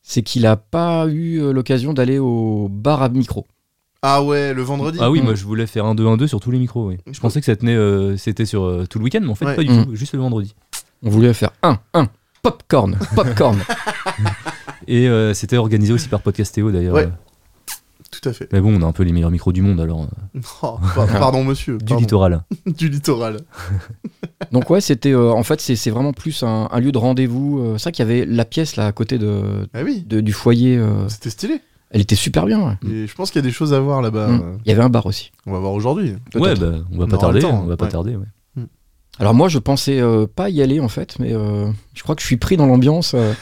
S3: c'est qu'il n'a pas eu euh, l'occasion d'aller au bar à micro.
S2: Ah ouais, le vendredi. Mmh.
S1: Ah oui,
S3: Mm.
S1: moi je voulais faire un 2-1-2 sur tous les micros. oui.
S2: Je
S1: Je pensais que ça tenait, euh, c'était sur euh, tout le week-end, mais en fait,
S2: Ouais.
S1: pas du
S3: Mm.
S1: tout, juste le vendredi.
S3: On voulait faire un, un, popcorn, popcorn.
S1: Et euh, c'était organisé aussi par Podcastéo d'ailleurs.
S2: Ouais. Tout à fait.
S1: Mais bon, on a un peu les meilleurs micros du monde alors. euh,
S2: Oh, pa- pardon, monsieur.
S1: du
S2: pardon.
S1: littoral.
S2: du littoral.
S3: Donc ouais, c'était euh, en fait c'est c'est vraiment plus un, un lieu de rendez-vous. euh, C'est vrai qu'il y avait la pièce là à côté de,
S2: Ah oui.
S3: de- du foyer. euh,
S2: C'était stylé.
S3: elle était super bien. ouais.
S2: Et je pense qu'il y a des choses à voir là-bas.
S3: Mm. Il y avait un bar aussi.
S2: On va voir aujourd'hui.
S3: peut-être.
S1: Ouais, bah, on va
S2: On
S1: pas
S2: aura le
S1: tarder.
S2: temps,
S1: On va pas
S2: ouais.
S1: tarder. ouais.
S3: Hmm. Alors moi je pensais euh, pas y aller en fait, mais euh, je crois que je suis pris dans l'ambiance. euh,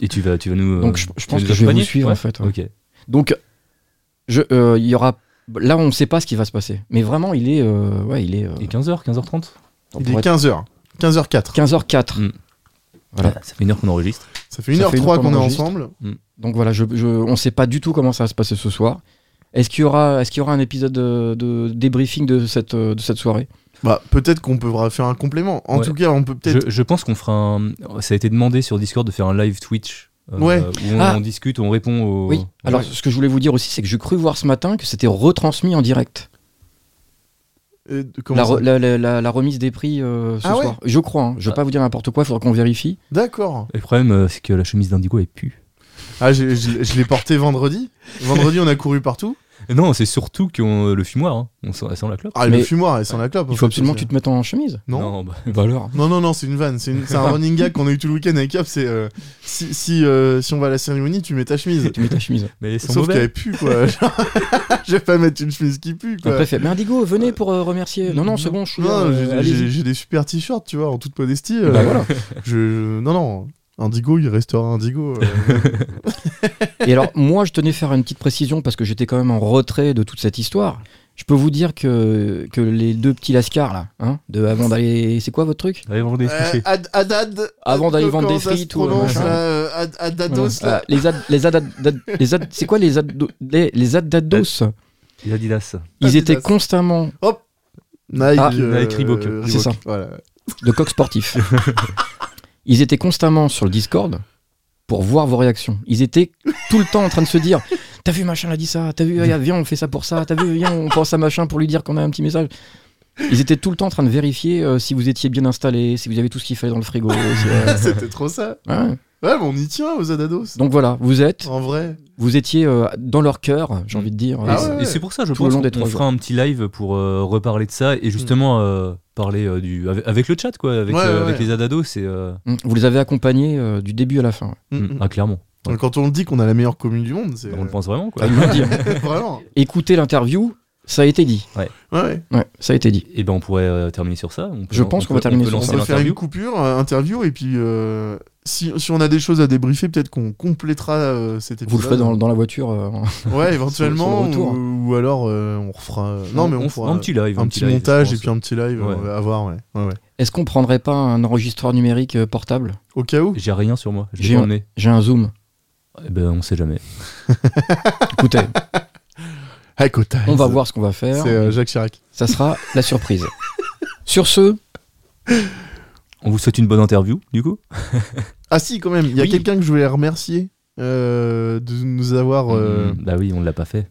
S1: Et tu vas, tu vas nous. euh,
S3: donc je, je
S1: tu
S3: pense
S1: vas
S3: que
S1: nous
S3: je vais vous
S1: accompagner
S3: suivre
S1: Ouais.
S3: en fait. hein. ouais.
S1: Ok.
S3: Donc, je, euh, il y aura. Là, on ne sait pas ce qui va se passer. Mais vraiment, il est. euh, ouais, il est. euh,
S1: Et 15h, 15h30
S3: on
S2: Il est
S3: pourrait-
S2: 15h. 15h04.
S3: 15h04.
S1: Mm.
S3: Voilà.
S1: Ça fait une heure qu'on enregistre. Hmm.
S2: Ça fait 1
S3: Ça
S2: h
S3: fait une
S2: trois
S3: heure
S2: qu'on est
S3: qu'on enregistre.
S2: ensemble.
S3: Donc voilà, je, je- on ne sait pas du tout comment ça va se passer ce soir. Est-ce qu'il y aura, est-ce qu'il y aura un épisode de, de débriefing de cette, euh, de cette soirée
S2: Bah, peut-être qu'on pourra faire un complément. En
S1: Ouais.
S2: tout cas, on peut peut-être.
S1: Je, je pense qu'on fera un. Ça a été demandé sur Discord de faire un live Twitch. euh,
S2: Ouais.
S1: Où on,
S3: Ah.
S1: on discute, on répond aux.
S3: Oui. Alors, ce que je voulais vous dire aussi, c'est que j'ai cru voir ce matin que c'était retransmis en direct.
S2: Et de- comment
S3: La,
S2: ça
S3: re- la- la- la- la remise des prix euh, ce
S2: Ah ouais
S3: soir. Je crois, hein. je vais pas vous dire n'importe quoi, il faudra qu'on vérifie.
S2: D'accord.
S1: Le problème, euh, c'est que la chemise d'Indigo, elle pue.
S2: Ah, j'ai- je l'ai- je l'ai porté vendredi. Vendredi, on a couru partout.
S1: Non, c'est surtout qu'on le fumoir. hein. On sent, elle sent la clope.
S2: Ah,
S3: Mais-
S2: le fumoir, elle sent la clope. en
S3: Il faut
S2: fait,
S3: absolument que
S2: c'est-
S3: tu te mettes en chemise.
S2: Non.
S1: bah,
S3: Bah alors.
S2: Non, non, non, c'est une vanne. C'est une- c'est un running gag qu'on a eu tout le week-end avec Cap. C'est euh, si, si, euh, si on va à la cérémonie, tu mets ta chemise.
S3: Tu mets ta chemise.
S1: mais elles sont
S2: Sauf
S1: mauvaises.
S2: qu'elle pue, quoi. Genre, je vais pas mettre une chemise qui pue, quoi.
S3: Après, il fait, mais Indigo, venez pour euh, remercier. Non, non, c'est bon, je suis là,
S2: Non,
S3: euh,
S2: j'ai-
S3: allez-y.
S2: j'ai j'ai des super t-shirts, tu vois, en toute modestie. euh,
S3: Bah voilà.
S2: je, je- non, non. Indigo, il restera Indigo. euh,
S3: Et alors, moi, je tenais à faire une petite précision parce que j'étais quand même en retrait de toute cette histoire. Je peux vous dire que, que les deux petits lascars, là, hein, de avant d'aller. C'est quoi votre truc
S1: Allez, vendez des
S2: euh,
S1: couchers.
S2: Ad- Adad.
S3: Avant d'aller vendre
S2: comment
S3: des
S2: ça se
S3: frites ou, euh,
S2: prononce,
S3: machin.
S2: là, euh, Ad- Adados,
S3: Ah,
S2: là.
S3: Les ad, les ad- ad- les ad- c'est quoi les ad- les, les addados
S1: Les Adidas.
S3: Ils étaient
S2: Adidas.
S3: constamment
S2: Nike,
S3: Ah,
S1: Nike Reebok.
S3: C'est ça.
S2: Voilà.
S3: de coq sportif. Ils étaient constamment sur le Discord pour voir vos réactions. Ils étaient tout le temps en train de se dire T'as vu, machin, a dit ça, t'as vu, regarde, viens, on fait ça pour ça, t'as vu, viens, on pense à machin pour lui dire qu'on a un petit message. Ils étaient tout le temps en train de vérifier euh, si vous étiez bien installé, si vous avez tout ce qu'il fallait dans le frigo. si, euh,
S2: C'était trop ça.
S3: ouais.
S2: Ouais, mais on y tient aux Adados.
S3: Donc voilà, vous êtes,
S2: En vrai.
S3: vous étiez euh, dans leur cœur, j'ai envie de dire.
S2: Ah
S1: et
S2: ouais,
S1: c'est-
S2: ouais.
S1: et c'est pour ça, je
S3: Tout au
S1: pense
S3: long des
S1: qu'on
S3: trois
S1: on fera un petit live pour euh, reparler de ça et justement euh, parler euh, du avec, avec le chat quoi, avec,
S2: Mm. Ouais,
S1: euh,
S2: ouais,
S1: avec
S2: ouais.
S1: les adados, c'est euh,
S3: Mm. Vous les avez accompagnés euh, du début à la fin. ouais.
S2: Mm, mm.
S1: ah, clairement. Ouais.
S2: Quand on dit qu'on a la meilleure commune du monde, c'est.
S1: On le pense vraiment quoi.
S3: Ils m'ont dit, hein.
S2: Vraiment.
S3: Écoutez l'interview, ça a été dit.
S2: Ouais, ouais.
S3: Ouais, ça a été dit.
S1: Et ben on pourrait euh, terminer sur ça. On peut-
S3: Je pense
S1: on
S3: qu'on va
S1: peut-
S3: terminer
S1: on peut
S3: sur
S2: On
S3: ça.
S1: lancer
S2: peut faire une
S1: l'interview.
S2: coupure, euh, interview, et puis euh, si, si on a des choses à débriefer, peut-être qu'on complétera euh, cet épisode.
S3: Vous le ferez dans, dans la voiture. euh, en-
S2: Ouais, éventuellement,
S3: sur le retour.
S2: ou, ou alors euh, on refera. Non, mais on,
S1: on fera
S2: fera
S1: un petit live,
S2: un petit
S1: live,
S2: montage
S1: je
S2: et
S1: pense.
S2: puis un petit live,
S1: Ouais.
S2: euh, à voir, ouais. Ouais, ouais.
S3: Est-ce qu'on prendrait pas un enregistreur numérique euh, portable
S2: Au cas où.
S1: J'ai rien sur moi.
S3: J'ai
S1: J'ai
S3: un-
S1: emmené.
S3: J'ai un zoom.
S1: Eh ben on sait jamais.
S3: Écoutez,
S2: Hakotai.
S3: on va voir ce qu'on va faire.
S2: C'est euh, Jacques Chirac.
S3: Ça sera la surprise. Sur ce,
S1: On vous souhaite une bonne interview du coup.
S2: Ah, si, quand même, il y a
S3: Oui.
S2: quelqu'un que je voulais remercier euh, de nous avoir. euh,
S1: Mm, Bah oui, on l'a pas fait.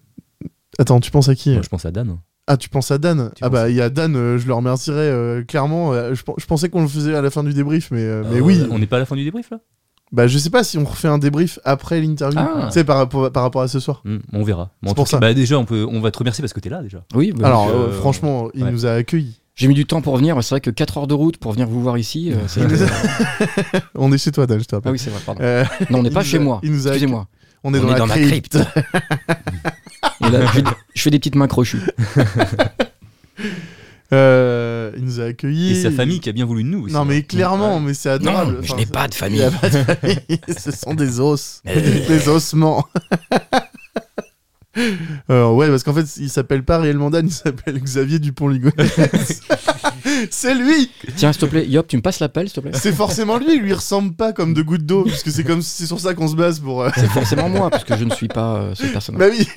S2: Attends, tu penses à qui
S1: Moi, je pense à Dan.
S2: Ah, tu penses à Dan
S1: Tu
S2: Ah,
S1: penses
S2: bah,
S1: à-
S2: il y a Dan, euh, je le remercierai euh, clairement. euh, je, pen- je pensais qu'on le faisait à la fin du débrief, mais, euh, mais
S1: Euh,
S2: oui.
S1: On n'est pas à la fin du débrief là.
S2: Bah, je sais pas si on refait un débrief après l'interview.
S3: Ah. Hmm.
S2: Tu sais, par, rapport- par rapport à ce soir.
S1: Mm, on verra. Mais en
S2: C'est
S1: tout
S2: pour
S1: cas,
S2: ça.
S1: Bah déjà on peut on va te remercier parce que t'es là déjà.
S3: oui, bah,
S2: Alors,
S1: euh,
S2: euh, franchement, il
S1: ouais.
S2: nous a accueillis.
S3: j'ai mis du temps pour venir. C'est vrai que 4 heures de route pour venir vous voir ici. euh, c'est-
S2: On est chez toi, Dan, je te
S3: ah
S2: rappelle.
S3: oui, c'est vrai, pardon.
S2: Euh,
S3: Non, on n'est
S2: il
S3: pas
S2: nous
S3: chez
S2: a-
S3: moi.
S2: il nous a-
S3: Excusez-moi.
S2: on est
S3: On
S2: dans,
S3: est
S2: la,
S3: dans la
S2: crypte.
S3: Et là, je, je fais des petites mains crochues.
S2: Euh, il nous a accueillis.
S1: Et sa famille qui a bien voulu de nous. aussi. hein.
S2: Non, mais clairement, mais c'est
S3: Non,
S2: adorable.
S3: mais je
S2: Enfin,
S3: n'ai
S2: c'est-
S3: pas de
S2: Il
S3: famille.
S2: y a pas de famille. Ce sont des os. des ossements. Alors, ouais, parce qu'en fait, il s'appelle pas réellement Dan, il s'appelle Xavier Dupont-Ligonnès. c'est lui
S3: Tiens, s'il te plaît, Yop, tu me passes l'appel, s'il te plaît
S2: C'est forcément lui, il lui ressemble pas comme deux gouttes d'eau, parce que c'est comme c'est sur ça qu'on se base pour. euh,
S3: C'est forcément moi, parce que je ne suis pas euh, ce personnage.
S2: Bah oui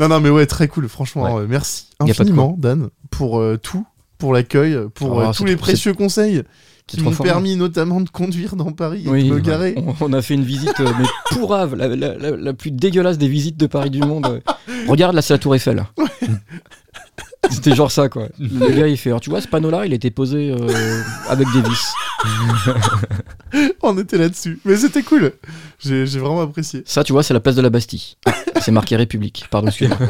S2: Non, non, mais ouais, très cool, franchement. euh, merci
S3: Y a pas de
S2: infiniment, Dan, pour euh, tout, pour l'accueil, pour
S3: Oh,
S2: euh,
S3: c'est
S2: tous les
S3: trop-
S2: précieux conseils qui
S3: trop
S2: m'ont
S3: fort. hein.
S2: permis notamment de conduire dans Paris et de me garer.
S3: on, on a fait une visite euh, mais pourrave, la, la- la- la plus dégueulasse des visites de Paris du monde. euh. Regarde, là, c'est la Tour Eiffel. C'était genre ça, quoi. Le gars, il fait Alors, tu vois, ce panneau-là, il était posé euh, avec des vis.
S2: On était là-dessus. Mais c'était cool. J'ai j'ai vraiment apprécié.
S3: Ça, tu vois, c'est la place de la Bastille. C'est marqué République. Pardon, excuse-moi.
S1: Oui,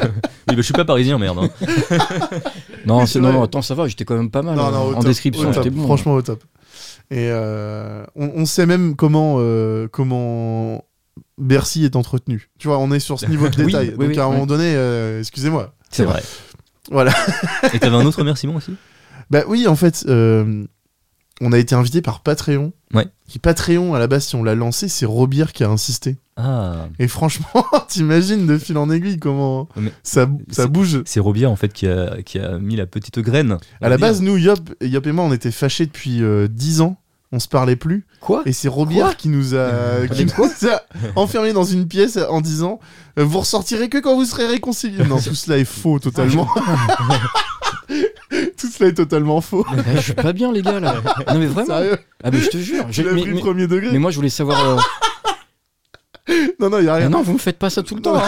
S1: bah, je suis pas parisien merde. hein.
S3: Non,
S2: Oui,
S3: c'est-
S2: c'est
S3: non,
S2: vrai.
S3: non, attends, ça va, j'étais quand même pas mal.
S2: Non,
S3: hein.
S2: non, au
S3: en
S2: top,
S3: description,
S2: au top.
S3: j'étais bon. hein.
S2: Franchement, au top. Et euh, on, on sait même comment, euh, comment Bercy est entretenu. Tu vois, on est sur ce niveau de
S3: Oui,
S2: détail.
S3: oui,
S2: Donc
S3: oui,
S2: à un
S3: oui.
S2: moment donné, euh, excusez-moi.
S3: C'est vrai.
S2: Voilà.
S1: Et t'avais un autre remerciement aussi.
S2: Bah oui, en fait, euh, on a été invité par Patreon.
S1: Ouais.
S2: Qui Patreon, à la base, si on l'a lancé, c'est Robir qui a insisté.
S1: Ah.
S2: Et franchement, t'imagines de fil en aiguille comment
S1: Mais-
S2: ça, ça
S1: c'est-
S2: bouge.
S1: C'est Robia en fait qui a, qui a mis la petite graine. on
S2: À la
S1: va
S2: base,
S1: dire.
S2: nous, Yop, Yop et moi, on était fâchés depuis euh, 10 ans. On se parlait plus.
S3: Quoi
S2: Et c'est Robillard
S3: Quoi
S2: qui nous a, qui nous a enfermés dans une pièce en disant euh, Vous ressortirez que quand vous serez réconciliés. Non, tout cela est faux totalement. tout cela est totalement faux.
S3: Eh, Je suis pas bien, les gars, là. Non, mais vraiment.
S2: Sérieux,
S3: Ah, mais je te jure.
S2: tu
S3: j'ai-
S2: l'as
S3: mais-
S2: pris
S3: mais-
S2: premier degré.
S3: Mais moi, je voulais savoir. euh,
S2: Non, non, il n'y a
S3: Ah
S2: rien.
S3: non, vous me faites pas ça tout le temps. hein.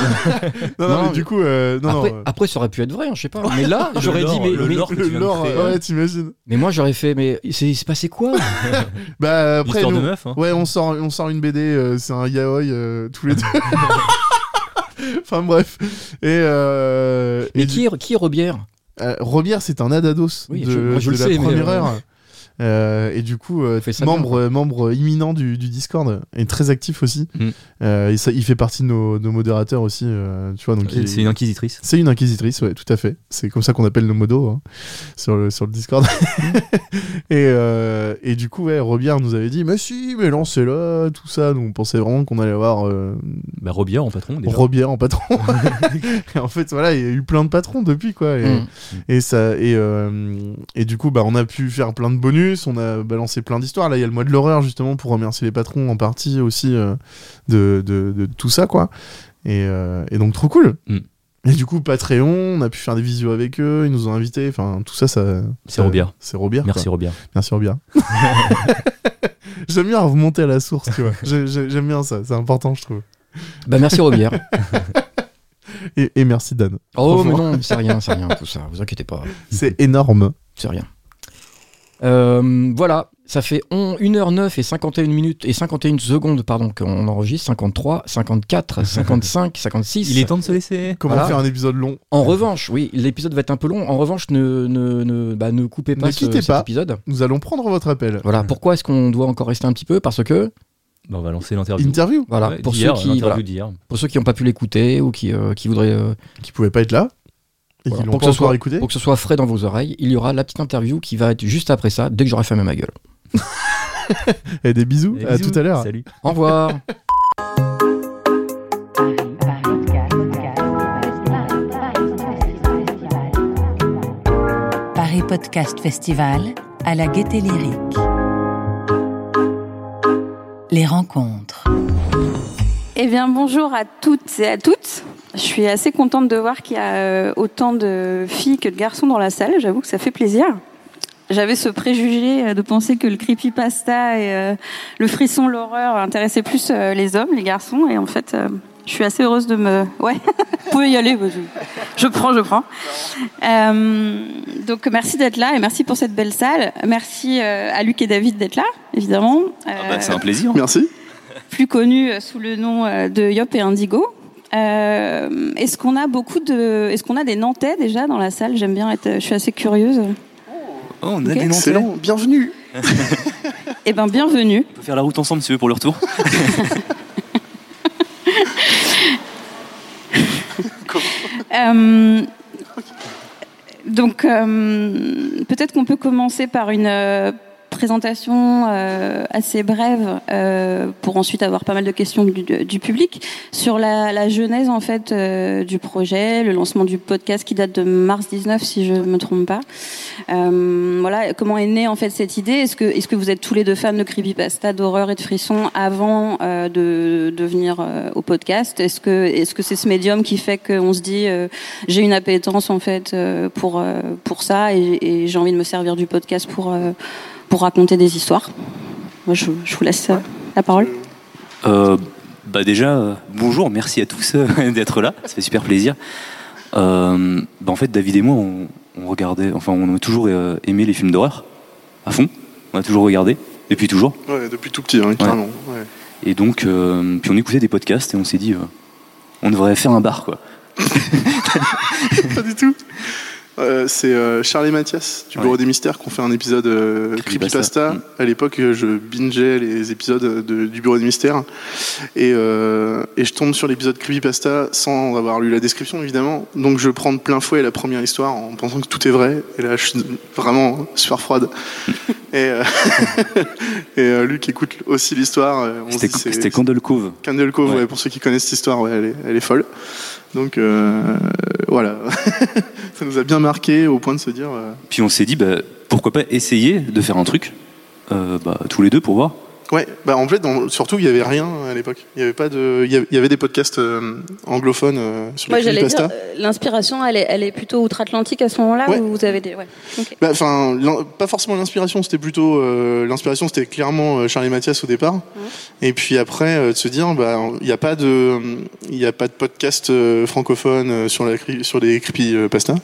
S2: Non, non,
S3: Non,
S2: mais
S3: mais-
S2: du coup, euh, non,
S3: après,
S2: non. euh,
S3: après, ça aurait pu être vrai, hein, je sais pas. Mais là,
S1: Le
S3: j'aurais dit,
S1: lore,
S3: mais,
S1: le
S3: mais-
S1: lore. que tu
S2: le
S1: viens de
S2: lore,
S1: créer,
S2: ouais,
S1: hein.
S2: t'imagines.
S3: mais moi, j'aurais fait, mais c'est- il s'est passé quoi
S2: Bah, après,
S1: L'histoire de
S2: nous-
S1: meuf. hein.
S2: ouais, on sort, on sort une BD, euh, c'est un yaoi euh, tous les deux. enfin, bref. Et, euh,
S3: Mais
S2: et du-
S3: qui, est- qui est Robière
S2: euh, Robière, c'est un Adados
S3: Oui,
S2: de,
S3: je- moi, je
S2: de
S3: le
S2: la
S3: sais, mais,
S2: première
S3: euh,
S2: heure. Euh, et du coup, euh,
S3: fait ça
S2: membre, euh, membre imminent du, du Discord et très actif aussi.
S1: Mm.
S2: Euh, et ça, il fait partie de nos, nos modérateurs aussi, euh, tu vois. Donc il-
S1: C'est une inquisitrice.
S2: C'est une inquisitrice, ouais, tout à fait. C'est comme ça qu'on appelle nos modos hein, sur, le, sur le Discord. et, euh, et du coup, ouais, Robillard nous avait dit Mais si, mais lancez-la, tout ça. Nous, on pensait vraiment qu'on allait avoir euh,
S1: Bah, Robillard en patron. Déjà.
S2: Robillard en patron. et en fait, voilà, il y a eu plein de patrons depuis, quoi. Et,
S3: Hum.
S2: et, ça, et, euh, et du coup, bah, on a pu faire plein de bonus, on a balancé plein d'histoires. Là, il y a le mois de l'horreur, justement, pour remercier les patrons en partie aussi euh, de, de- de tout ça, quoi. Et, euh, et donc, trop cool.
S1: Mm.
S2: Et du coup, Patreon, on a pu faire des visios avec eux, ils nous ont invités. Enfin, tout ça, ça.
S1: C'est
S2: ça-
S1: Robillard.
S2: Euh, C'est Robert.
S1: Merci Robillard.
S2: Merci, Robert. J'aime bien remonter à la source, tu vois. J'ai- j'ai- J'aime bien ça, c'est important, je trouve.
S3: Bah, merci Robière.
S2: Et, et merci, Dan.
S3: oh, mais
S2: Franchement.
S3: non, c'est rien, c'est rien, tout ça. Vous inquiétez pas,
S2: C'est énorme.
S3: c'est rien. Euh, voilà, ça fait on- 1h09 et 51 minutes et 51 secondes pardon qu'on enregistre 53, 54, 55, 56.
S1: Il est temps de se laisser.
S2: Comment
S3: Voilà.
S2: faire un épisode long
S3: En revanche, oui, l'épisode va être un peu long. En revanche, ne, ne, ne, bah, ne coupez pas
S2: Ne
S3: ce-
S2: quittez
S3: cet
S2: pas.
S3: épisode.
S2: Nous allons prendre votre appel.
S3: Voilà, pourquoi est-ce qu'on doit encore rester un petit peu Parce que,
S1: Bah, on va lancer l'interview.
S2: Interview
S3: voilà,
S1: Ouais,
S3: pour, ceux
S1: d'hier,
S3: qui,
S1: l'interview
S3: voilà,
S1: d'hier.
S3: pour ceux qui n'ont pas pu l'écouter ou qui, euh, qui voudraient euh,
S2: qui pouvaient pas être là et
S3: Voilà.
S2: qui l'ont
S3: Pour
S2: pas
S3: que ce
S2: encore
S3: soit-
S2: écouté.
S3: pour que ce soit frais dans vos oreilles, il y aura la petite interview qui va être juste après ça, dès que j'aurai fermé ma gueule.
S2: Et des bisous,
S1: Et
S2: à
S1: bisous.
S2: tout à l'heure.
S1: Salut.
S3: Au revoir
S5: Paris Podcast Festival à la gaieté lyrique. Les rencontres.
S6: Eh bien, bonjour à toutes et à toutes. Je suis assez contente de voir qu'il y a euh, autant de filles que de garçons dans la salle. J'avoue que ça fait plaisir. J'avais ce préjugé euh, de penser que le creepypasta et euh, le frisson, l'horreur intéressaient plus euh, les hommes, les garçons. Et en fait, euh, je suis assez heureuse de me... Ouais, vous pouvez y aller. vas-y. Je prends, je prends. Euh, donc, merci d'être là et merci pour cette belle salle. Merci euh, à Luc et David d'être là, évidemment. Euh,
S7: Ah bah, c'est un plaisir.
S2: Merci.
S6: plus connu euh, sous le nom euh, de Yop et Indigo. Euh, est-ce qu'on a beaucoup de, est-ce qu'on a des Nantais déjà dans la salle J'aime bien être, euh, je suis assez curieuse.
S7: Oh, on a
S6: Ok.
S7: des noms.
S6: Excellent,
S7: bienvenue.
S6: Eh ben, bienvenue.
S7: On peut faire la route ensemble si tu veux pour le retour.
S6: Euh, donc, euh, peut-être qu'on peut commencer par une euh, présentation euh, assez brève euh, pour ensuite avoir pas mal de questions du, du public sur la, la genèse en fait euh, du projet, le lancement du podcast qui date de mars 19 si je me trompe pas. Euh, voilà, comment est née en fait cette idée Est-ce que est-ce que vous êtes tous les deux fans de creepypasta, d'horreur et de frissons avant euh, de, de venir euh, au podcast Est-ce que est-ce que c'est ce médium qui fait qu'on se dit euh, j'ai une appétence en fait euh, pour euh, pour ça et, et j'ai envie de me servir du podcast pour euh, pour raconter des histoires Moi, je, je vous laisse euh, la parole.
S7: Euh, bah déjà, euh, bonjour, merci à tous euh, d'être là, ça fait super plaisir. Euh, bah en fait, David et moi, on, on regardait, enfin, on a toujours euh, aimé les films d'horreur, à fond. On a toujours regardé, depuis toujours.
S8: Ouais, depuis tout petit, hein, clairement. ouais.
S7: Et donc, euh, puis on écoutait des podcasts et on s'est dit, euh, on devrait faire un bar, quoi.
S8: Pas du tout. Euh, c'est euh, Charlie Mathias du
S7: Ouais.
S8: Bureau des Mystères qu'on fait un épisode euh,
S7: Creepypasta.
S8: Creepypasta.
S7: Mm.
S8: À l'époque, euh, je bingeais les épisodes de- du Bureau des Mystères et, euh, et je tombe sur l'épisode Creepypasta sans avoir lu la description évidemment. Donc je prends de plein fouet la première histoire en pensant que tout est vrai et là je suis vraiment super froide. et euh, et euh, Luc écoute aussi l'histoire. euh, on se
S7: C'était
S8: dit, c'est-
S7: c'était Candle Cove.
S8: Candle Cove,
S7: Ouais.
S8: ouais, pour ceux qui connaissent cette histoire, ouais, elle, est, elle est folle. Donc euh, voilà, ça nous a bien marqué au point de se dire. euh,
S7: Puis on s'est dit, bah, pourquoi pas essayer de faire un truc, euh, bah, tous les deux, pour voir.
S2: Ouais, bah en fait, dans- surtout, il n'y avait rien à l'époque. Il y avait pas de, il y avait- il y avait des podcasts euh, anglophones euh, sur
S6: Moi,
S2: les
S6: j'allais dire,
S2: creepypastas.
S6: euh, l'inspiration, elle est, elle est plutôt outre-Atlantique à ce moment-là
S2: Ouais.
S6: où vous avez des. ouais. Ok.
S2: Bah, Enfin, l'in- pas forcément l'inspiration, c'était plutôt euh, l'inspiration, c'était clairement euh, Charlie Mathias au départ, et puis après euh, de se dire, bah, il n'y a pas de, il y a pas de podcast euh, francophone euh, sur la cri- sur les creepypastas.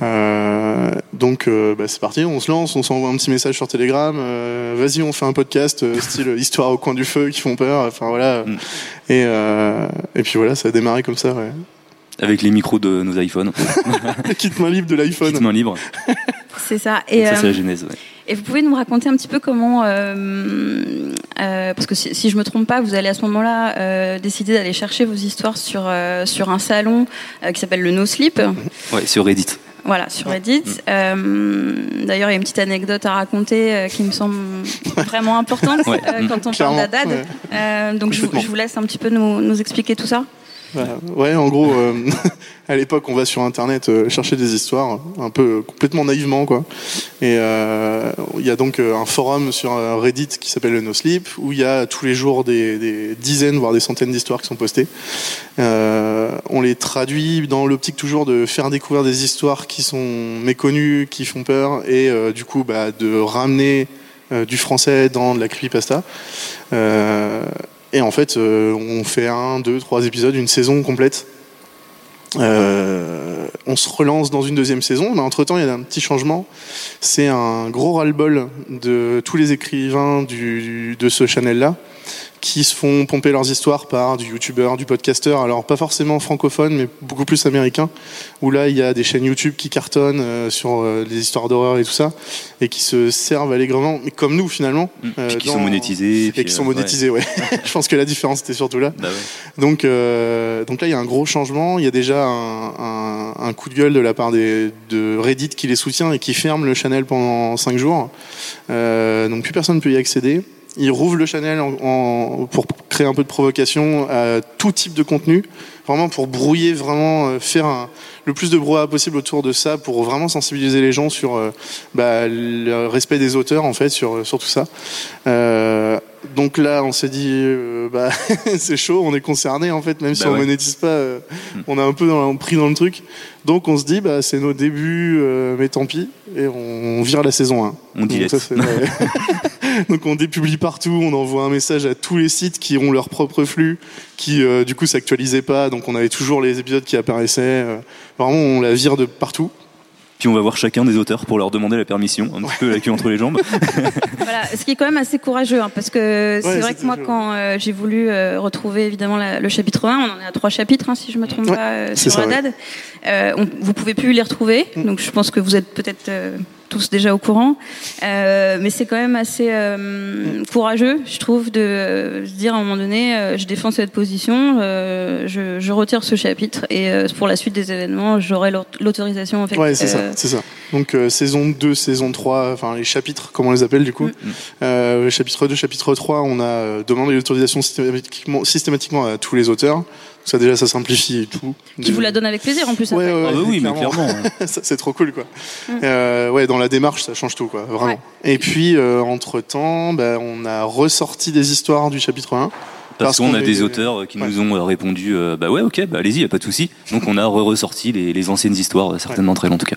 S2: Euh, donc euh, bah, c'est parti, on se lance, on s'envoie un petit message sur Telegram. euh, Vas-y, on fait un podcast euh, style histoire au coin du feu qui font peur. Enfin voilà.
S1: Mm.
S2: Et euh, et puis voilà, ça a démarré comme ça. Ouais.
S1: Avec les micros de nos iPhones.
S2: Quitte main libre de l'iPhone.
S1: Petite main libre.
S6: C'est ça. Et,
S1: ça, c'est
S6: euh,
S1: la genèse. ouais.
S6: et vous pouvez nous raconter un petit peu comment. euh, euh, parce que si, si je me trompe pas, vous allez à ce moment-là euh, décider d'aller chercher vos histoires sur, euh, sur un salon euh, qui s'appelle le No Sleep.
S1: Ouais, sur Reddit.
S6: Voilà, sur Reddit.
S2: Mm.
S6: Euh, D'ailleurs, il y a une petite anecdote à raconter euh, qui me semble vraiment importante
S1: Ouais.
S6: euh, quand
S2: Mm.
S6: on parle
S2: Clairement.
S6: d'Adad.
S2: ouais.
S6: Euh, donc, je, vous- je vous laisse un petit peu nous, nous expliquer tout ça.
S2: Voilà. Ouais, en gros, euh, à l'époque, on va sur Internet euh, chercher des histoires, un peu euh, complètement naïvement, quoi. Et euh, il y a donc euh, un forum sur euh, Reddit qui s'appelle le No Sleep, où il y a tous les jours des, des dizaines, voire des centaines d'histoires qui sont postées. Euh, on les traduit dans l'optique toujours de faire découvrir des histoires qui sont méconnues, qui font peur, et euh, du coup, bah, de ramener euh, du français dans de la creepypasta. Euh, et en fait, euh, on fait un, deux, trois épisodes, une saison complète. Euh, on se relance dans une deuxième saison, mais entre temps, il y a un petit changement. C'est un gros ras-le-bol de tous les écrivains du- de ce channel-là qui se font pomper leurs histoires par du youtubeur, du podcasteur, alors pas forcément francophone, mais beaucoup plus américain, où là il y a des chaînes YouTube qui cartonnent euh, sur euh, les histoires d'horreur et tout ça, et qui se servent allègrement, mais comme nous finalement, euh,
S1: Mm. Puis qui sont
S2: dans-
S1: monétisés.
S2: et
S1: puis,
S2: qui
S1: euh,
S2: sont
S1: ouais.
S2: monétisés, ouais. Je pense que la différence était surtout là.
S1: Bah ouais.
S2: Donc, euh, donc là, il y a un gros changement. Il y a déjà un, un- un coup de gueule de la part des, de Reddit qui les soutient et qui ferme le channel pendant 5 jours. Euh, donc plus personne ne peut y accéder. Ils rouvrent le channel en- en- pour créer un peu de provocation à tout type de contenu, vraiment pour brouiller, vraiment euh, faire un- le plus de brouhaha possible autour de ça, pour vraiment sensibiliser les gens sur euh, bah, le respect des auteurs, en fait, sur, sur tout ça. Euh, donc là, on s'est dit, euh, bah, c'est chaud, on est concerné en fait, même si
S1: Bah
S2: on
S1: ouais.
S2: monétise pas, euh,
S1: Mm.
S2: on a un peu dans, pris dans le truc. Donc on se dit, bah, c'est nos débuts, euh, mais tant pis, et on, vire la saison 1.
S1: On dilette.
S2: Donc, ça, c'est- ouais. Donc, on dépublie partout, on envoie un message à tous les sites qui ont leur propre flux, qui euh, du coup s'actualisaient pas, donc on avait toujours les épisodes qui apparaissaient. euh, vraiment, on la vire de partout.
S1: Puis on va voir chacun des auteurs pour leur demander la permission, un petit peu la queue entre les jambes.
S6: Voilà, ce qui est quand même assez courageux, hein, parce que c'est
S2: Ouais,
S6: vrai
S2: c'est
S6: que moi,
S2: toujours-
S6: quand euh, j'ai voulu euh, retrouver évidemment la- le chapitre 1, on en est à trois chapitres, hein, si je me trompe
S2: Ouais,
S6: pas, euh,
S2: c'est
S6: sur
S2: ça, ouais.
S6: Haddad, euh, on- vous pouvez plus les retrouver,
S2: Mm.
S6: donc je pense que vous êtes peut-être euh, tous déjà au courant, euh, mais c'est quand même assez
S2: Mm.
S6: euh, courageux, je trouve, de euh, se dire à un moment donné, euh, je défends cette position, euh, je, je retire ce chapitre, et euh, pour la suite des événements, j'aurai l'aut- l'autorisation en fait.
S2: Ouais, c'est ça,
S6: euh,
S2: c'est ça. Donc euh, saison 2, saison 3, enfin les chapitres, comment on les appelle du coup
S6: Mm.
S2: euh, Chapitre 2, chapitre 3, on a euh, demandé l'autorisation systématiquement, systématiquement à tous les auteurs. Ça déjà, ça simplifie et tout.
S6: Qui vous la donne avec plaisir en plus.
S2: Ouais,
S6: après.
S2: ouais,
S1: ah bah
S2: ouais,
S1: oui, mais clairement. hein. ouais.
S2: Ça, c'est trop cool quoi.
S6: Mm.
S2: Euh, ouais, dans la démarche, ça change tout quoi, vraiment.
S6: Ouais.
S2: Et puis entre temps, on a ressorti des histoires du chapitre 1.
S1: Parce, qu'on a des auteurs qui
S2: Ouais.
S1: nous ont euh, répondu euh, bah ouais, ok, bah allez-y, y a pas de souci. Donc on a ressorti les, les anciennes histoires, euh, certaines d'entre elles en tout cas.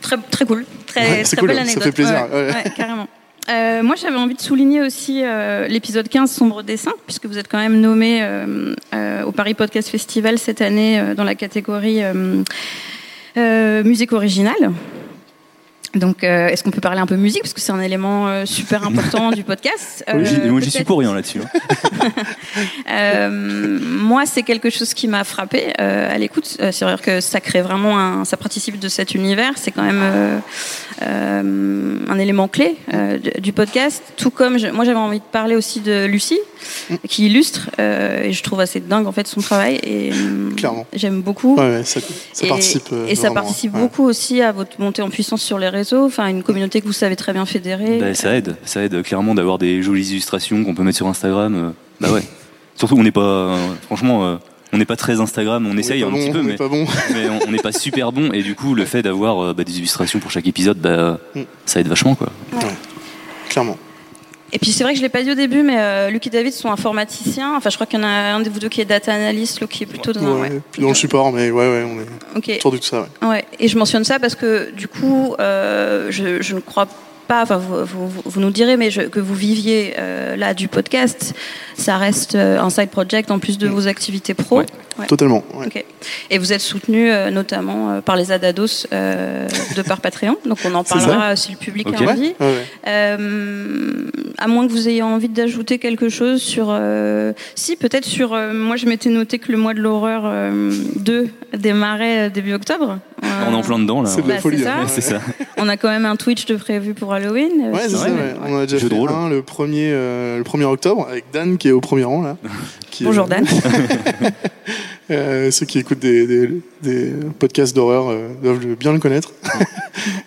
S6: Très, très cool. Très,
S2: Ouais, c'est
S6: très
S2: cool,
S6: belle
S2: ça
S6: anecdote.
S2: fait plaisir,
S6: Ouais,
S2: ouais.
S6: ouais, carrément. Euh, moi, j'avais envie de souligner aussi euh, l'épisode 15, Sombre Dessin, puisque vous êtes quand même nommé euh, euh, au Paris Podcast Festival cette année euh, dans la catégorie euh, euh, musique originale. Donc, euh, est-ce qu'on peut parler un peu musique Parce que c'est un élément euh, super important du podcast.
S1: Moi, j'y-
S6: Euh,
S1: moi, j'y suis
S6: peut-être-
S1: pour rien là-dessus. hein.
S6: euh, moi, c'est quelque chose qui m'a frappé à l'écoute. Euh, C'est vrai que ça crée vraiment un, ça participe de cet univers. C'est quand même euh, euh, un élément clé euh, d- du podcast. Tout comme je- moi, j'avais envie de parler aussi de Lucie, qui illustre euh, et je trouve assez dingue en fait son travail. Et euh,
S2: Clairement.
S6: j'aime beaucoup.
S2: Ouais, ouais, ça, ça
S6: et,
S2: participe. euh,
S6: et ça
S2: vraiment,
S6: participe
S2: ouais.
S6: beaucoup aussi à votre montée en puissance sur les réseaux, enfin une communauté que vous savez très bien fédérer.
S1: Bah, ça aide, ça aide euh, clairement d'avoir des jolies illustrations qu'on peut mettre sur Instagram. euh, Bah ouais. Surtout, on n'est pas, euh, franchement, euh, on n'est pas très Instagram, on,
S2: On est
S1: essaye
S2: pas
S1: un
S2: bon,
S1: petit peu,
S2: on est
S1: mais,
S2: pas bon.
S1: mais on on n'est pas super bon. Et du coup, le fait d'avoir euh, bah, des illustrations pour chaque épisode, bah,
S2: Mm.
S1: ça aide vachement quoi.
S2: Clairement.
S6: Et puis c'est vrai que je l'ai pas dit au début, mais euh, Luc et David sont informaticiens. Enfin, je crois qu'il y en a un de vous deux qui est data analyst, l'autre qui est plutôt dans.
S2: Ouais,
S6: ouais.
S2: Dans le support, mais ouais, ouais, on est
S6: Ok.
S2: autour de tout ça. ouais.
S6: Ouais, et je mentionne ça parce que du coup, euh, je, je ne crois pas, enfin vous, vous, vous nous direz, mais je- que vous viviez euh, là du podcast, ça reste euh, un side project en plus de vos activités pro.
S9: Ouais.
S6: Ouais.
S2: Totalement. ouais.
S6: Ok. Et vous êtes soutenu euh, notamment euh, par les Adados euh, de par Patreon, donc on en
S2: C'est ça.
S6: parlera euh, si le public
S1: Ok.
S6: a
S2: Ouais,
S6: envie.
S2: ouais, ouais.
S6: Euh, à moins que vous ayez envie d'ajouter quelque chose sur. euh, si, peut-être sur. euh, moi, je m'étais noté que le mois de l'horreur euh, 2 démarrait euh, début octobre. Euh,
S1: On est en plein dedans, là.
S2: C'est de
S6: bah,
S2: la folie.
S6: c'est ça.
S2: hein.
S1: Ouais, c'est ça.
S6: on a quand même un Twitch de prévu pour Halloween. euh,
S2: Ouais, c'est
S6: si-
S2: ça,
S1: vrai,
S2: ouais. On a déjà
S1: Jeu
S2: fait
S1: de rôle.
S2: un le 1er euh, le 1er octobre avec Dan qui est au premier rang là. Qui,
S6: Bonjour
S2: euh,
S6: Dan.
S2: euh, ceux qui écoutent des, des- des podcasts d'horreur euh, doivent le- bien le connaître.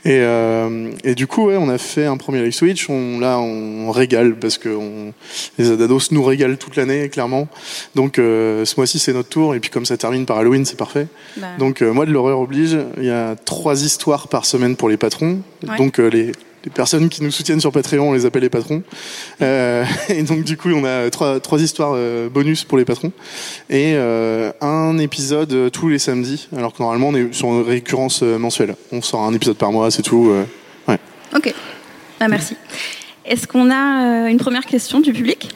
S2: et, euh, et du coup, ouais, on a fait un premier live Switch. On, là, on régale parce que on- les Adados nous régalent toute l'année, clairement. Donc euh, ce mois-ci, c'est notre tour. Et puis comme ça termine par Halloween, c'est parfait.
S6: Bah,
S2: Donc euh, moi de l'horreur oblige, il y a trois histoires par semaine pour les patrons.
S6: Ouais.
S2: Donc euh, les, les personnes qui nous soutiennent sur Patreon, on les appelle les patrons. Euh, et donc du coup on a trois, trois histoires euh, bonus pour les patrons et euh, un épisode euh, tous les samedis. Alors que normalement on est sur une récurrence euh, mensuelle. On sort un épisode par mois, c'est tout. euh.
S6: ok. Ah, merci. Est-ce qu'on a euh, une première question du public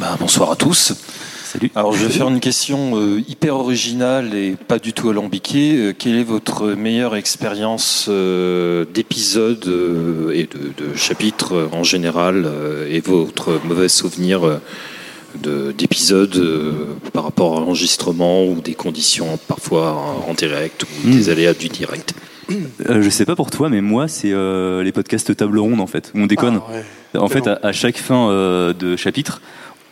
S1: Bah, bonsoir à tous. Salut.
S10: Alors je vais faire une question euh, hyper originale et pas du tout alambiquée. Euh, quelle est votre meilleure expérience euh, d'épisode euh, et de, de chapitre euh, en général euh, et votre mauvais souvenir euh, de- d'épisode euh, par rapport à l'enregistrement ou des conditions parfois euh, en- en direct ou
S1: Mm.
S10: des aléas du direct
S1: Euh, je sais pas pour toi, mais moi, c'est euh, les podcasts table ronde, en fait, où on déconne.
S2: Ah, ouais.
S1: en fait, à, à chaque fin euh, de chapitre,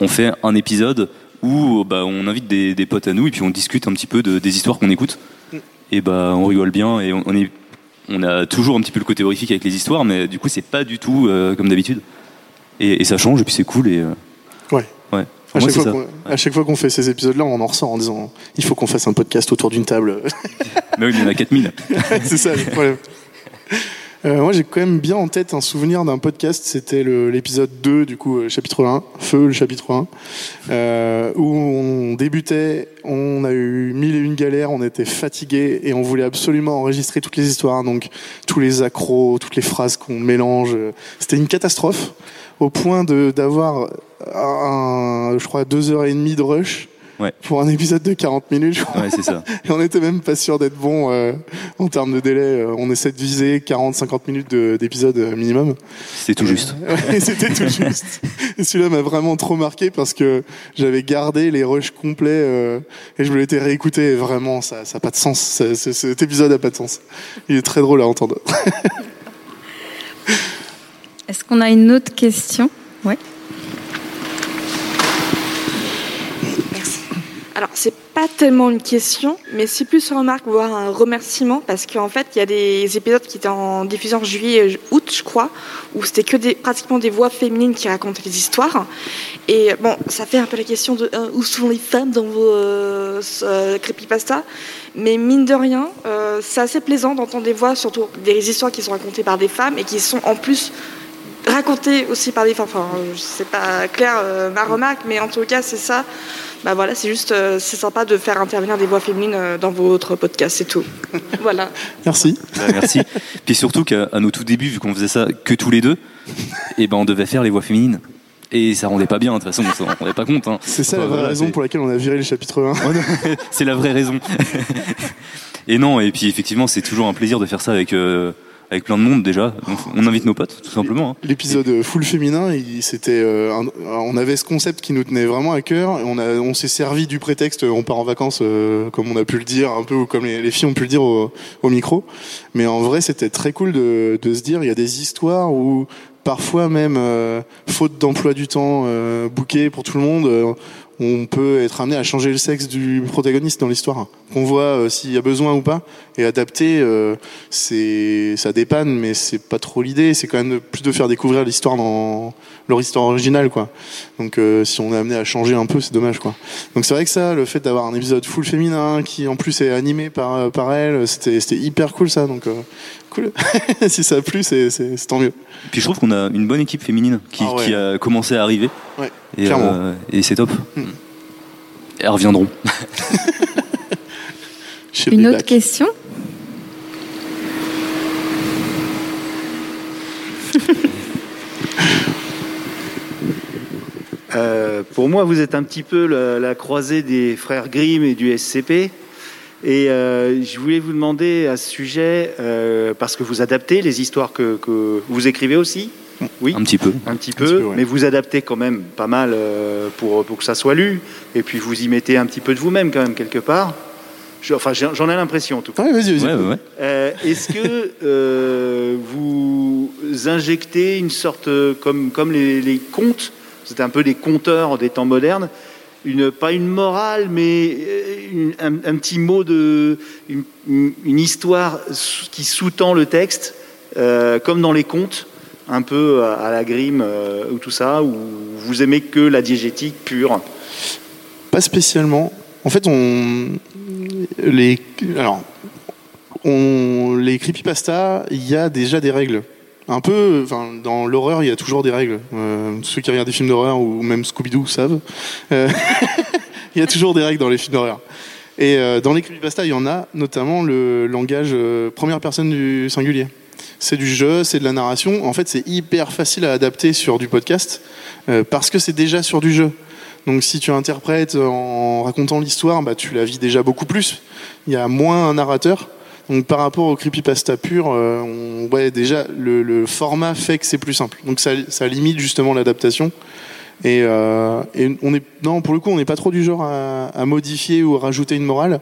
S1: on fait un épisode où euh, bah, on invite des, des potes à nous et puis on discute un petit peu de- des histoires qu'on écoute.
S2: Mm.
S1: Et bah, on rigole bien et on, on est, on a toujours un petit peu le côté horrifique avec les histoires, mais du coup, c'est pas du tout euh, comme d'habitude. Et, et ça change et puis c'est cool. Et, euh,
S2: Ouais.
S1: Ouais.
S2: À chaque,
S1: Moi, c'est
S2: fois
S1: ça.
S2: qu'on, à chaque fois qu'on fait ces épisodes-là, on en ressort en disant il faut qu'on fasse un podcast autour d'une table.
S1: Mais Bah oui, mais il y en a 4000.
S2: c'est ça le problème. Euh, moi, j'ai quand même bien en tête un souvenir d'un podcast. C'était le- l'épisode 2, du coup, euh, chapitre 1, Feu, le chapitre 1, euh, où on débutait, on a eu mille et une galères, on était fatigué et on voulait absolument enregistrer toutes les histoires. Donc, tous les accros, toutes les phrases qu'on mélange, euh, c'était une catastrophe au point de d'avoir un, je crois, deux heures et demie de rush
S1: Ouais.
S2: pour un épisode de 40 minutes. je crois.
S1: Ouais, c'est ça.
S2: Et on n'était même pas sûr d'être bon euh, en termes de délai. Euh, on essaie de viser 40-50 minutes de- d'épisode euh, minimum.
S1: C'est tout juste.
S2: Ouais, C'était tout juste. Et celui-là m'a vraiment trop marqué parce que j'avais gardé les rushs complets euh, et je me l'étais réécouté. Et vraiment, ça n'a pas de sens. Ça- ce- cet épisode n'a pas de sens. Il est très drôle à entendre.
S6: Est-ce qu'on a une autre question Ouais.
S11: Merci. Alors, c'est pas tellement une question, mais c'est plus une remarque, voire un remerciement, parce qu'en fait, il y a des épisodes qui étaient en diffusion en juillet, euh, août, je crois, où c'était que des, pratiquement des voix féminines qui racontaient les histoires. Et bon, ça fait un peu la question de euh, où sont les femmes dans vos euh, euh, creepypasta, mais mine de rien, euh, c'est assez plaisant d'entendre des voix, surtout des histoires qui sont racontées par des femmes et qui sont en plus racontées aussi par des femmes. Enfin, euh, c'est pas clair euh, ma remarque, mais en tout cas, c'est ça. Bah voilà, c'est juste, euh, c'est sympa de faire intervenir des voix féminines euh, dans votre podcast, c'est tout. voilà.
S2: Merci.
S1: Ouais, Bah, merci. Puis surtout qu'à à nos tout débuts, vu qu'on faisait ça que tous les deux, et ben on devait faire les voix féminines. Et ça rendait pas bien, de toute façon, on s'en rendait pas compte. hein.
S2: C'est ça la
S1: Bah,
S2: vraie
S1: voilà,
S2: raison
S1: c'est-
S2: pour laquelle on a viré le chapitre 1.
S1: C'est la vraie raison. et non, et puis effectivement, c'est toujours un plaisir de faire ça avec, euh, avec plein de monde déjà. Donc, on invite nos potes, tout simplement. hein.
S2: L'épisode euh, full féminin, il- c'était, euh, un- on avait ce concept qui nous tenait vraiment à cœur. et On, a- on s'est servi du prétexte, euh, on part en vacances, euh, comme on a pu le dire un peu, ou comme les, les filles ont pu le dire au, au micro. Mais en vrai, c'était très cool de, de se dire, il y a des histoires où parfois même euh, faute d'emploi du temps euh, bouquet pour tout le monde, euh, on peut être amené à changer le sexe du protagoniste dans l'histoire. Qu'on voit euh, s'il y a besoin ou pas et adapter, euh, c'est ça dépanne, mais c'est pas trop l'idée. C'est quand même de- plus de faire découvrir l'histoire dans leur histoire originale, quoi. Donc euh, si on est amené à changer un peu, c'est dommage, quoi. Donc c'est vrai que ça, le fait d'avoir un épisode full féminin qui en plus est animé par euh, par elle, c'était c'était hyper cool ça. Donc euh, cool. si ça a plu, c'est c'est c'est tant mieux.
S1: Puis je trouve qu'on a une bonne équipe féminine qui,
S2: Ah ouais.
S1: qui a commencé à arriver.
S2: Ouais,
S1: et
S2: clairement.
S1: euh, et c'est top.
S2: Mm.
S1: Elles reviendront.
S6: Une autre question
S12: Euh, pour moi, vous êtes un petit peu la, la croisée des frères Grimm et du SCP. Et euh, je voulais vous demander à ce sujet, euh, parce que vous adaptez les histoires que, que vous écrivez aussi. Oui,
S1: Un petit peu.
S12: un petit peu, mais vous adaptez quand même pas mal euh, pour, pour que ça soit lu. Et puis vous y mettez un petit peu de vous-même quand même quelque part. Je- enfin, j'ai- j'en ai l'impression en tout cas.
S1: Ouais, ouais, ouais.
S12: Euh, Est-ce que euh, vous injectez une sorte, euh, comme, comme les, les contes, vous êtes un peu des conteurs des temps modernes, une, pas une morale, mais euh, une- un, un petit mot de. une, une- une histoire sous- qui sous-tend le texte, euh, comme dans les contes, un peu à, à la grime euh, ou tout ça, où vous aimez que la diégétique pure
S2: Pas spécialement. En fait, on les alors on les creepypasta, il y a déjà des règles. Un peu, enfin, dans l'horreur, il y a toujours des règles. Euh, ceux qui regardent des films d'horreur ou même Scooby-Doo savent. Euh, il y a toujours des règles dans les films d'horreur. Et euh, dans les creepypasta, il y en a notamment le langage euh, première personne du singulier. C'est du jeu, c'est de la narration. En fait, c'est hyper facile à adapter sur du podcast euh, parce que c'est déjà sur du jeu. Donc, si tu interprètes en racontant l'histoire, bah, tu la vis déjà beaucoup plus. Il y a moins un narrateur. Donc, par rapport au creepypasta pur, euh, on- ouais, déjà, le, le format fait que c'est plus simple. Donc, ça, ça limite justement l'adaptation. Et, euh, et on est, non, pour le coup, on n'est pas trop du genre à, à modifier ou à rajouter une morale.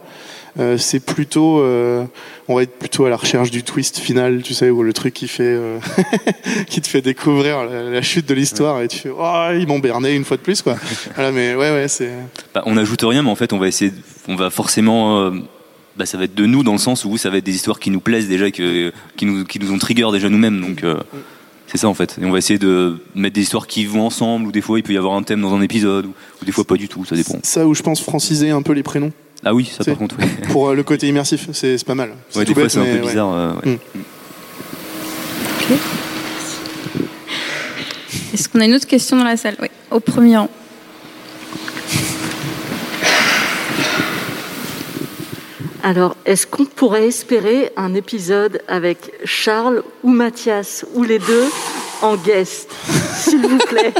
S2: Euh, c'est plutôt, euh, on va être plutôt à la recherche du twist final, tu sais, ou le truc qui fait, euh, qui te fait découvrir la, la chute de l'histoire et tu fais, oh, ils m'ont berné une fois de plus, quoi. voilà, mais ouais, ouais, c'est.
S1: Bah, on n'ajoute rien, mais en fait, on va essayer. de- On va forcément. euh, bah, ça va être de nous dans le sens où ça va être des histoires qui nous plaisent déjà, que, qui, nous, qui nous ont trigger déjà nous-mêmes. Donc, euh, c'est ça en fait. Et on va essayer de mettre des histoires qui vont ensemble, ou des fois il peut y avoir un thème dans un épisode, ou, ou des fois pas du tout, ça dépend.
S2: Ça où je pense franciser un peu les prénoms.
S1: Ah oui, ça
S2: C'est-
S1: par contre, oui.
S2: Pour euh, le côté immersif, c'est c'est pas mal.
S1: Ouais, des
S2: tout
S1: fois
S2: bête,
S1: c'est un
S2: mais
S1: peu
S2: ouais. Hmm.
S1: bizarre. euh, ouais.
S6: Est-ce qu'on a une autre question dans la salle Oui, au premier rang.
S13: Alors, est-ce qu'on pourrait espérer un épisode avec Charles ou Mathias, ou les deux, en guest S'il vous plaît.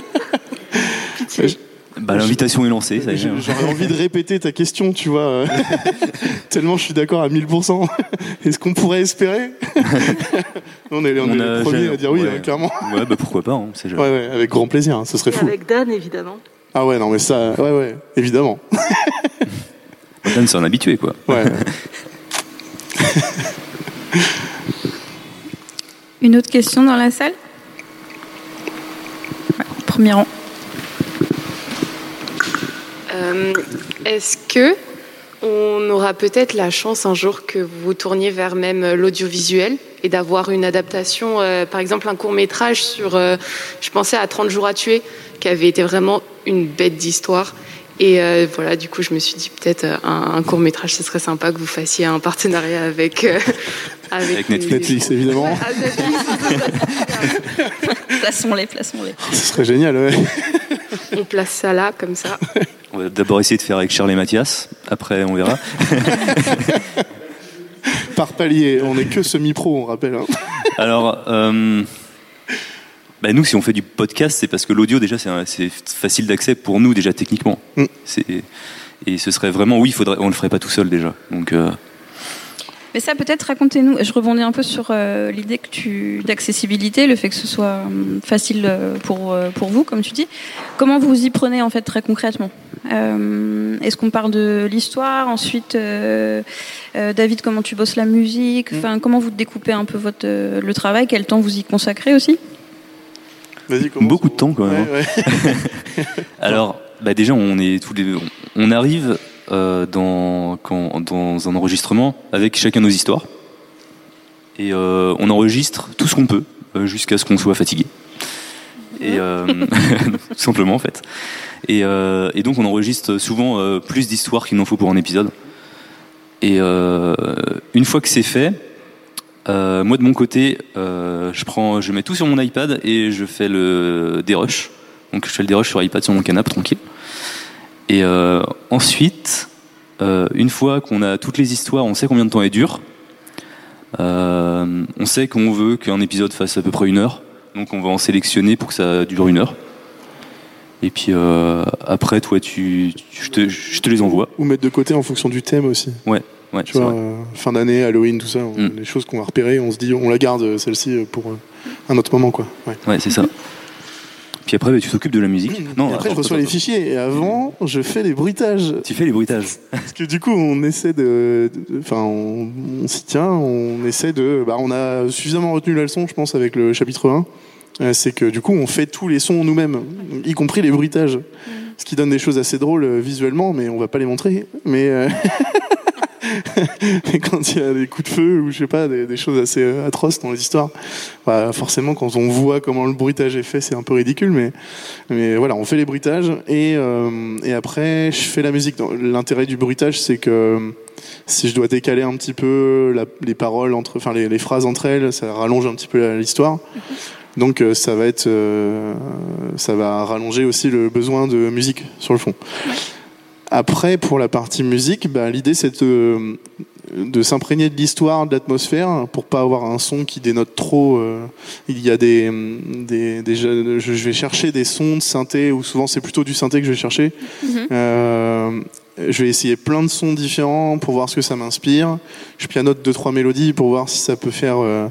S1: Bah, L'invitation est lancée, ça y est. hein.
S2: J'ai- J'aurais envie de répéter ta question, tu vois. euh, Tellement je suis d'accord à 1000%. Est-ce qu'on pourrait espérer On est, on est
S1: a
S2: les premiers
S1: jamais-
S2: à dire oui,
S1: ouais.
S2: hein, clairement.
S1: Ouais, bah pourquoi pas, hein, c'est
S2: Ouais, ouais, avec grand plaisir, hein, ce serait
S13: Et
S2: fou.
S13: avec Dan, évidemment.
S2: Ah ouais, non, mais ça, ouais, ouais, évidemment.
S1: Dan, c'est un habitué, quoi.
S2: Ouais.
S6: Une autre question dans la salle Ouais, au Premier rang.
S14: Euh, Est-ce que on aura peut-être la chance un jour que vous vous tourniez vers même euh, l'audiovisuel et d'avoir une adaptation, euh, par exemple un court métrage sur, euh, je pensais à 30 jours à tuer, qui avait été vraiment une bête d'histoire. Et euh, voilà, du coup, je me suis dit peut-être euh, un, court métrage, ce serait sympa que vous fassiez un partenariat avec euh, avec,
S2: Avec Netflix. Netflix, évidemment.
S14: Ouais, avec Netflix.
S6: plaçons-les, plaçons-les.
S2: Ce serait génial, ouais.
S14: On place ça là, comme ça.
S1: On va d'abord essayer de faire avec Charles et Mathias, après on verra.
S2: Par palier, on est que semi-pro, on rappelle. hein.
S1: Alors, euh, bah, nous, si on fait du podcast, c'est parce que l'audio, déjà, c'est un- c'est facile d'accès pour nous, déjà, techniquement.
S2: Mm.
S1: C'est- Et ce serait vraiment, oui, faudrait, on le ferait pas tout seul, déjà. Donc, euh,
S6: Mais ça, peut-être, racontez-nous. Je rebondis un peu sur euh, l'idée que tu d'accessibilité, le fait que ce soit hum, facile euh, pour euh, pour vous, comme tu dis. Comment vous y prenez en fait très concrètement Euh, Est-ce qu'on parle de l'histoire Ensuite, euh, euh, David, comment tu bosses la musique Enfin, comment vous découpez un peu votre euh, le travail Quel temps vous y consacrez aussi
S1: Beaucoup de temps quand même.
S2: Ouais,
S1: hein. Alors, bah, déjà, on est tous les deux. On arrive euh, dans, quand- dans un enregistrement avec chacun nos histoires. Et euh, on enregistre tout ce qu'on peut euh, jusqu'à ce qu'on soit fatigué. Et euh, tout simplement en fait. Et, euh, et donc on enregistre souvent euh, plus d'histoires qu'il n'en faut pour un épisode. Et euh, une fois que c'est fait, euh, moi de mon côté, euh, je prends, je mets tout sur mon iPad et je fais le dérush. Donc je fais le dérush sur iPad sur mon canapé tranquille. Et euh, ensuite, euh, une fois qu'on a toutes les histoires, on sait combien de temps est dur. Euh, on sait qu'on veut qu'un épisode fasse à peu près une heure, donc on va en sélectionner pour que ça dure une heure. Et puis euh, après, toi, tu, tu- je, te, je te les envoie.
S2: Ou mettre de côté en fonction du thème aussi.
S1: Ouais, ouais.
S2: Tu
S1: c'est
S2: vois,
S1: vrai. Mm.
S2: euh, fin d'année, Halloween, tout ça, on- les choses qu'on va repérer, on se dit, on la garde euh, celle-ci euh, pour euh, un autre moment, quoi. Ouais.
S1: Ouais, c'est ça. Puis après, bah, tu t'occupes de la musique. Non,
S2: Et après, je
S1: attends,
S2: reçois
S1: attends,
S2: les fichiers et avant, je fais les bruitages.
S1: Tu fais les bruitages.
S2: Parce que du coup, on essaie de. de- Enfin, on, on s'y tient, on essaie de. Bah, on a suffisamment retenu la leçon, je pense, avec le chapitre 1. Euh, C'est que du coup, on fait tous les sons nous-mêmes, y compris les bruitages. Ce qui donne des choses assez drôles euh, visuellement, mais on va pas les montrer. Mais. euh, mais quand il y a des coups de feu ou je sais pas des, des choses assez euh, atroces dans les histoires, bah, forcément quand on voit comment le bruitage est fait, c'est un peu ridicule, mais mais voilà, on fait les bruitages et euh, et après je fais la musique. Dans- L'intérêt du bruitage, c'est que si je dois décaler un petit peu la- les paroles entre, enfin les, les phrases entre elles, ça rallonge un petit peu la- l'histoire. Donc euh, ça va être, euh, ça va rallonger aussi le besoin de musique sur le fond. Après, pour la partie musique, bah, l'idée c'est de, de s'imprégner de l'histoire, de l'atmosphère, pour pas avoir un son qui dénote trop. euh. il y a des, des, des- je, je vais chercher des sons de synthé, ou souvent c'est plutôt du synthé que je vais chercher.
S15: Mhm.
S2: Euh, je vais essayer plein de sons différents pour voir ce que ça m'inspire. Je pianote deux trois mélodies pour voir si ça peut faire euh,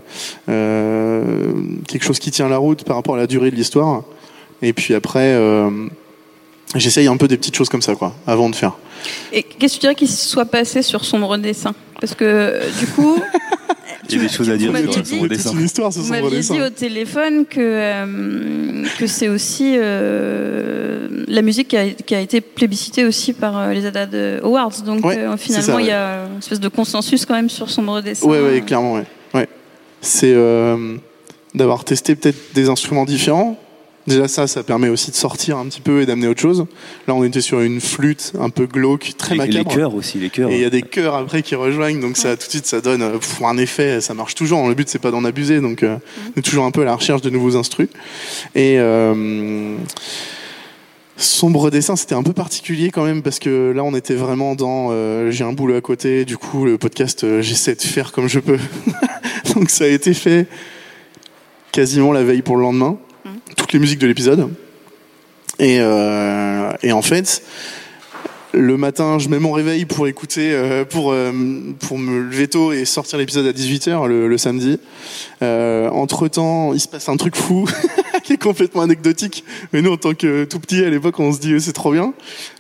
S2: euh, quelque chose qui tient la route par rapport à la durée de l'histoire. Et puis après, euh, j'essaye un peu des petites choses comme ça, quoi, avant de faire.
S6: Et qu'est-ce que tu dirais qu'il se soit passé sur Sombre Dessin Parce que euh, du coup,
S1: Il y a des choses à dire
S6: m'avez
S1: sur
S6: dit-
S1: son dessin.
S2: C'est une histoire, ce
S6: vous
S2: sombre
S6: m'aviez
S2: dessin.
S6: dit au téléphone que, euh, que c'est aussi euh, la musique qui a, qui a été plébiscitée aussi par euh, les Haddad Awards. Donc euh, finalement,
S2: ça, ouais.
S6: il y a une espèce de consensus quand même sur Sombre Dessin.
S2: Ouais, ouais, clairement, ouais. ouais. C'est euh, d'avoir testé peut-être des instruments différents. Déjà ça, ça permet aussi de sortir un petit peu et d'amener autre chose. Là, on était sur une flûte un peu glauque, très
S1: Et les
S2: macabre.
S1: chœurs aussi, les hein. chœurs.
S2: Et il y a des chœurs après qui rejoignent, donc ça tout de suite ça donne euh, pff, un effet, ça marche toujours. hein. Le but c'est pas d'en abuser, donc euh, on est toujours un peu à la recherche de nouveaux instrus. Et euh, Sombre dessin, c'était un peu particulier quand même parce que là on était vraiment dans euh, j'ai un boulot à côté, du coup le podcast euh, j'essaie de faire comme je peux. donc ça a été fait quasiment la veille pour le lendemain, toutes les musiques de l'épisode. Et, euh, et en fait, le matin, je mets mon réveil pour écouter, euh, pour, euh, pour me lever tôt et sortir l'épisode à 18h le, le samedi. Euh, entre temps, il se passe un truc fou qui est complètement anecdotique. Mais nous, en tant que tout petit à l'époque, on se dit euh, c'est trop bien.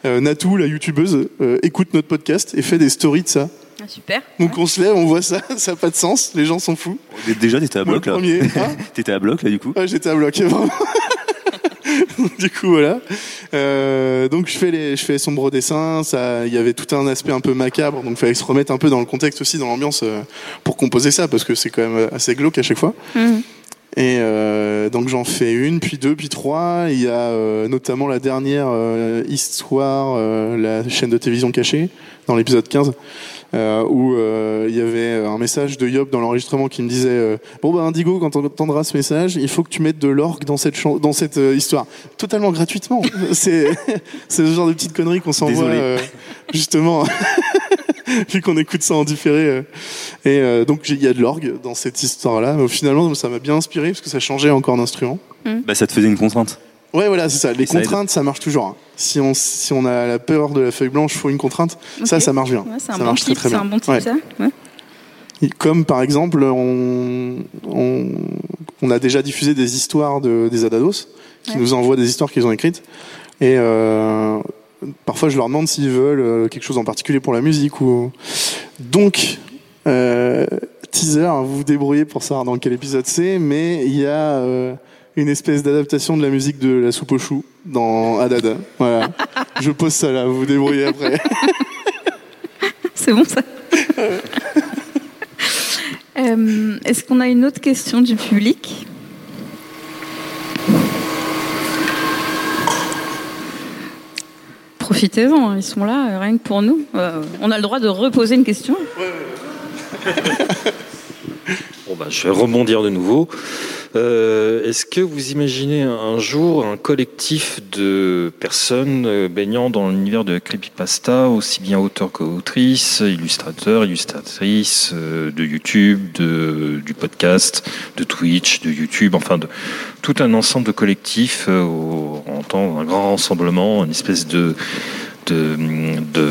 S2: Euh, Natou, la youtubeuse, euh, écoute notre podcast et fait des stories de ça.
S6: Ah, super.
S2: Donc on se lève, on voit ça, ça n'a pas de sens, les gens sont fous.
S1: Dé- Déjà, t'étais à
S2: Moi,
S1: bloc
S2: le
S1: là.
S2: premier, hein.
S1: T'étais à bloc là du coup.
S2: Ouais, j'étais à bloc, vraiment. du coup, voilà. Euh, donc, je fais, les, je fais sombre dessin. Ça, il y avait tout un aspect un peu macabre. Donc, il fallait se remettre un peu dans le contexte aussi, dans l'ambiance, euh, pour composer ça, parce que c'est quand même euh, assez glauque à chaque fois. Et euh, donc j'en fais une, puis deux, puis trois. Il y a euh, notamment la dernière euh, histoire, euh, la chaîne de télévision cachée, dans l'épisode 15, euh, où euh, il y avait un message de Yop dans l'enregistrement qui me disait euh, Bon bah Indigo, quand on entendra ce message, il faut que tu mettes de l'orgue dans cette, chan- dans cette euh, histoire. » Totalement gratuitement. C'est c'est ce genre de petite connerie qu'on s'envoie,
S15: Désolé.
S2: euh, justement... vu qu'on écoute ça en différé. euh. Et euh, donc j'ai- il y a de l'orgue dans cette histoire-là. Mais Finalement, ça m'a bien inspiré parce que ça changeait encore d'instrument.
S1: Bah, ça te faisait une contrainte.
S2: Ouais, voilà, c'est ça. Les
S1: Et ça aide.
S2: contraintes, ça marche toujours. hein. Si on, si on a la peur de la feuille blanche, faut une contrainte. Ça,
S6: Ok.
S2: ça marche bien.
S6: Ouais, c'est
S2: ça
S6: un, bon
S2: marche
S6: type,
S2: très très
S6: c'est
S2: bien.
S6: un bon type,
S2: Ouais.
S6: ça. Ouais.
S2: Et Comme par exemple, on, on, on a déjà diffusé des histoires de, des Adados qui nous envoient des histoires qu'ils ont écrites. Et euh, parfois, je leur demande s'ils veulent euh, quelque chose en particulier pour la musique. Ou... Donc, hein, euh, teaser, vous vous débrouillez pour savoir dans quel épisode c'est, mais il y a euh, une espèce d'adaptation de la musique de la soupe aux choux dans Adada. Voilà. Je pose ça là, vous vous débrouillez après.
S6: C'est bon ça Euh, Est-ce qu'on a une autre question du public Profitez-en, ils sont là, euh, rien que pour nous. Euh, on a le droit de reposer une question.
S10: Bon, bah, je vais rebondir de nouveau. Euh, Est-ce que vous imaginez un jour un collectif de personnes euh, baignant dans l'univers de la creepypasta, aussi bien auteurs qu'autrices, illustrateurs, illustratrices, euh, de YouTube, de, du podcast, de Twitch, de YouTube, enfin de tout un ensemble de collectifs euh, au- en tant un grand rassemblement, une espèce de, de, de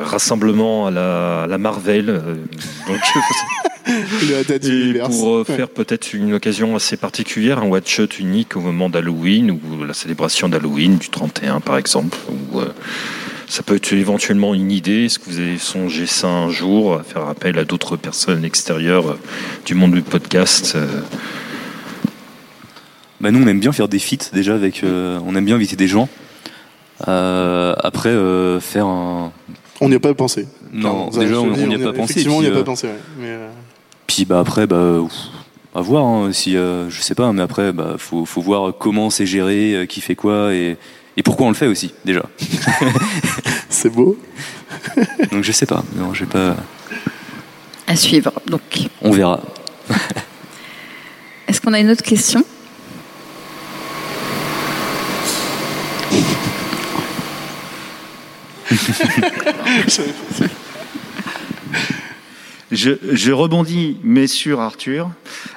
S10: rassemblement à la, à la Marvel. euh, donc, et pour euh, faire peut-être une occasion assez particulière, un one shot unique au moment d'Halloween ou la célébration d'Halloween du 31 par exemple. Ou euh, ça peut être éventuellement une idée. Est-ce que vous avez songé ça un jour, à faire appel à d'autres personnes extérieures euh, du monde du podcast euh,
S1: Bah nous on aime bien faire des feats déjà avec, euh, on aime bien inviter des gens. Euh, après euh, faire un,
S2: On n'y a pas pensé.
S1: Non,
S2: Clairement, ça,
S1: déjà
S2: je te
S1: on
S2: dis,
S1: n'y a
S2: on y
S1: pas
S2: a-
S1: pensé.
S2: effectivement, on
S1: puis,
S2: n'y a pas
S1: euh,
S2: pensé, ouais. Mais, euh,
S1: Puis bah après bah ouf, à voir hein, si euh, je sais pas, mais après bah faut faut voir comment c'est géré, euh, qui fait quoi et et pourquoi on le fait aussi déjà.
S2: c'est beau.
S1: Donc je sais pas, non j'ai pas,
S6: À suivre, donc.
S1: on verra.
S6: Est-ce qu'on a une autre question
S12: Je, je rebondis, mais sur Arthur.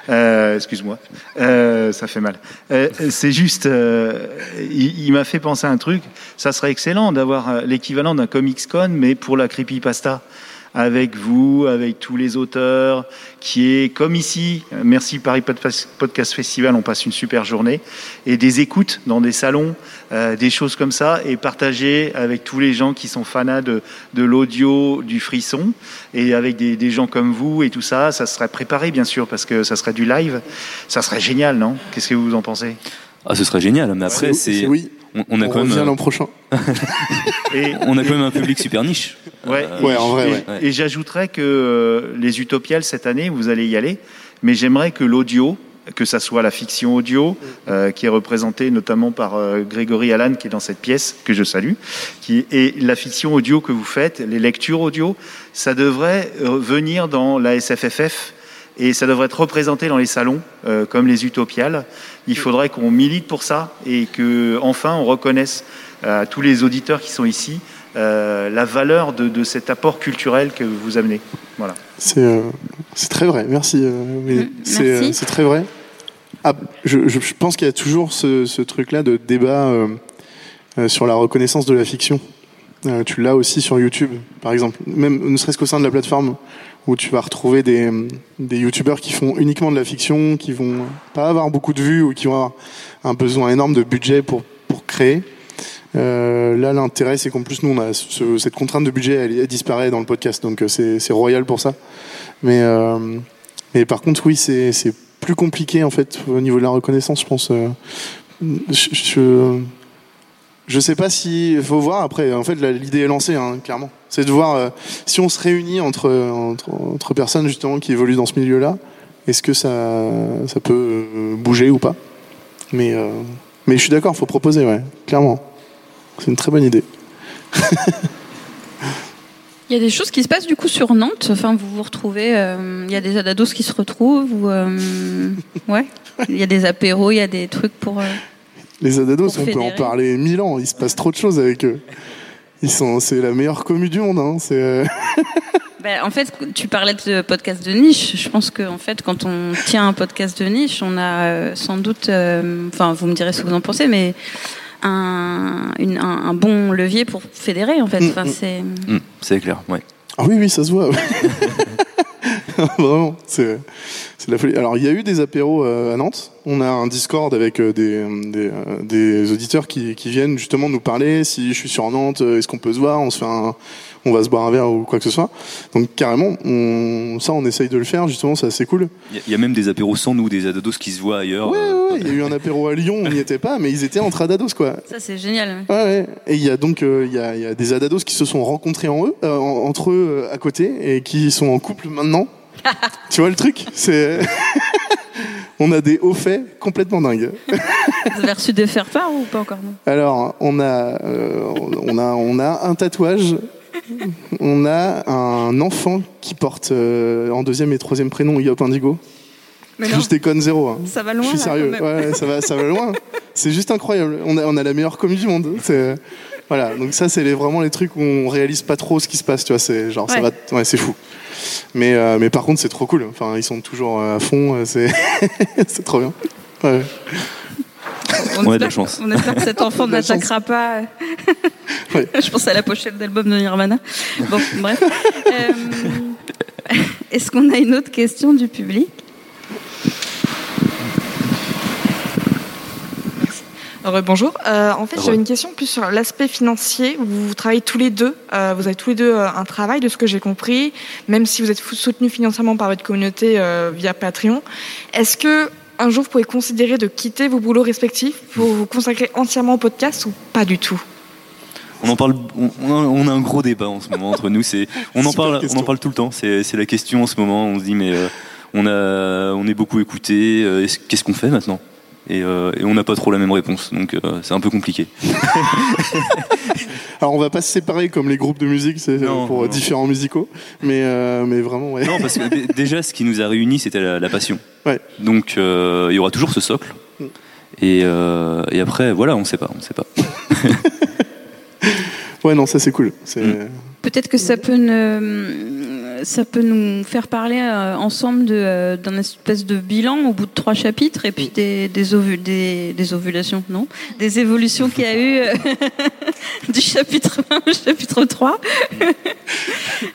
S12: Euh, Excuse-moi, Euh, ça fait mal. Euh, c'est juste, euh, il, il m'a fait penser à un truc. Ça serait excellent d'avoir euh, l'équivalent d'un Comics Con, mais pour la creepypasta. Avec vous, avec tous les auteurs, qui est comme ici. euh, Merci Paris Podpa- Podcast Festival, on passe une super journée. Et des écoutes dans des salons, euh, des choses comme ça, et partager avec tous les gens qui sont fanas de, de l'audio, du frisson, et avec des, des gens comme vous et tout ça, ça serait préparé bien sûr parce que ça serait du live, ça serait génial, non Qu'est-ce que vous en pensez
S1: Ah ce serait génial, mais après
S12: Ouais,
S1: c'est
S12: oui.
S1: on, on a
S12: On
S1: quand même
S12: revient
S1: euh,
S12: l'an
S2: prochain.
S12: Et-
S1: on a quand même un public super niche.
S12: Ouais,
S1: Euh,
S12: et- et- Et j'ajouterais que euh, les Utopiales cette année, vous allez y aller, mais j'aimerais que l'audio, que ça soit la fiction audio, euh, qui est représentée notamment par euh, Grégory Allan, qui est dans cette pièce, que je salue, qui, et la fiction audio que vous faites, les lectures audio, ça devrait euh, venir dans la SFFF. Et ça devrait être représenté dans les salons, euh, comme les utopiales. Il faudrait qu'on milite pour ça et que enfin on reconnaisse euh, à tous les auditeurs qui sont ici euh, la valeur de, de cet apport culturel que vous amenez. Voilà.
S2: C'est euh, c'est très vrai, merci. euh, Amélie. c'est euh,
S12: merci.
S2: c'est très vrai. Ah, je, je- je pense qu'il y a toujours ce, ce truc-là de débat euh, euh, sur la reconnaissance de la fiction. Euh, tu l'as aussi sur YouTube, par exemple. Même ne serait-ce qu'au sein de la plateforme, où tu vas retrouver des, euh, des youtubeurs qui font uniquement de la fiction, qui vont pas avoir beaucoup de vues ou qui vont avoir un besoin énorme de budget pour, pour créer. Euh, là, l'intérêt, c'est qu'en plus, nous, on a ce- cette contrainte de budget, elle, elle disparaît dans le podcast, donc euh, c'est c'est royal pour ça. Mais, euh, mais par contre, oui, c'est c'est plus compliqué, en fait, au niveau de la reconnaissance, je pense. euh, je, je, je sais pas si. faut voir après. En fait, la- l'idée est lancée, hein, clairement. C'est de voir euh, si on se réunit entre, entre, entre personnes, justement, qui évoluent dans ce milieu-là, est-ce que ça, ça peut euh, bouger ou pas mais, euh, mais je suis d'accord, faut proposer, ouais, clairement. C'est une très bonne idée.
S6: Il y a des choses qui se passent du coup sur Nantes. Enfin, vous vous retrouvez. euh, il y a des adados qui se retrouvent. Ou, euh, ouais. Il y a des apéros. Il y a des trucs pour. euh,
S2: Les Adados,
S6: Pour
S2: on peut en
S6: fédérer.
S2: parler mille ans, il se passe trop de choses avec eux. Ils sont, c'est la meilleure commu du monde, hein. c'est, euh,
S6: Ben, en fait, tu parlais de podcast de niche. Je pense que en fait, quand on tient un podcast de niche, on a euh, sans doute, euh, enfin, vous me direz ce que vous en pensez, mais un, une- un, un bon levier pour fédérer. En fait,
S1: Mm,
S6: Enfin,
S1: mm.
S6: c'est
S1: Hmm, c'est clair, ouais.
S2: Ah oui, oui, ça se voit. Vraiment, c'est c'est de la folie. Alors, il y a eu des apéros euh, à Nantes. On a un Discord avec euh, des, euh, des, euh, des auditeurs qui, qui viennent justement nous parler. Si je suis sur Nantes, euh, est-ce qu'on peut se voir On se fait un, on va se boire un verre ou quoi que ce soit. Donc carrément, on, ça on essaye de le faire, justement, c'est assez cool.
S1: Il y a- il y, a même des apéros sans nous, des adados qui se voient ailleurs.
S2: Ouais,
S1: euh,
S2: ouais, ouais, il y a eu un apéro à Lyon, on n'y était pas, mais ils étaient entre Adados, quoi.
S6: Ça, c'est génial.
S2: Ouais, ouais. Et il y a donc euh, il y, a, il y a des Adados qui se sont rencontrés en eux, euh, en- entre eux euh, à côté et qui sont en couple maintenant. tu vois le truc C'est on a des hauts faits complètement dingues.
S6: Vous avez reçu des faire part ou pas encore non
S2: Alors on a euh, on a on a un tatouage. On a un enfant qui porte euh, en deuxième et troisième prénom Yop Indigo.
S6: Mais non.
S2: Je déconne zéro. hein.
S6: Ça va loin,
S2: Je suis
S6: là,
S2: sérieux.
S6: quand même.
S2: Ouais, ça va, ça va loin. C'est juste incroyable. On a, on a la meilleure com du monde. C'est- Voilà. Donc ça, c'est les- vraiment les trucs où on réalise pas trop ce qui se passe. Tu vois, c'est genre, ça
S6: Ouais.
S2: va. Ouais, c'est fou. Mais, euh, mais par contre, c'est trop cool. Enfin, ils sont toujours euh, à fond. euh, C'est, c'est trop bien. Ouais.
S1: On a de
S6: espère-
S1: la chance.
S6: On espère que cet enfant
S2: On a de la chance.
S6: n'attaquera pas. euh,
S2: Ouais.
S6: Je pense à la pochette d'album de Nirvana. Bon, bref. Euh, Est-ce qu'on a une autre question du public
S11: Alors, bonjour. Euh, en fait,
S6: Re.
S11: j'avais une question plus sur l'aspect financier. Vous travaillez tous les deux. euh, vous avez tous les deux euh, un travail, de ce que j'ai compris. Même si vous êtes fou- soutenus financièrement par votre communauté euh, via Patreon, est-ce que un jour vous pouvez considérer de quitter vos boulots respectifs pour vous consacrer entièrement au podcast ou pas du tout
S1: On en parle, on, on a- on a un gros débat en ce moment entre nous. C'est, on en
S2: Super
S1: parle, on
S2: question.
S1: en parle tout le temps. C'est, c'est la question en ce moment. On se dit mais euh, on a, on est beaucoup écouté. euh, est-ce- qu'est-ce qu'on fait maintenant et, euh, et on n'a pas trop la même réponse, donc euh, c'est un peu compliqué.
S2: Alors, on va pas se séparer comme les groupes de musique, c'est euh, pour euh, différents musicaux. Mais, euh, mais vraiment, ouais.
S1: Non, parce que dé- déjà, ce qui nous a réunis, c'était la, la passion.
S2: Ouais. Mm.
S1: Donc euh, il y aura toujours ce socle. Et, euh, et après, voilà, on ne sait pas, on sait pas.
S2: Ouais, non, ça c'est cool. C'est
S1: Hmm.
S6: Peut-être que ça peut, ne- ça peut nous faire parler euh, ensemble de, euh, d'un espèce de bilan au bout de trois chapitres et puis des, des, ovu- des, des ovulations, non Des évolutions qu'il y a eu euh, du chapitre 1 au chapitre 3.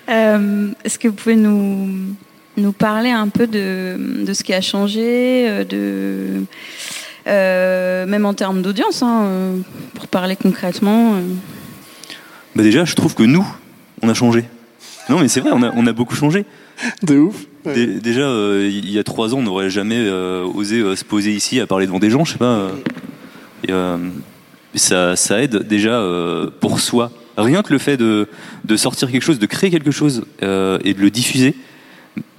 S6: Euh, Est-ce que vous pouvez nous, nous parler un peu de, de ce qui a changé, euh, de, euh, même en termes d'audience, hein, euh, pour parler concrètement euh.
S1: Bah déjà, je trouve que nous, on a changé. Non, mais c'est vrai, on a, on a beaucoup changé.
S2: De ouf.
S1: déjà, euh, il y a trois ans, on n'aurait jamais euh, osé euh, se poser ici à parler devant des gens, je sais pas. euh, et, euh, ça, ça aide déjà euh, pour soi. Rien que le fait de, de sortir quelque chose, de créer quelque chose euh, et de le diffuser,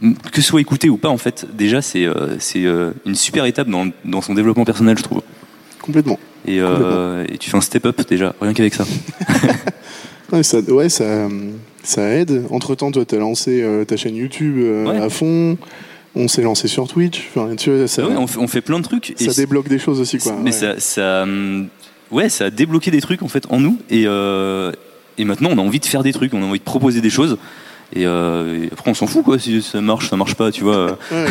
S1: m- que ce soit écouté ou pas, en fait, déjà, c'est euh, c'est, euh, une super étape dans, dans son développement personnel, je trouve.
S2: complètement.
S1: Et, euh, et tu fais un step-up déjà, rien qu'avec ça.
S2: Ouais, ça, ouais, ça, euh, ça aide. Entre temps, toi, t'as lancé euh, ta chaîne YouTube euh, à fond. On s'est lancé sur Twitch. Enfin, tu vois, ça,
S1: Ouais, Ah on, fait, on fait plein de trucs.
S2: ça
S1: et-
S2: débloque des choses aussi, quoi.
S1: Mais
S2: Ouais.
S1: ça, ça, hum, ouais, ça a débloqué des trucs en fait en nous et, euh, et maintenant on a envie de faire des trucs, on a envie de proposer des choses et, euh, et après on s'en fout quoi si ça marche, ça marche pas, tu vois. euh,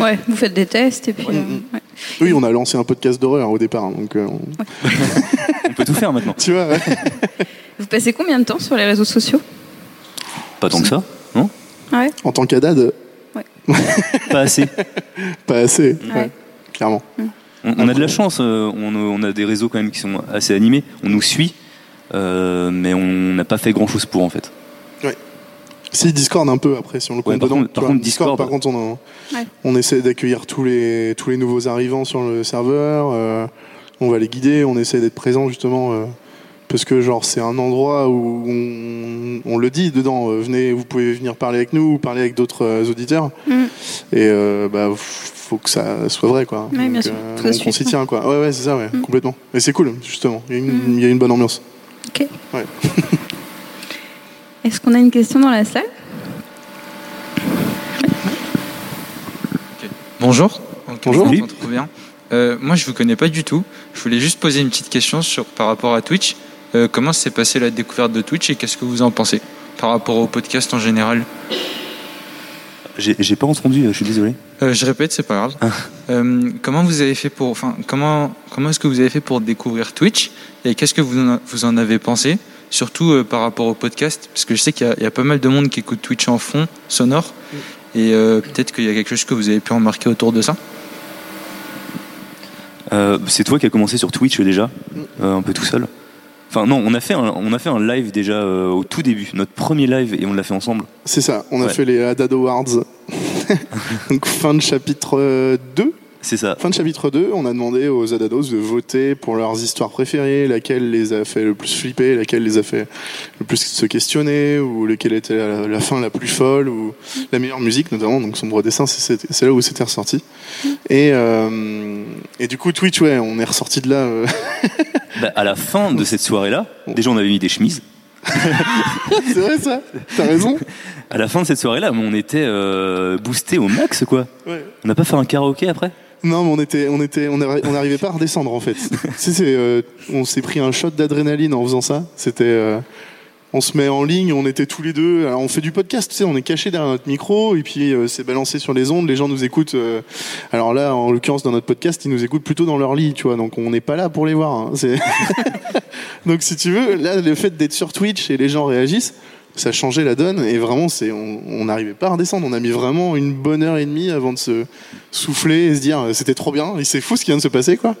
S6: Ouais, vous faites des tests et puis. euh, ouais.
S2: Oui, on a lancé un podcast d'horreur au départ. hein, donc, euh, on-
S1: on peut tout faire maintenant.
S2: tu vois, ouais.
S6: Vous passez combien de temps sur les réseaux sociaux
S1: Pas tant que ça, non
S6: Ouais.
S2: en tant qu'adad,
S1: Pas assez.
S2: pas assez.
S1: Mm.
S2: ouais, clairement.
S1: On, on a de la chance, euh, on, on a des réseaux quand même qui sont assez animés, on nous suit, euh, mais on n'a pas fait grand chose pour en fait.
S2: Si, Discord un peu après, si on le compte
S1: par
S2: dedans,
S1: contre-
S2: tu
S1: par
S2: vois.
S1: contre, Discord,
S2: par contre, on, en- on essaie d'accueillir tous les, tous les nouveaux arrivants sur le serveur. euh, on va les guider, on essaie d'être présent justement. euh, parce que genre c'est un endroit où on, on le dit dedans, euh, venez, vous pouvez venir parler avec nous ou parler avec d'autres euh, auditeurs. Et euh, bah, f- faut que ça soit vrai quoi.
S6: Ouais, bien sûr. Mm. Faut se
S2: donc euh, on
S6: suivre,
S2: s'y
S6: ouais.
S2: tient quoi. Ouais ouais c'est ça ouais, complètement. Et c'est cool justement. Il y, a une- il y a une bonne ambiance.
S6: Ok.
S2: Ouais.
S6: Est-ce qu'on a une question dans la salle
S15: Bonjour. Ok,
S2: Bonjour.
S15: on s'entend trop bien. Euh, moi, je vous connais pas du tout. Je voulais juste poser une petite question sur par rapport à Twitch. Euh, comment s'est passée la découverte de Twitch et qu'est-ce que vous en pensez par rapport au podcast en général
S1: J'ai j'ai pas entendu, euh, je suis désolé.
S15: Euh, Je répète, c'est pas grave.
S1: Ah.
S15: Euh, comment vous avez fait pour, enfin, comment comment est-ce que vous avez fait pour découvrir Twitch et qu'est-ce que vous en, vous en avez pensé, surtout euh, par rapport au podcast, parce que je sais qu'il y a- il y, a pas mal de monde qui écoute Twitch en fond sonore et euh, peut-être qu'il y a quelque chose que vous avez pu remarquer autour de ça.
S1: Euh, c'est toi qui as commencé sur Twitch déjà, euh, un peu tout seul. Enfin non, on a fait un, on a fait un live déjà euh, au tout début, notre premier live et on l'a fait ensemble.
S2: C'est ça, on a
S1: Ouais.
S2: fait les Haddad Awards. Donc fin de chapitre euh, 2.
S1: C'est ça.
S2: Fin de chapitre 2, on a demandé aux Adados de voter pour leurs histoires préférées, laquelle les a fait le plus flipper, laquelle les a fait le plus se questionner, ou laquelle était la, la fin la plus folle, ou la meilleure musique notamment, donc Sombre Dessin, c'est- c'est c'est là où c'était ressorti. Et, euh, et du coup, Twitch, ouais, on est ressorti de là. euh,
S1: Bah, à la fin de cette soirée-là, déjà on avait mis des chemises.
S2: c'est vrai ça T'as raison
S1: À la fin de cette soirée-là, on était euh, boosté au max quoi.
S2: Ouais.
S1: On n'a pas fait un carroquet après
S2: Non, mais on était, on était, on arri- on n'arrivait pas à redescendre en fait. tu sais, c'est, euh, on s'est pris un shot d'adrénaline en faisant ça. C'était, euh, on se met en ligne, on était tous les deux. Alors, on fait du podcast, tu sais, on est caché derrière notre micro et puis euh, c'est balancé sur les ondes. Les gens nous écoutent. euh, alors là, en l'occurrence, dans notre podcast, ils nous écoutent plutôt dans leur lit, tu vois. Donc on n'est pas là pour les voir. hein. C'est- donc si tu veux, là, le fait d'être sur Twitch et les gens réagissent. Ça changeait la donne et vraiment, c'est, on on n'arrivait pas à redescendre. On a mis vraiment une bonne heure et demie avant de se souffler et se dire euh, c'était trop bien, et c'est fou ce qui vient de se passer quoi.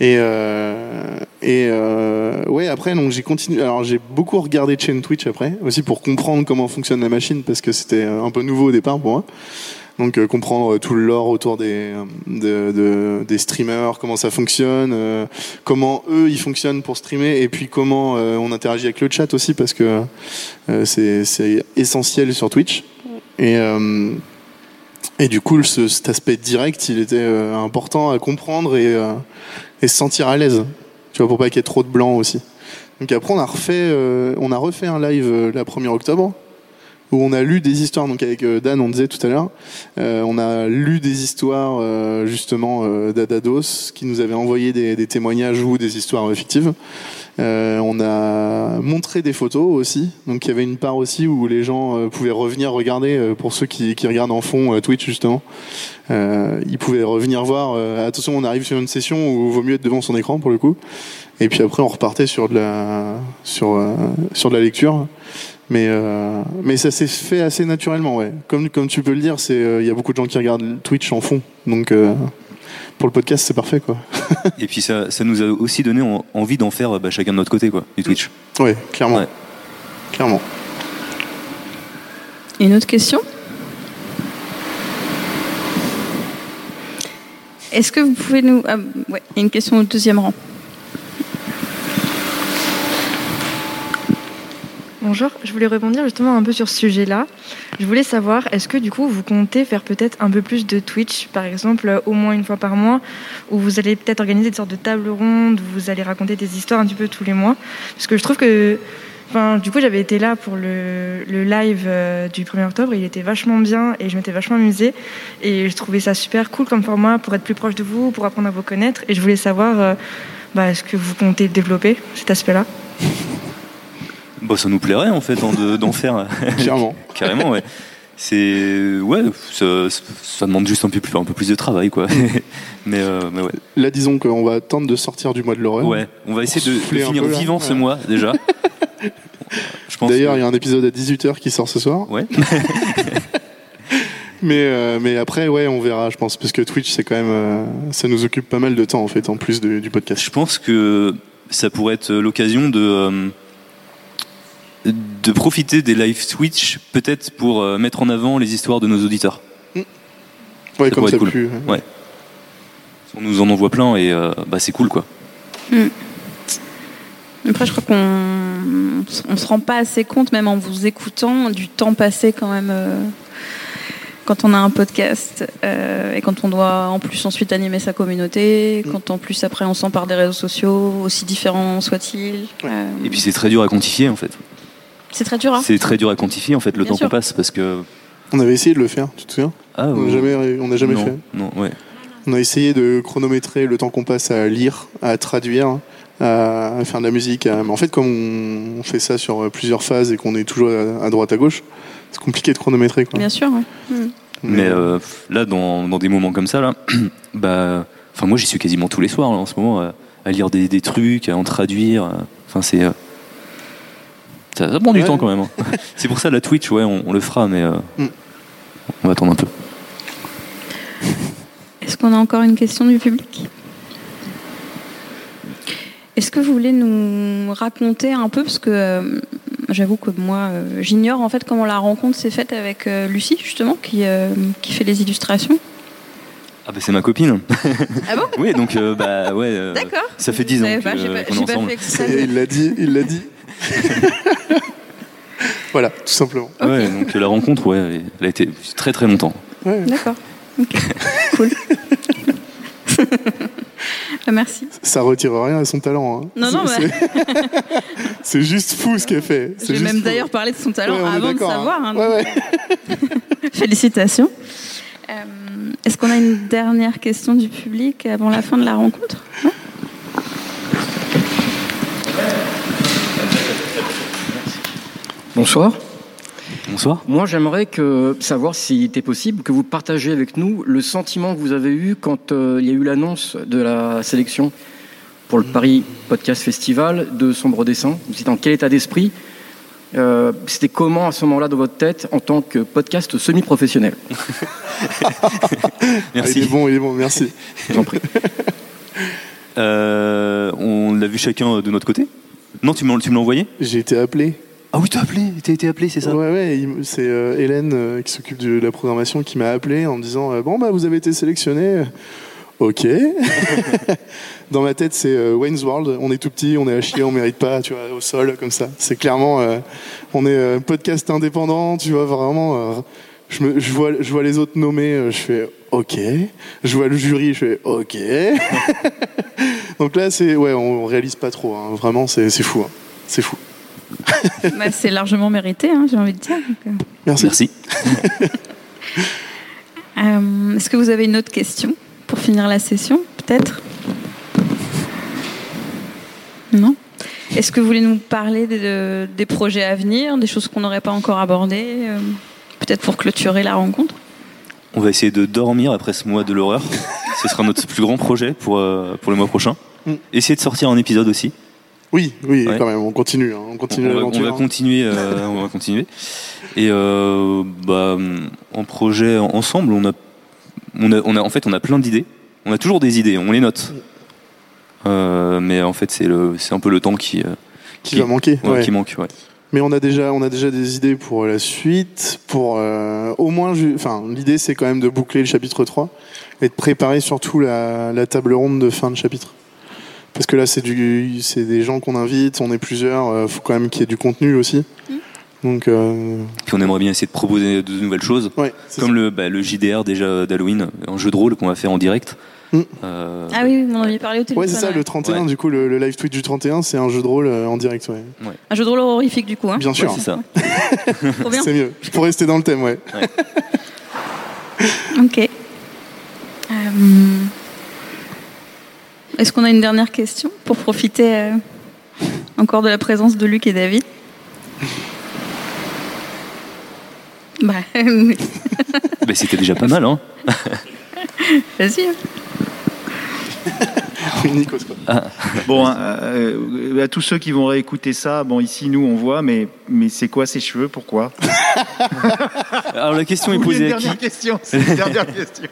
S2: Et, euh, et euh, ouais, après, donc j'ai continué. Alors j'ai beaucoup regardé de chaîne Twitch après, aussi pour comprendre comment fonctionne la machine parce que c'était euh, un peu nouveau au départ pour moi. Donc euh, comprendre euh, tout le lore autour des, euh, de- de- des streamers, comment ça fonctionne, euh, comment eux ils fonctionnent pour streamer, et puis comment euh, on interagit avec le chat aussi parce que euh, c'est c'est essentiel sur Twitch. Et euh, et du coup, ce- cet aspect direct, il était euh, important à comprendre et, euh, et se sentir à l'aise. Tu vois, pour pas qu'il y ait trop de blanc aussi. Donc après, on a refait, euh, on a refait un live euh, la 1er octobre où on a lu des histoires. Donc avec euh, Dan, on disait tout à l'heure, euh, on a lu des histoires euh, justement euh, d'Adados qui nous avaient envoyé des, des témoignages ou des histoires euh, fictives. Euh, on a montré des photos aussi. Donc il y avait une part aussi où les gens euh, pouvaient revenir regarder euh, pour ceux qui, qui regardent en fond euh, Twitch justement. Euh, ils pouvaient revenir voir. euh, attention, on arrive sur une session où vaut mieux être devant son écran pour le coup. Et puis après, on repartait sur de la sur euh, sur de la lecture. Mais euh, mais ça s'est fait assez naturellement, ouais. Comme comme tu peux le dire, c'est euh, il y a beaucoup de gens qui regardent Twitch en fond. Donc euh, pour le podcast, c'est parfait quoi.
S1: Et puis ça, ça nous a aussi donné en- envie d'en faire euh, bah, chacun de notre côté quoi, du Twitch.
S2: Ouais, clairement. Clairement.
S6: Une autre question Est-ce que vous pouvez nous. Ah, ouais, il y a une question au deuxième rang.
S11: Bonjour, je voulais rebondir justement un peu sur ce sujet-là. Je voulais savoir, est-ce que du coup vous comptez faire peut-être un peu plus de Twitch, par exemple euh, au moins une fois par mois, où vous allez peut-être organiser des sortes de tables rondes, où vous allez raconter des histoires un petit peu tous les mois Parce que je trouve que, enfin, du coup j'avais été là pour le, le live euh, du 1er octobre, il était vachement bien et je m'étais vachement amusée et je trouvais ça super cool comme format pour être plus proche de vous, pour apprendre à vous connaître et je voulais savoir, euh, bah, est-ce que vous comptez développer cet aspect-là
S1: Bah, ça nous plairait en fait en de- d'en faire.
S2: Clairement.
S1: Carrément, ouais. C'est ouais, ça, ça demande juste un peu plus, un peu plus de travail quoi. mais, euh, mais ouais.
S2: Là, disons qu'on va tenter de sortir du mois de l'horreur.
S1: Ouais, on va essayer de, de
S2: souffler un
S1: finir
S2: peu, là.
S1: vivant ce
S2: Ouais.
S1: mois déjà.
S2: D'ailleurs, il y a un épisode à 18h qui sort ce soir.
S1: Ouais.
S2: mais, euh, mais après, ouais, on verra, je pense, parce que Twitch, c'est quand même. euh, ça nous occupe pas mal de temps, en fait, en plus de- du podcast.
S1: Je pense que ça pourrait être l'occasion de euh, de profiter des live Twitch peut-être pour euh, mettre en avant les histoires de nos auditeurs.
S2: Mm. Ouais,
S1: ça
S2: comme
S1: pourrait
S2: ça,
S1: être cool.
S2: plus.
S1: Ouais. On nous en envoie plein et euh, bah c'est cool quoi.
S6: Hmm. Après, je crois qu'on on se rend pas assez compte, même en vous écoutant, du temps passé quand même. euh, Quand on a un podcast euh, et quand on doit en plus ensuite animer sa communauté, quand en plus après on s'empare des réseaux sociaux, aussi différents soient-ils, euh,
S1: Et puis c'est très dur à quantifier en fait.
S6: c'est très dur. hein.
S1: C'est très dur à quantifier en fait le
S6: Bien
S1: temps
S6: sûr.
S1: qu'on passe parce que
S2: On avait essayé de le faire, tu te souviens
S1: Ah,
S2: On
S1: ouais.
S2: n'a jamais, ré- on n'a jamais
S1: non,
S2: fait.
S1: Non, ouais.
S2: On a essayé de chronométrer le temps qu'on passe à lire, à traduire, hein, à faire de la musique. à- Mais en fait, comme on- on fait ça sur euh, plusieurs phases et qu'on est toujours à- à droite, à gauche, c'est compliqué de chronométrer, quoi.
S6: Bien sûr. ouais. Hmm.
S1: Mais euh, là, dans, dans des moments comme ça, là, bah, enfin moi j'y suis quasiment tous les soirs là, en ce moment euh, à lire des, des trucs, à en traduire. euh, Enfin c'est euh, ça, ça prend du
S2: Ouais.
S1: temps quand même. hein. c'est pour ça la Twitch, ouais, on, on le fera, mais euh,
S2: Mm.
S1: on va attendre un peu.
S6: Est-ce qu'on a encore une question du public Est-ce que vous voulez nous raconter un peu, parce que euh, j'avoue que moi, euh, j'ignore en fait comment la rencontre s'est faite avec euh, Lucie, justement, qui, euh, qui fait les illustrations.
S1: Ah bah c'est ma copine.
S6: Ah bon
S1: Oui, donc euh, bah ouais. euh,
S6: D'accord.
S1: Ça fait 10 ans
S6: savais
S1: que,
S6: pas, j'ai
S1: euh,
S6: pas-
S1: qu'on
S6: j'ai
S1: est
S6: pas
S1: ensemble.
S6: fait exprès.
S2: Il l'a dit, il l'a dit. voilà, tout simplement.
S1: Ouais, donc euh, la rencontre, ouais, elle est- elle a été très très longtemps.
S6: D'accord. Ok. cool. Bah, Merci.
S2: Ça retire rien à son talent. hein.
S6: Non, bah. non,
S2: C'est-
S6: mais
S2: c'est- C'est juste fou ce qu'elle fait. C'est
S6: j'ai
S2: juste
S6: même
S2: fou.
S6: d'ailleurs parlé de son talent
S2: Ouais, on est
S6: avant de
S2: d'accord, hein.
S6: savoir. hein, donc, euh, Félicitations. Euh, Est-ce qu'on a une dernière question du public avant la fin de la rencontre Non
S3: Bonsoir.
S1: Bonsoir.
S3: Moi, j'aimerais que savoir s'il était possible que vous partagez avec nous le sentiment que vous avez eu quand euh, il y a eu l'annonce de la sélection pour le Paris Podcast Festival de Sombre Dessin. Vous étiez en quel état d'esprit Euh, C'était comment à ce moment-là dans votre tête en tant que podcast semi-professionnel
S2: Ah, il est bon, il est bon, merci.
S1: Euh, on l'a vu chacun euh, de notre côté Non, tu me l'en- tu me l'as envoyé
S2: J'ai été appelé.
S1: Ah oui, t'as appelé, t'as été appelé, c'est ça
S2: Ouais, ouais, il- c'est euh, Hélène euh, qui s'occupe de la programmation qui m'a appelé en me disant euh, Bon, bah, vous avez été sélectionné. euh, Ok. Dans ma tête, c'est euh, Wayne's World. On est tout petit, on est à chier, on mérite pas, tu vois, au sol, comme ça. C'est clairement, euh, on est euh, podcast indépendant, tu vois, vraiment. euh, je, me- je vois, je vois les autres nommés, euh, je fais OK. Je vois le jury, je fais OK. Donc là, c'est, ouais, on réalise pas trop. hein. Vraiment, c'est c'est fou. hein. C'est fou.
S6: Bah, C'est largement mérité, hein, j'ai envie de dire. donc, euh.
S2: Merci.
S1: Merci.
S6: Euh, Est-ce que vous avez une autre question pour finir la session, peut-être Non Est-ce que vous voulez nous parler des, de- des projets à venir, des choses qu'on n'aurait pas encore abordées, euh, peut-être pour clôturer la rencontre
S1: On va essayer de dormir après ce mois de l'horreur. ce sera notre plus grand projet pour, euh, pour le mois prochain.
S2: Mm.
S1: Essayer de sortir un épisode aussi.
S2: Oui, oui,
S1: Ouais.
S2: quand même, on continue, hein, on continue
S1: on, va, on
S2: l'aventure.
S1: va
S2: hein.
S1: continuer. euh, on va continuer. Et euh, bah, en projet en- ensemble, on a, on a, on a- en fait, on a plein d'idées. On a toujours des idées, on les note. Euh, mais en fait, c'est le, c'est un peu le temps qui, euh,
S2: Qui va manquer,
S1: ouais,
S2: ouais.
S1: Qui manque, ouais.
S2: Mais on a déjà, on a déjà des idées pour la suite, pour euh, au moins, ju- enfin, l'idée c'est quand même de boucler le chapitre 3 et de préparer surtout la, la table ronde de fin de chapitre. Parce que là, c'est du, c'est des gens qu'on invite, on est plusieurs, euh, faut quand même qu'il y ait du contenu aussi.
S6: Hmm.
S2: Donc, euh,
S1: Puis on aimerait bien essayer de proposer de nouvelles choses, comme le, bah, le JDR déjà d'Halloween, un jeu de rôle qu'on va faire en direct.
S2: Mm.
S1: Euh,
S6: Ah oui, oui, on en avait parlé au téléphone.
S2: ouais, c'est ça,
S6: ouais.
S2: le 31, du coup, le, le live tweet du 31, c'est un jeu de rôle euh, en direct, ouais.
S6: Un jeu de rôle horrifique, du coup. hein.
S2: Bien sûr.
S6: Trop bien.
S2: c'est mieux. Pour rester dans le thème, ouais.
S6: Ok. Euh, Est-ce qu'on a une dernière question pour profiter euh, encore de la présence de Luc et David Bah, oui.
S1: bah, c'était déjà pas mal, hein
S6: vas-y. hein.
S12: Ah. Bon, euh, euh, à tous ceux qui vont réécouter ça, bon, ici, nous, on voit, mais, mais c'est quoi ces cheveux Pourquoi
S1: Alors la question est
S12: Vous voulez une
S1: posée à qui
S12: dernière question, c'est une dernière question.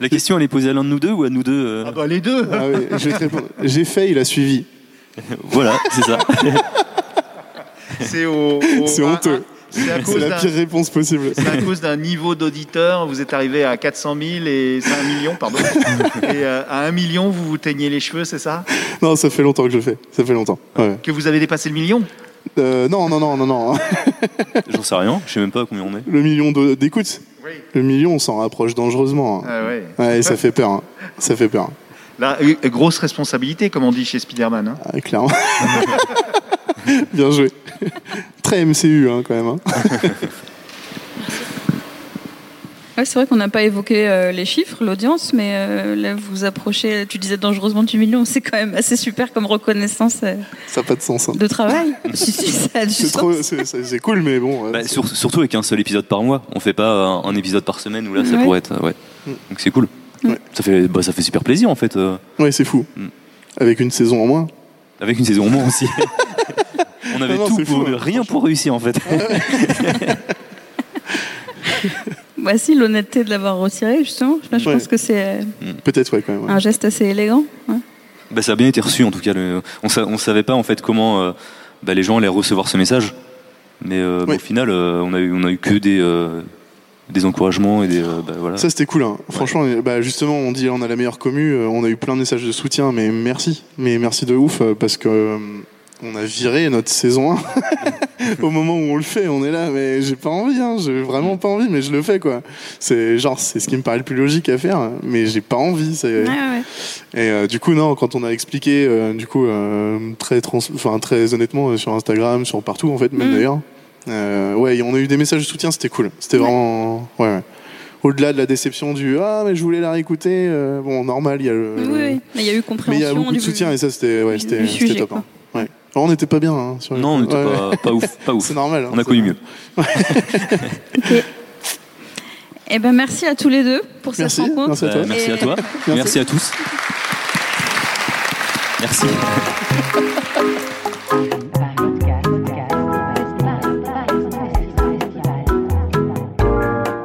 S1: La question elle est posée à l'un de nous deux ou à nous deux euh
S12: Ah bah, les deux
S2: Ah oui, je vais te répondre. J'ai fait, il a suivi.
S1: Voilà, c'est ça.
S12: C'est au. au-
S2: C'est
S12: à-
S2: honteux.
S12: à- Ah, C'est à
S2: C'est
S12: cause
S2: la
S12: d'un-
S2: pire réponse possible.
S12: c'est à cause d'un niveau d'auditeur, vous êtes arrivé à 400 000 et c'est un million, pardon. Et euh, à un million, vous vous teignez les cheveux, c'est ça
S2: Non, ça fait longtemps que je le fais. Ça fait longtemps. Ouais.
S12: Que vous avez dépassé le million
S2: Euh, non, non, non, non, non.
S1: J'en sais rien, je sais même pas à combien on est.
S2: Le million de- d'écoutes. Le million, on s'en rapproche dangereusement. hein.
S12: Ah ouais.
S2: Ouais, ça fait peur. hein. Ça fait peur.
S12: Là, euh, grosse responsabilité, comme on dit chez Spider-Man. hein.
S2: Ah, clairement. Bien joué. Très MCU, hein, quand même. hein.
S6: Ouais, c'est vrai qu'on n'a pas évoqué euh, les chiffres, l'audience, mais euh, là, vous vous approchez, tu disais dangereusement du million, c'est quand même assez super comme reconnaissance euh,
S2: ça n'a pas de sens. hein.
S6: de travail. si, si, ça a du
S2: C'est
S6: sens.
S2: trop- c'est- c'est- c'est cool, mais bon. euh,
S1: Bah, sur- surtout avec un seul épisode par mois. On fait pas un, un épisode par semaine où là ça
S2: Ouais.
S1: pourrait être. euh, Ouais.
S2: Mm.
S1: Donc c'est cool. Ça, fait, bah, ça fait super plaisir en fait. euh,
S2: Ouais, c'est fou.
S12: Mm.
S2: Avec une saison en moins.
S1: avec une saison au moins aussi. on avait
S2: Non, non,
S1: tout
S2: c'est
S1: pour
S2: fou, hein,
S1: rien pour réussir en fait.
S6: Voici l'honnêteté de l'avoir retiré, justement. Je pense
S2: Ouais.
S6: que c'est euh,
S1: Mm.
S2: Peut-être, ouais, quand même. ouais.
S6: un geste assez élégant. ouais.
S16: Bah, ça a bien été reçu en tout cas. le- on, sa- on savait pas en fait comment euh, bah, les gens allaient recevoir ce message. Mais euh, bon, au final, euh, on a eu, on a eu que des, euh, des encouragements et des euh, bah, voilà.
S14: Ça, c'était cool. hein. Franchement, euh, bah, justement, on dit on a la meilleure commu, euh, on a eu plein de messages de soutien, mais merci. Mais merci de ouf, euh, parce que euh, on a viré notre saison 1. Au moment où on le fait, on est là, mais j'ai pas envie, hein, j'ai vraiment pas envie, mais je le fais, quoi. C'est genre, c'est ce qui me paraît le plus logique à faire, mais j'ai pas envie. c'est- Et euh, du coup, non, quand on a expliqué, euh, du coup, euh, très, trans- enfin, très honnêtement, euh, sur Instagram, sur partout, en fait,
S6: Mm.
S14: même d'ailleurs, euh, ouais, et on a eu des messages de soutien, c'était cool. C'était vraiment. Ouais, ouais. Au-delà de la déception du Ah, mais je voulais la réécouter, euh, bon, normal, il y a le.
S6: Oui, oui, mais il y a eu
S14: mais il
S6: compréhension.
S14: y a beaucoup de
S6: du-
S14: soutien, et ça, c'était ouais, c'était-
S6: du
S14: c'était
S6: sujet,
S14: top.
S6: quoi.
S14: hein. Ouais. Alors, on n'était pas bien, hein, sur les-
S16: Non, on n'était
S14: Ouais,
S16: pas,
S14: ouais.
S16: pas ouf, pas ouf.
S14: C'est normal. hein,
S16: On a
S14: c'est
S16: connu
S14: normal.
S16: mieux.
S6: Eh ben, merci à tous les deux pour
S14: Merci,
S6: cette rencontre.
S14: merci à toi.
S16: Euh, merci à
S6: Et-
S16: toi. Merci. à tous. Merci.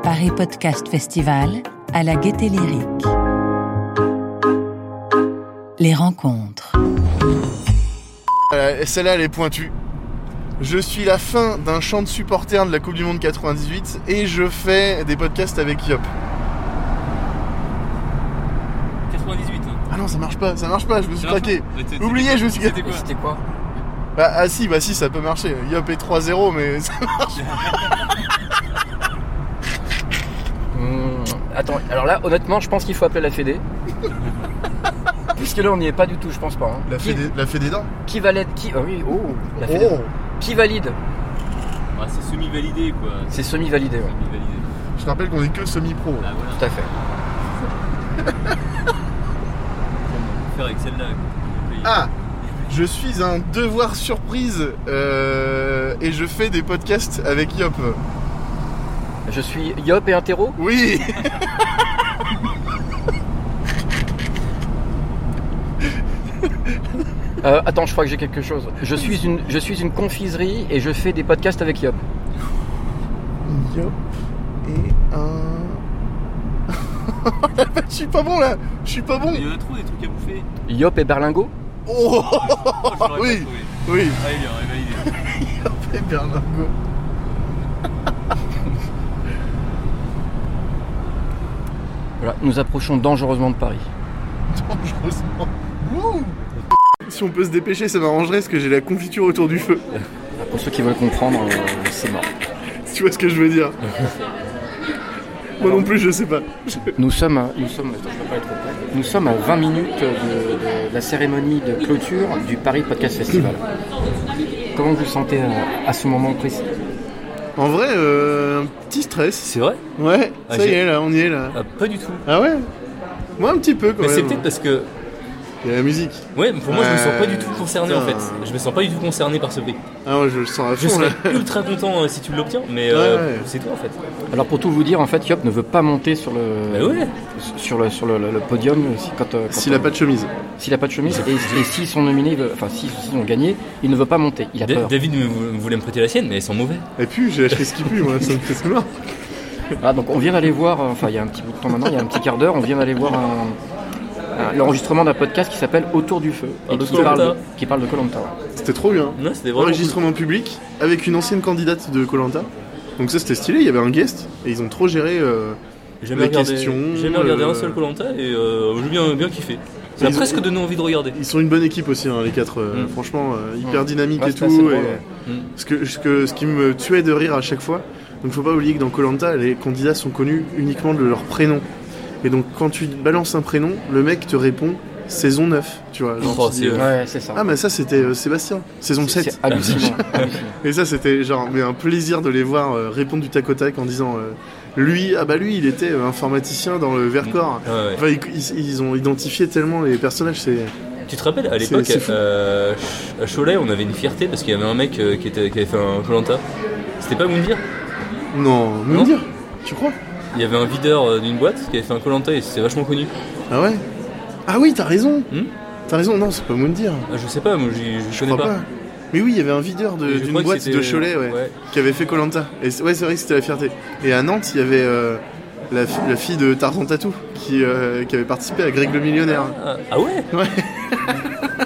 S5: Paris Podcast Festival à la Gaîté Lyrique. Les rencontres.
S2: Euh, Celle-là, elle est pointue. Je suis la fin d'un chant de supporters de la Coupe du Monde 98 et je fais des podcasts avec Yop.
S1: 98.
S2: Ah non, ça marche pas, ça marche pas, je me suis
S1: Ça marche
S2: claqué.
S1: pas Mais c'était-
S2: Oublié, je me suis
S1: c'était
S2: claqué.
S1: quoi C'était quoi
S2: Bah, ah si, bah si, ça peut marcher. Yop est 3-0, mais ça marche
S3: Hum, attends, alors là, honnêtement, je pense qu'il faut appeler la Fédé. Puisque là, on n'y est pas du tout, je pense pas. hein.
S2: La
S3: Qui-
S2: Fédé, la Fédé dents
S3: Qui valide Qui ah oui, oh, la Fédé.
S2: Oh.
S3: Qui valide
S1: Bah, c'est semi-validé quoi.
S3: C'est semi-validé. ouais.
S2: Je te rappelle qu'on est que semi-pro.
S3: Tout à fait.
S1: Faire avec celle-là.
S2: Ah Je suis un devoir surprise euh, et je fais des podcasts avec Yop.
S3: Je suis Yop et Interro
S2: Oui
S3: Euh, attends, je crois que j'ai quelque chose. Je suis, une, je suis une confiserie et je fais des podcasts avec Yop.
S2: Yop et un. je suis pas bon là Je suis pas bon
S1: Il y en a trop des trucs à bouffer.
S3: Yop et Berlingo
S2: Oh, Oui Oui
S1: Allez, bien, validé.
S2: Yop et Berlingo.
S3: Voilà, nous approchons dangereusement de Paris.
S2: Dangereusement. Wouh si on peut se dépêcher, ça m'arrangerait parce que j'ai la confiture autour du feu.
S3: Pour ceux qui veulent comprendre, euh, c'est mort.
S2: tu vois ce que je veux dire Moi non plus, je sais pas.
S3: Nous sommes, à, nous, sommes, attends, je vais pas être trop près. nous sommes à 20 minutes de, de la cérémonie de clôture du Paris Podcast Festival. Comment vous vous sentez euh, à, à ce moment précis
S2: En vrai, euh, un petit stress. C'est
S1: vrai
S2: Ouais,
S1: Ah,
S2: ça y
S1: j'ai-
S2: est, là, on y est là.
S1: pas du tout.
S2: Ah ouais
S12: hein.
S2: Moi un petit peu quand
S1: Mais c'est
S2: même.
S1: peut-être parce que.
S2: Il y a la musique.
S1: Ouais, mais pour moi, je me
S2: Ouais.
S1: sens pas du tout concerné en
S2: Putain.
S1: fait. Je me sens pas du tout concerné par ce prix.
S2: Ah, moi je le
S3: Bah,
S2: sens à
S1: Je
S2: fond
S1: serais
S2: là.
S1: ultra content euh, si tu l'obtiens, mais euh,
S2: Ouais, ouais.
S1: c'est toi en fait.
S3: Alors pour tout vous dire, en fait, Yop ne veut pas monter sur le,
S1: Bah ouais.
S3: sur le, sur le, le- le podium si- quand, euh, quand
S2: S'il a
S3: on-
S2: pas de chemise.
S3: S'il n'a pas de chemise et, et s'ils sont nominés, il veut- enfin s'ils s'ils ont gagné, il ne veut pas monter. Il a
S1: Da-
S3: peur.
S1: David me- me voulait me prêter la sienne, mais elles sont mauvais.
S2: Et puis j'ai acheté ce qui pue, moi, ça me fait ce mort.
S3: Ah, donc on vient d'aller voir, euh, enfin il y a un petit bout de temps maintenant, il y a un petit quart d'heure, on vient d'aller voir un- un- l'enregistrement d'un podcast qui s'appelle Autour du feu, et
S1: Ah, de
S3: qui,
S1: Koh-Lanta.
S3: parle de, qui parle de Colanta.
S2: C'était trop bien.
S1: Non, c'était vraiment
S2: Enregistrement public avec une ancienne candidate de Colanta. Donc ça c'était stylé, il y avait un guest et ils ont trop géré euh, les
S1: J'ai Jamais regardé,
S2: questions.
S1: j'ai jamais regardé
S2: euh,
S1: un seul Colanta et euh, j'ai bien, bien kiffé. Ça
S2: Ils
S1: a
S2: ont-
S1: presque donné envie de regarder.
S2: Ils sont une bonne équipe aussi, hein, les quatre. euh, Franchement, euh, hyper
S1: Mm.
S2: dynamique
S1: Ouais,
S2: et
S1: c'est assez
S2: tout.
S1: drôle,
S2: et
S1: ouais. Mm.
S2: ce, que, ce, que- ce qui me tuait de rire à chaque fois. Donc, faut pas oublier que dans Colanta, les candidats sont connus uniquement de leur prénom. Et donc, quand tu balances un prénom, le mec te répond saison 9. Tu vois, genre,
S1: Oh,
S2: tu dis,
S1: c'est-
S3: ouais, c'est ça.
S2: Ah, mais ça, c'était euh, Sébastien, saison 7.
S3: c'est hallucinant, hallucinant.
S2: et ça, c'était genre mais un plaisir de les voir euh, répondre du tac au tac en disant. euh, lui, ah bah lui, il était euh, informaticien dans le Vercors.
S1: Ouais, ouais.
S2: Enfin, ils, ils- ils ont identifié tellement les personnages, c'est.
S1: Tu te rappelles, à
S2: C'est-
S1: l'époque,
S2: c'est fou.
S1: euh, à Cholet, on avait une fierté parce qu'il y avait un mec euh, qui, était, qui avait fait un Colanta. C'était pas Moundir
S2: Non, Moundir Tu crois
S1: Il y avait un videur euh, d'une boîte qui avait fait un Colanta et c'était vachement connu.
S2: Ah ouais Ah oui, t'as raison T'as raison, non, c'est pas Moundir.
S1: Hmm Ah, je sais pas, moi j'y- je connais
S2: crois
S1: pas.
S2: pas. Mais oui, il y avait un videur de-
S1: Je
S2: d'une
S1: crois que
S2: boîte
S1: c'était-
S2: de Cholet ouais,
S1: ouais.
S2: qui avait fait Colanta. Et c'est- ouais, c'est vrai que c'était la fierté. Et à Nantes, il y avait euh, la, fi- la fille de Tarzan Tatou, qui, euh, qui avait participé à Greg le Millionnaire.
S14: Ah ouais
S2: Ouais.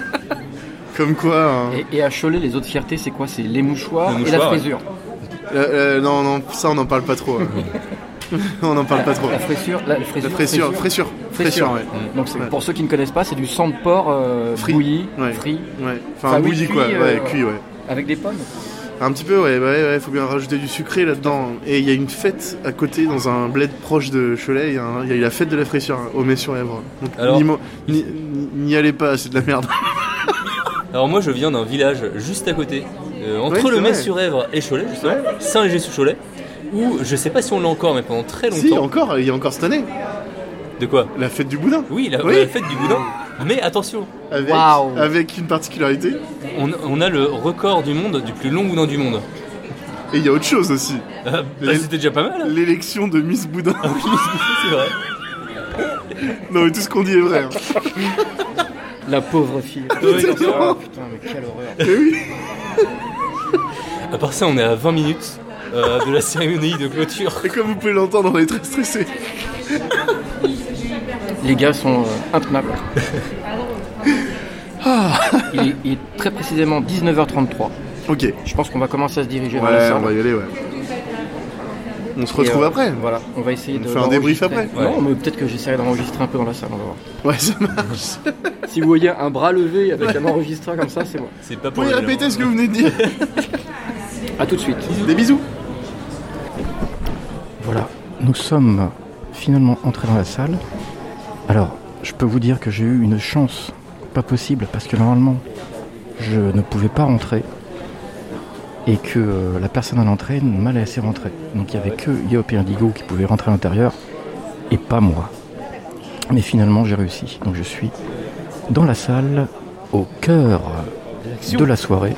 S2: Comme quoi. hein.
S3: Et, et à Cholet, les autres fiertés, c'est quoi C'est les mouchoirs,
S2: Le
S3: et la
S2: mouchoir, ouais.
S3: fraisure.
S2: Euh, euh, non, non, ça on n'en parle pas trop. hein. on n'en parle
S3: La-
S2: pas trop.
S3: La fraisure, la, fraisure,
S2: La fraisure, fraisure, fraisure, ouais.
S3: Donc c'est-
S2: Ouais.
S3: pour ceux qui ne connaissent pas, c'est du sang de porc euh, bouilli, frit.
S2: Enfin, bouilli, quoi,
S1: euh,
S3: euh,
S2: ouais, cuit, ouais.
S3: Avec des pommes.
S2: Un petit peu, ouais, bah ouais, ouais, faut bien rajouter du sucré là-dedans. Et il y a une fête à côté, dans un bled proche de Cholet, il y, a un- il y a eu la fête de la fraîcheur, hein, au Mets-sur-Èvre. Donc,
S1: Alors
S2: n'y mo- n'y n'y allez pas, c'est de la merde.
S1: Alors moi je viens d'un village juste à côté, euh,
S2: Ouais,
S1: entre
S2: c'est
S1: le
S2: vrai.
S1: Mets-sur-Èvre et Cholet, justement, Saint-Léger-sous-Cholet, où je sais pas si on l'a encore, mais pendant très longtemps.
S2: Si, encore, il y a encore cette année.
S1: De quoi
S2: La fête du boudin.
S1: Oui, la,
S2: Oui.
S1: la fête du boudin. Mais attention,
S2: Avec,
S1: Waouh.
S2: avec une particularité.
S1: on, on a le record du monde du plus long boudin du monde.
S2: Et il y a autre chose aussi.
S1: Euh, bah,
S2: L'é-
S1: C'était déjà pas mal. Ah
S2: L'élection de Miss Boudin.
S1: c'est vrai.
S2: Non, mais tout ce qu'on dit est vrai. hein.
S3: La pauvre fille.
S1: Ah
S2: Ouais,
S3: putain,
S2: non.
S3: putain, mais quelle horreur.
S2: Eh
S1: À part ça, on est à 20 minutes euh, de la cérémonie de clôture.
S2: Et comme vous pouvez l'entendre, on est très stressé.
S3: Les gars sont euh, intenables. Ah, il, est, il est très précisément 19h33.
S2: Ok.
S3: Je pense qu'on va commencer à se diriger vers la
S2: Ouais,
S3: salle.
S2: on va y aller, ouais.
S13: hein.
S2: On se retrouve
S3: Et, euh,
S2: après.
S3: Voilà, on va essayer
S2: On
S3: de.
S2: fait un débrief
S3: d'enregistrer.
S2: après.
S3: Non, mais peut-être que j'essaierai d'enregistrer un peu dans la salle, on va voir.
S2: Ouais, ça marche.
S3: Si vous voyez un bras levé avec
S2: Ouais.
S3: un enregistreur comme ça, c'est moi.
S1: C'est pas
S2: Vous pouvez répéter ce que vous venez de dire
S3: A tout de suite.
S2: Des bisous.
S3: Voilà, nous sommes finalement entrés dans la salle. Alors, je peux vous dire que j'ai eu une chance pas possible parce que normalement, je ne pouvais pas rentrer et que euh, la personne à l'entrée ne m'a laissé rentrer. Donc il n'y avait que Yop et Indigo qui pouvaient rentrer à l'intérieur et pas moi. Mais finalement, j'ai réussi. Donc je suis dans la salle au cœur de la soirée.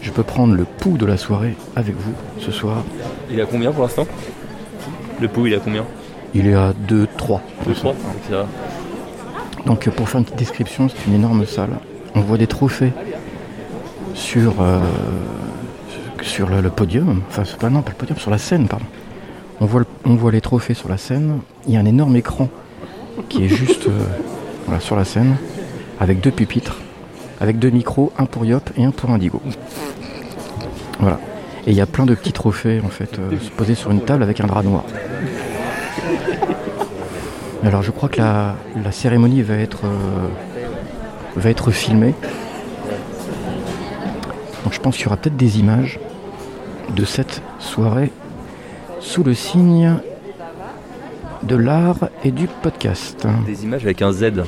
S3: Je peux prendre le pouls de la soirée avec vous ce soir.
S1: Il est à combien pour l'instant Le pouls, il est à combien Ah,
S3: Il est à 2-3.
S1: 2-3
S3: Donc euh, pour faire une petite description, c'est une énorme salle. On voit des trophées sur, euh, sur le, le podium. Enfin, c'est pas, non, pas le podium, sur la scène, pardon. On voit, le- on voit les trophées sur la scène. Il y a un énorme écran qui est juste euh, voilà, sur la scène, avec deux pupitres, avec deux micros, un pour Yop et un pour Indigo. Voilà. Et il y a plein de petits trophées en fait euh, posés sur une table avec un drap noir. Alors je crois que la, la cérémonie va être, euh, va être filmée. Donc je pense qu'il y aura peut-être des images de cette soirée sous le signe de l'art et du podcast.
S1: Des images avec un Z. Ah,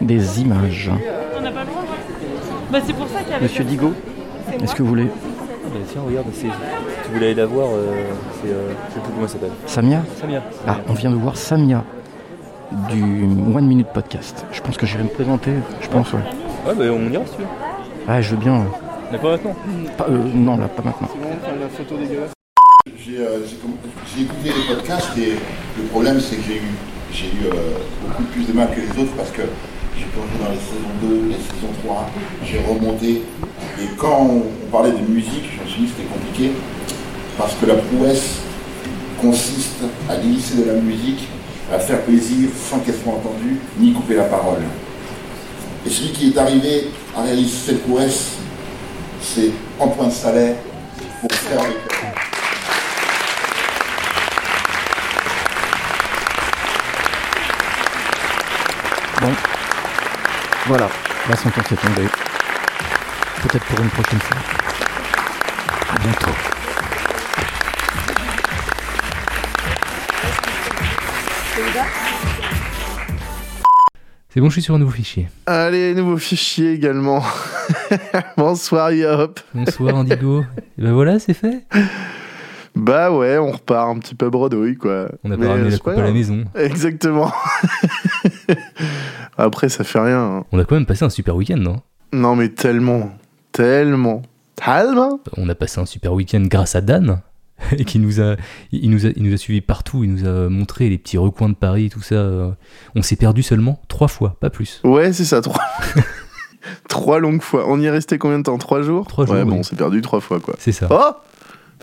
S3: Des images.
S17: On n'a pas le droit. Bah, c'est pour ça qu'il y avait.
S3: Monsieur Digo, est-ce que vous voulez
S1: bah, tiens, regarde, c'est- tu voulais aller la voir, euh, c'est. euh, je sais plus comment elle s'appelle.
S3: Samia
S1: Samia.
S3: Ah, on vient de voir Samia du One Minute Podcast. Je pense que je vais me présenter, je pense, ouais.
S1: Ouais, bah on ira si tu veux.
S3: Ah, je veux bien. ouais.
S1: Mais pas maintenant.
S3: Pas- euh, non, là, pas maintenant.
S2: la photo dégueulasse.
S18: J'ai euh, j'ai com- j'ai écouté les podcasts et le problème c'est que j'ai eu, j'ai eu euh, beaucoup plus de mal que les autres parce que j'ai plongé dans les saisons 2, les saisons 3, j'ai remonté. Et quand on, on parlait de musique, je me suis dit que c'était compliqué parce que la prouesse consiste à glisser de la musique, à faire plaisir sans qu'elle soit entendue ni couper la parole. Et celui qui est arrivé à réaliser cette prouesse, c'est Antoine Salais pour faire le
S3: Bon. Voilà. Là, son temps s'est tombé. Peut-être pour une prochaine fois. À bientôt.
S1: C'est bon, je suis sur un nouveau fichier.
S2: Allez, nouveau fichier également. Bonsoir Yop.
S1: Bonsoir Indigo. Et ben voilà, c'est fait.
S2: Bah ouais, on repart un petit peu bredouille quoi.
S1: On a pas
S2: Mais,
S1: ramené
S2: euh,
S1: la
S2: c'est
S1: coupe à la
S2: grave.
S1: maison.
S2: Exactement. Après, ça fait rien. hein.
S1: On a quand même passé un super week-end, non
S2: Non mais tellement, tellement, hein tellement.
S1: On a passé un super week-end grâce à Dan, qui nous a, il nous a, il nous a suivis partout, il nous a montré les petits recoins de Paris, tout ça. euh. On s'est perdu seulement trois fois, pas plus.
S2: Ouais, c'est ça, trois. trois longues fois. On y est resté combien de temps Trois jours Trois
S1: jours,
S2: Ouais, bon,
S1: oui.
S2: on s'est perdu trois fois quoi.
S1: C'est ça.
S2: Oh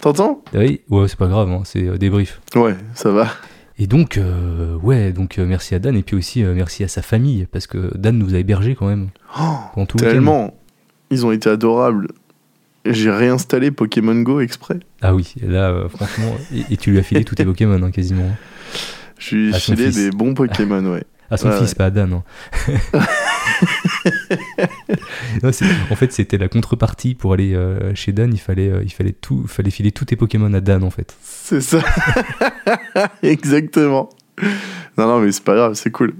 S2: T'entends
S1: Oui, ouais, c'est pas grave, hein, c'est euh, débrief.
S2: Ouais, ça va.
S1: Et donc, euh, ouais, donc euh, merci à Dan et puis aussi euh, merci à sa famille parce que Dan nous a hébergés quand même. pendant tout le week-end.
S2: Oh, Tellement, ils ont été adorables. J'ai réinstallé Pokémon Go exprès.
S1: Ah oui, et là, euh, franchement, et, et tu lui as filé tous tes Pokémon hein, quasiment.
S2: Je suis
S1: À son
S2: filé
S1: fils.
S2: des bons Pokémon, ouais.
S1: À son
S2: Ouais,
S1: fils,
S2: ouais.
S1: pas à Dan. hein. Non, c'est- en fait, c'était la contrepartie pour aller euh, chez Dan. Il fallait, euh, il fallait tout, fallait filer tous tes Pokémon à Dan en fait.
S2: C'est ça. Exactement. Non, non, mais c'est pas grave, c'est cool.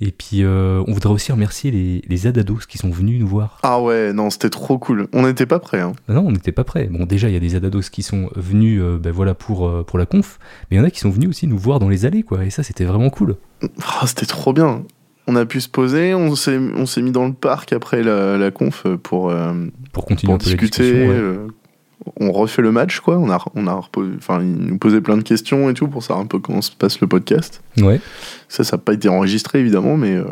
S1: Et puis, euh, on voudrait aussi remercier les, les Adados qui sont venus nous voir.
S2: Ah ouais, non, c'était trop cool. On n'était pas prêts. hein.
S1: Ah Non, on n'était pas prêts. Bon, déjà, il y a des Adados qui sont venus euh, ben voilà, pour, euh, pour la conf, mais il y en a qui sont venus aussi nous voir dans les allées, quoi. Et ça, c'était vraiment cool.
S2: Ah, c'était trop bien. On a pu se poser, on s'est, on s'est mis dans le parc après la, la conf pour, euh,
S1: pour continuer un peu la
S2: discuter.
S1: discussion, ouais.
S2: euh, on refait le match, quoi. On a, on a reposé- enfin, ils nous posaient plein de questions et tout pour savoir un peu comment se passe le podcast.
S1: Ouais.
S2: Ça, ça n'a pas été enregistré, évidemment, mais, euh,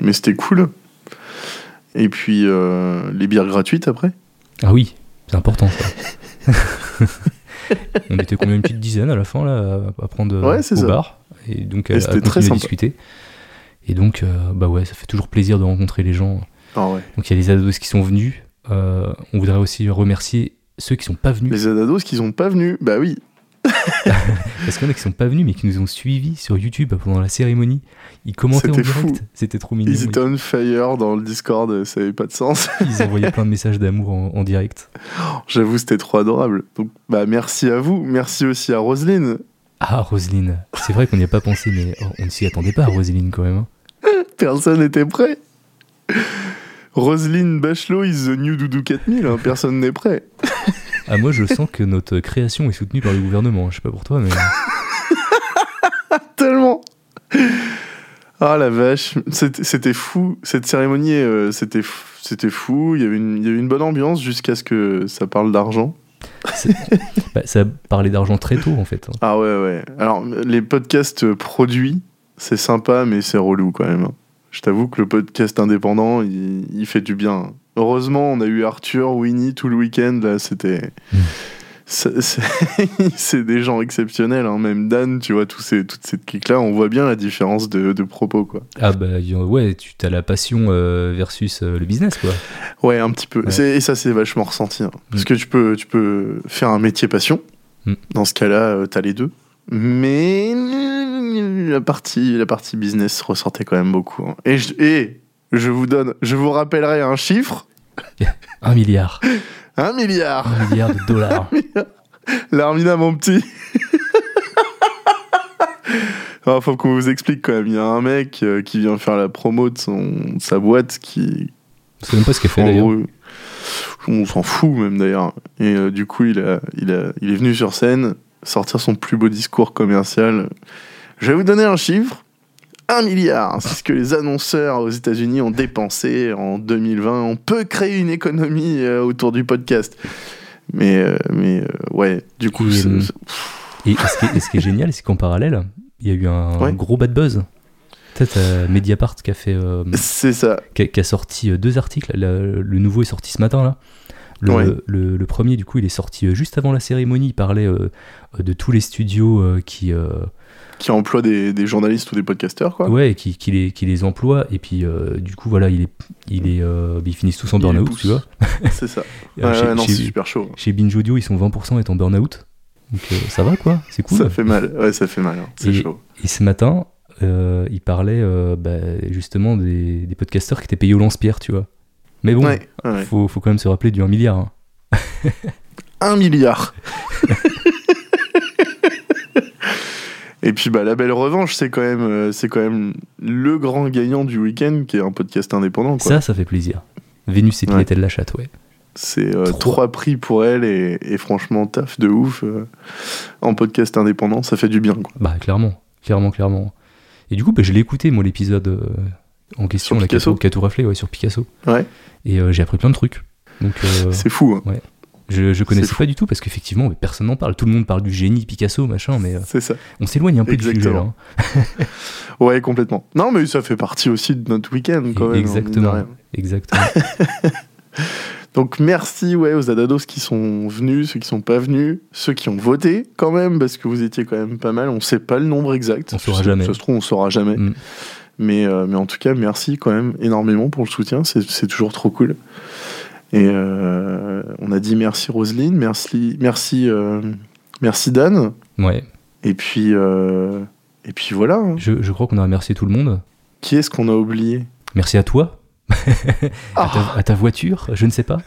S2: mais c'était cool. Et puis, euh, les bières gratuites après.
S1: Ah oui, c'est important ça. on était combien une petite dizaine à la fin là à prendre euh,
S2: Ouais, c'est
S1: au
S2: ça.
S1: bar et donc
S2: Et
S1: à- à,
S2: c'était
S1: continuer
S2: très
S1: à
S2: sympa.
S1: discuter. Et donc euh, bah ouais, ça fait toujours plaisir de rencontrer les gens.
S2: Ah
S1: Donc il y a les ados qui sont venus. Euh, on voudrait aussi remercier ceux qui sont pas venus
S2: Les Adados qui sont pas venus, bah oui.
S1: parce qu'il y en a qui sont pas venus mais qui nous ont suivis sur YouTube pendant la cérémonie. Ils commentaient en
S2: C'était fou.
S1: direct, c'était trop mignon.
S2: Ils étaient on fire dans le Discord, ça n'avait pas de sens.
S1: Ils envoyaient plein de messages d'amour en- en direct.
S2: J'avoue, c'était trop adorable. Donc, bah, merci à vous. Merci aussi à Roselyne.
S1: Ah, Roselyne, c'est vrai qu'on n'y a pas pensé, mais oh, on ne s'y attendait pas, Roselyne, quand même. hein.
S2: Personne n'était prêt. Roselyne Bachelot is the new Doudou 4000. hein. Personne n'est prêt.
S1: Ah, moi, je sens que notre création est soutenue par le gouvernement. hein. Je sais pas pour toi, mais.
S2: Tellement. Ah la vache, c'était c'était fou. Cette cérémonie, euh, c'était fou- c'était fou. Il y, avait une, il y avait une bonne ambiance jusqu'à ce que ça parle d'argent.
S1: Bah, ça parlait d'argent très tôt, en fait. hein.
S2: Ah ouais, ouais. Alors, les podcasts produits, c'est sympa, mais c'est relou quand même. Je t'avoue que le podcast indépendant, il, il fait du bien. Heureusement, on a eu Arthur, Winnie tout le week-end. Là, c'était. C'est- C'est c'est des gens exceptionnels, hein. même Dan, tu vois, tous ces, toutes ces clics-là, on voit bien la différence de, de propos, quoi.
S1: Ah, bah, y- ouais, tu as la passion euh, versus euh, le business, quoi. Mm.
S2: Ouais, un petit peu. C'est- Et ça, c'est vachement ressenti. hein. Parce que tu peux, tu peux faire un métier passion. Dans ce cas-là, euh, t'as les deux. Mais la partie, la partie business ressortait quand même beaucoup. hein. Et, je, et je vous donne, je vous rappellerai un chiffre
S1: Un milliard.
S2: un milliard.
S1: Un milliard de dollars.
S2: L'Armina, mon petit. Alors, Ah, faut qu'on vous explique quand même. Il y a un mec euh, qui vient faire la promo de, son, de sa boîte qui.
S1: C'est même pas ce qu'il fait,
S2: En
S1: d'ailleurs.
S2: gros, On s'en fout même d'ailleurs. Et euh, du coup, il, a, il, a- il est venu sur scène sortir son plus beau discours commercial. Je vais vous donner un chiffre. Un milliard, c'est ce que les annonceurs aux États-Unis ont dépensé en 2020. On peut créer une économie euh, autour du podcast. Mais, euh, mais euh, ouais, du coup,
S1: Et,
S2: c'est-
S1: euh,
S2: c'est-
S1: Et, et ce qui est, et ce qui est génial, c'est qu'en parallèle, il y a eu un
S2: Ouais.
S1: gros bad buzz. Peut-être euh, Mediapart qui a fait. euh,
S2: c'est ça.
S1: qui a, qui a sorti euh, deux articles. Le, le nouveau est sorti ce matin là. Le,
S2: Ouais.
S1: le- le premier, du coup, il est sorti euh, juste avant la cérémonie. Il parlait euh, euh, de tous les studios euh, qui, euh,
S2: qui emploie des, des journalistes ou des podcasteurs, quoi.
S1: ouais, qui, qui les, qui les emploient. Et puis, euh, du coup, voilà, il est, il est, euh, ils finissent tous en
S2: Il les
S1: burn-out,
S2: pousse.
S1: tu vois.
S2: C'est ça. Ouais,
S1: Euh,
S2: ouais, non, c'est super chaud.
S1: Chez Binge Audio, ils sont 20% à être en burn-out. Donc, euh, ça va, quoi. C'est cool.
S2: Ça fait mal. Ouais, ça fait mal. hein. C'est
S1: et,
S2: chaud.
S1: et ce matin, euh, il parlait euh, bah, justement des, des podcasteurs qui étaient payés au lance-pierre, tu vois. Mais bon,
S2: Ouais, ouais.
S1: Faut, faut quand même se rappeler du 1 milliard. hein.
S2: Un milliard. Et puis bah, la belle revanche, c'est quand même, euh, c'est quand même le grand gagnant du week-end, qui est un podcast indépendant. Quoi.
S1: Ça, ça fait plaisir. Vénus et Pinette de la chatte, ouais.
S2: c'est euh, trois prix pour elle et, et franchement taf de ouf euh, en podcast indépendant, ça fait du bien. Quoi.
S1: Bah, clairement, clairement, clairement. Et du coup, bah, je l'ai écouté, moi, l'épisode euh, en question, là, qui a
S2: Picasso
S1: tout- qui a tout raflé, ouais, sur Picasso.
S2: Ouais.
S1: Et euh, j'ai appris plein de trucs. Donc, euh,
S2: C'est fou. hein.
S1: Ouais. Je, je
S2: C'est
S1: connaissais
S2: fou.
S1: pas du tout parce qu'effectivement, mais personne n'en parle. Tout le monde parle du génie Picasso, machin, mais euh,
S2: C'est ça.
S1: on s'éloigne un peu du sujet. là,
S2: Exactement.
S1: hein.
S2: Ouais, complètement. Non, mais ça fait partie aussi hein, de notre week-end quand même. mine de
S1: Exactement.
S2: rien.
S1: Exactement.
S2: Donc merci ouais, aux Adados qui sont venus, ceux qui sont pas venus, ceux qui ont voté quand même, parce que vous étiez quand même pas mal. On sait pas le nombre exact.
S1: On saura
S2: Ça se-
S1: jamais. Mm.
S2: Ça se trouve, on saura jamais. Mais, euh, mais en tout cas, merci quand même énormément pour le soutien. C'est c'est toujours trop cool. Et euh, on a dit merci Roselyne, merci, merci, euh, merci Dan.
S1: Ouais.
S2: Et puis, euh, et puis voilà. hein.
S1: Je, je crois qu'on a remercié tout le monde.
S2: Qui est-ce qu'on a oublié
S1: Merci à toi. à,
S2: Ah.
S1: ta, à ta voiture, je ne sais pas.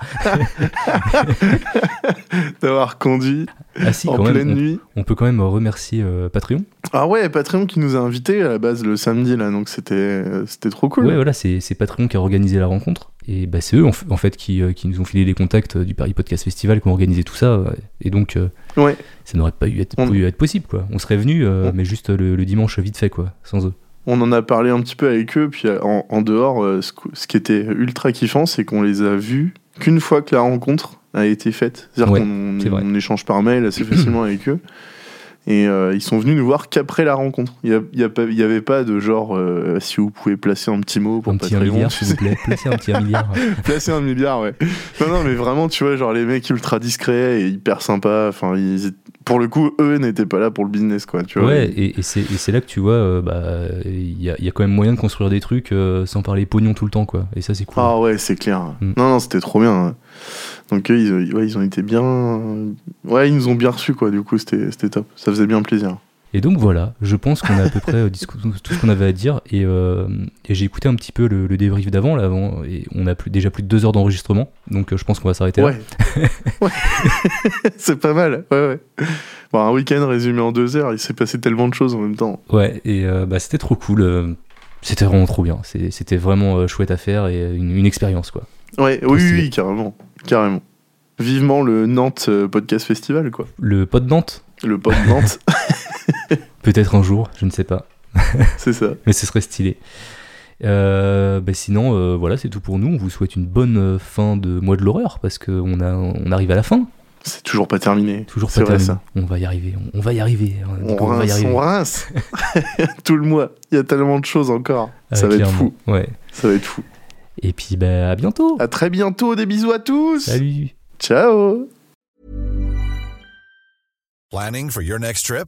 S2: D'avoir conduit
S1: Ah si,
S2: en
S1: quand même,
S2: pleine
S1: on-
S2: nuit.
S1: On peut quand même remercier euh, Patreon.
S2: Ah ouais, Patreon qui nous a invités à la base le samedi là, donc c'était euh, c'était trop cool.
S1: Ouais, voilà, c'est c'est Patreon qui a organisé la rencontre. Et bah, c'est eux, en, f- en fait, qui, euh, qui nous ont filé les contacts euh, du Paris Podcast Festival, qui ont organisé tout ça. ouais. Et donc, euh,
S2: Ouais.
S1: ça n'aurait pas eu être, pu être possible, quoi. On serait venu, mais juste euh, le, le dimanche, vite fait, quoi, sans eux.
S2: On en a parlé un petit peu avec eux, puis euh, en, en dehors, euh, ce, qu- ce qui était ultra kiffant, c'est qu'on les a vus qu'une fois que la rencontre a été faite. C'est-à-dire
S1: Ouais,
S2: qu'on
S1: c'est vrai.
S2: on échange par mail assez facilement avec eux. Et euh, ils sont venus nous voir qu'après la rencontre. Il n'y a, il y a pas- il y avait pas de genre, euh, si vous pouvez placer un petit mot pour
S1: Un
S2: pas
S1: petit un
S2: très long,
S1: milliard,
S2: tu
S1: s'il vous
S2: sais.
S1: plaît. Placez un petit un milliard.
S2: Placer un milliard, ouais. Non, non, mais vraiment, tu vois, genre les mecs ultra discrets et hyper sympas. Enfin, ils- pour le coup, eux n'étaient pas là pour le business, quoi. Tu vois.
S1: Ouais, et, et c'est et c'est là que tu vois, euh, bah, il y a, il y a quand même moyen de construire des trucs euh, sans parler pognon tout le temps, quoi. Et ça, c'est cool.
S2: Ah ouais, c'est clair.
S1: Mm.
S2: Non, non, c'était trop bien. Donc, eux, ils, euh, ouais, ils ont été bien. Ouais, ils nous ont bien reçus, quoi. Du coup, c'était c'était top. Ça faisait bien plaisir.
S1: Et donc voilà, je pense qu'on a à peu près euh, dit tout tout ce qu'on avait à dire. Et, euh, et j'ai écouté un petit peu le, le débrief d'avant, là, avant, et on a plus, déjà plus de deux heures d'enregistrement, donc euh, je pense qu'on va s'arrêter
S2: Ouais. Ouais. c'est pas mal. Ouais, ouais. Bon, un week-end résumé en deux heures, il s'est passé tellement de choses en même temps.
S1: là. Ouais, et euh, bah, c'était trop cool. euh, c'était vraiment trop bien. C'est- C'était vraiment euh, chouette à faire et euh, une, une expérience, quoi.
S2: Ouais, oui, oui, oui, carrément. Carrément. Vivement le Nantes euh, Podcast Festival, quoi.
S1: Le pot de Nantes
S2: Le pot de Nantes.
S1: Peut-être un jour, je ne sais pas.
S2: C'est ça.
S1: Mais ce serait stylé. Euh, bah, sinon, euh, voilà, c'est tout pour nous. On vous souhaite une bonne euh, fin de mois de l'horreur parce qu'on on arrive à la fin.
S2: C'est toujours pas terminé.
S1: Toujours
S2: C'est
S1: pas
S2: vrai, ça.
S1: terminé. On va y arriver. On, on va y arriver.
S2: On
S1: va y
S2: rince,
S1: arriver.
S2: on rince. Tout le mois. Il y a tellement de choses encore.
S1: Ah,
S2: ça va être
S1: clairement.
S2: fou.
S1: Ouais.
S2: Ça va être fou.
S1: Et puis, bah, à bientôt.
S2: À très bientôt. Des bisous à tous.
S1: Salut.
S2: Ciao.
S4: Planning for your next trip?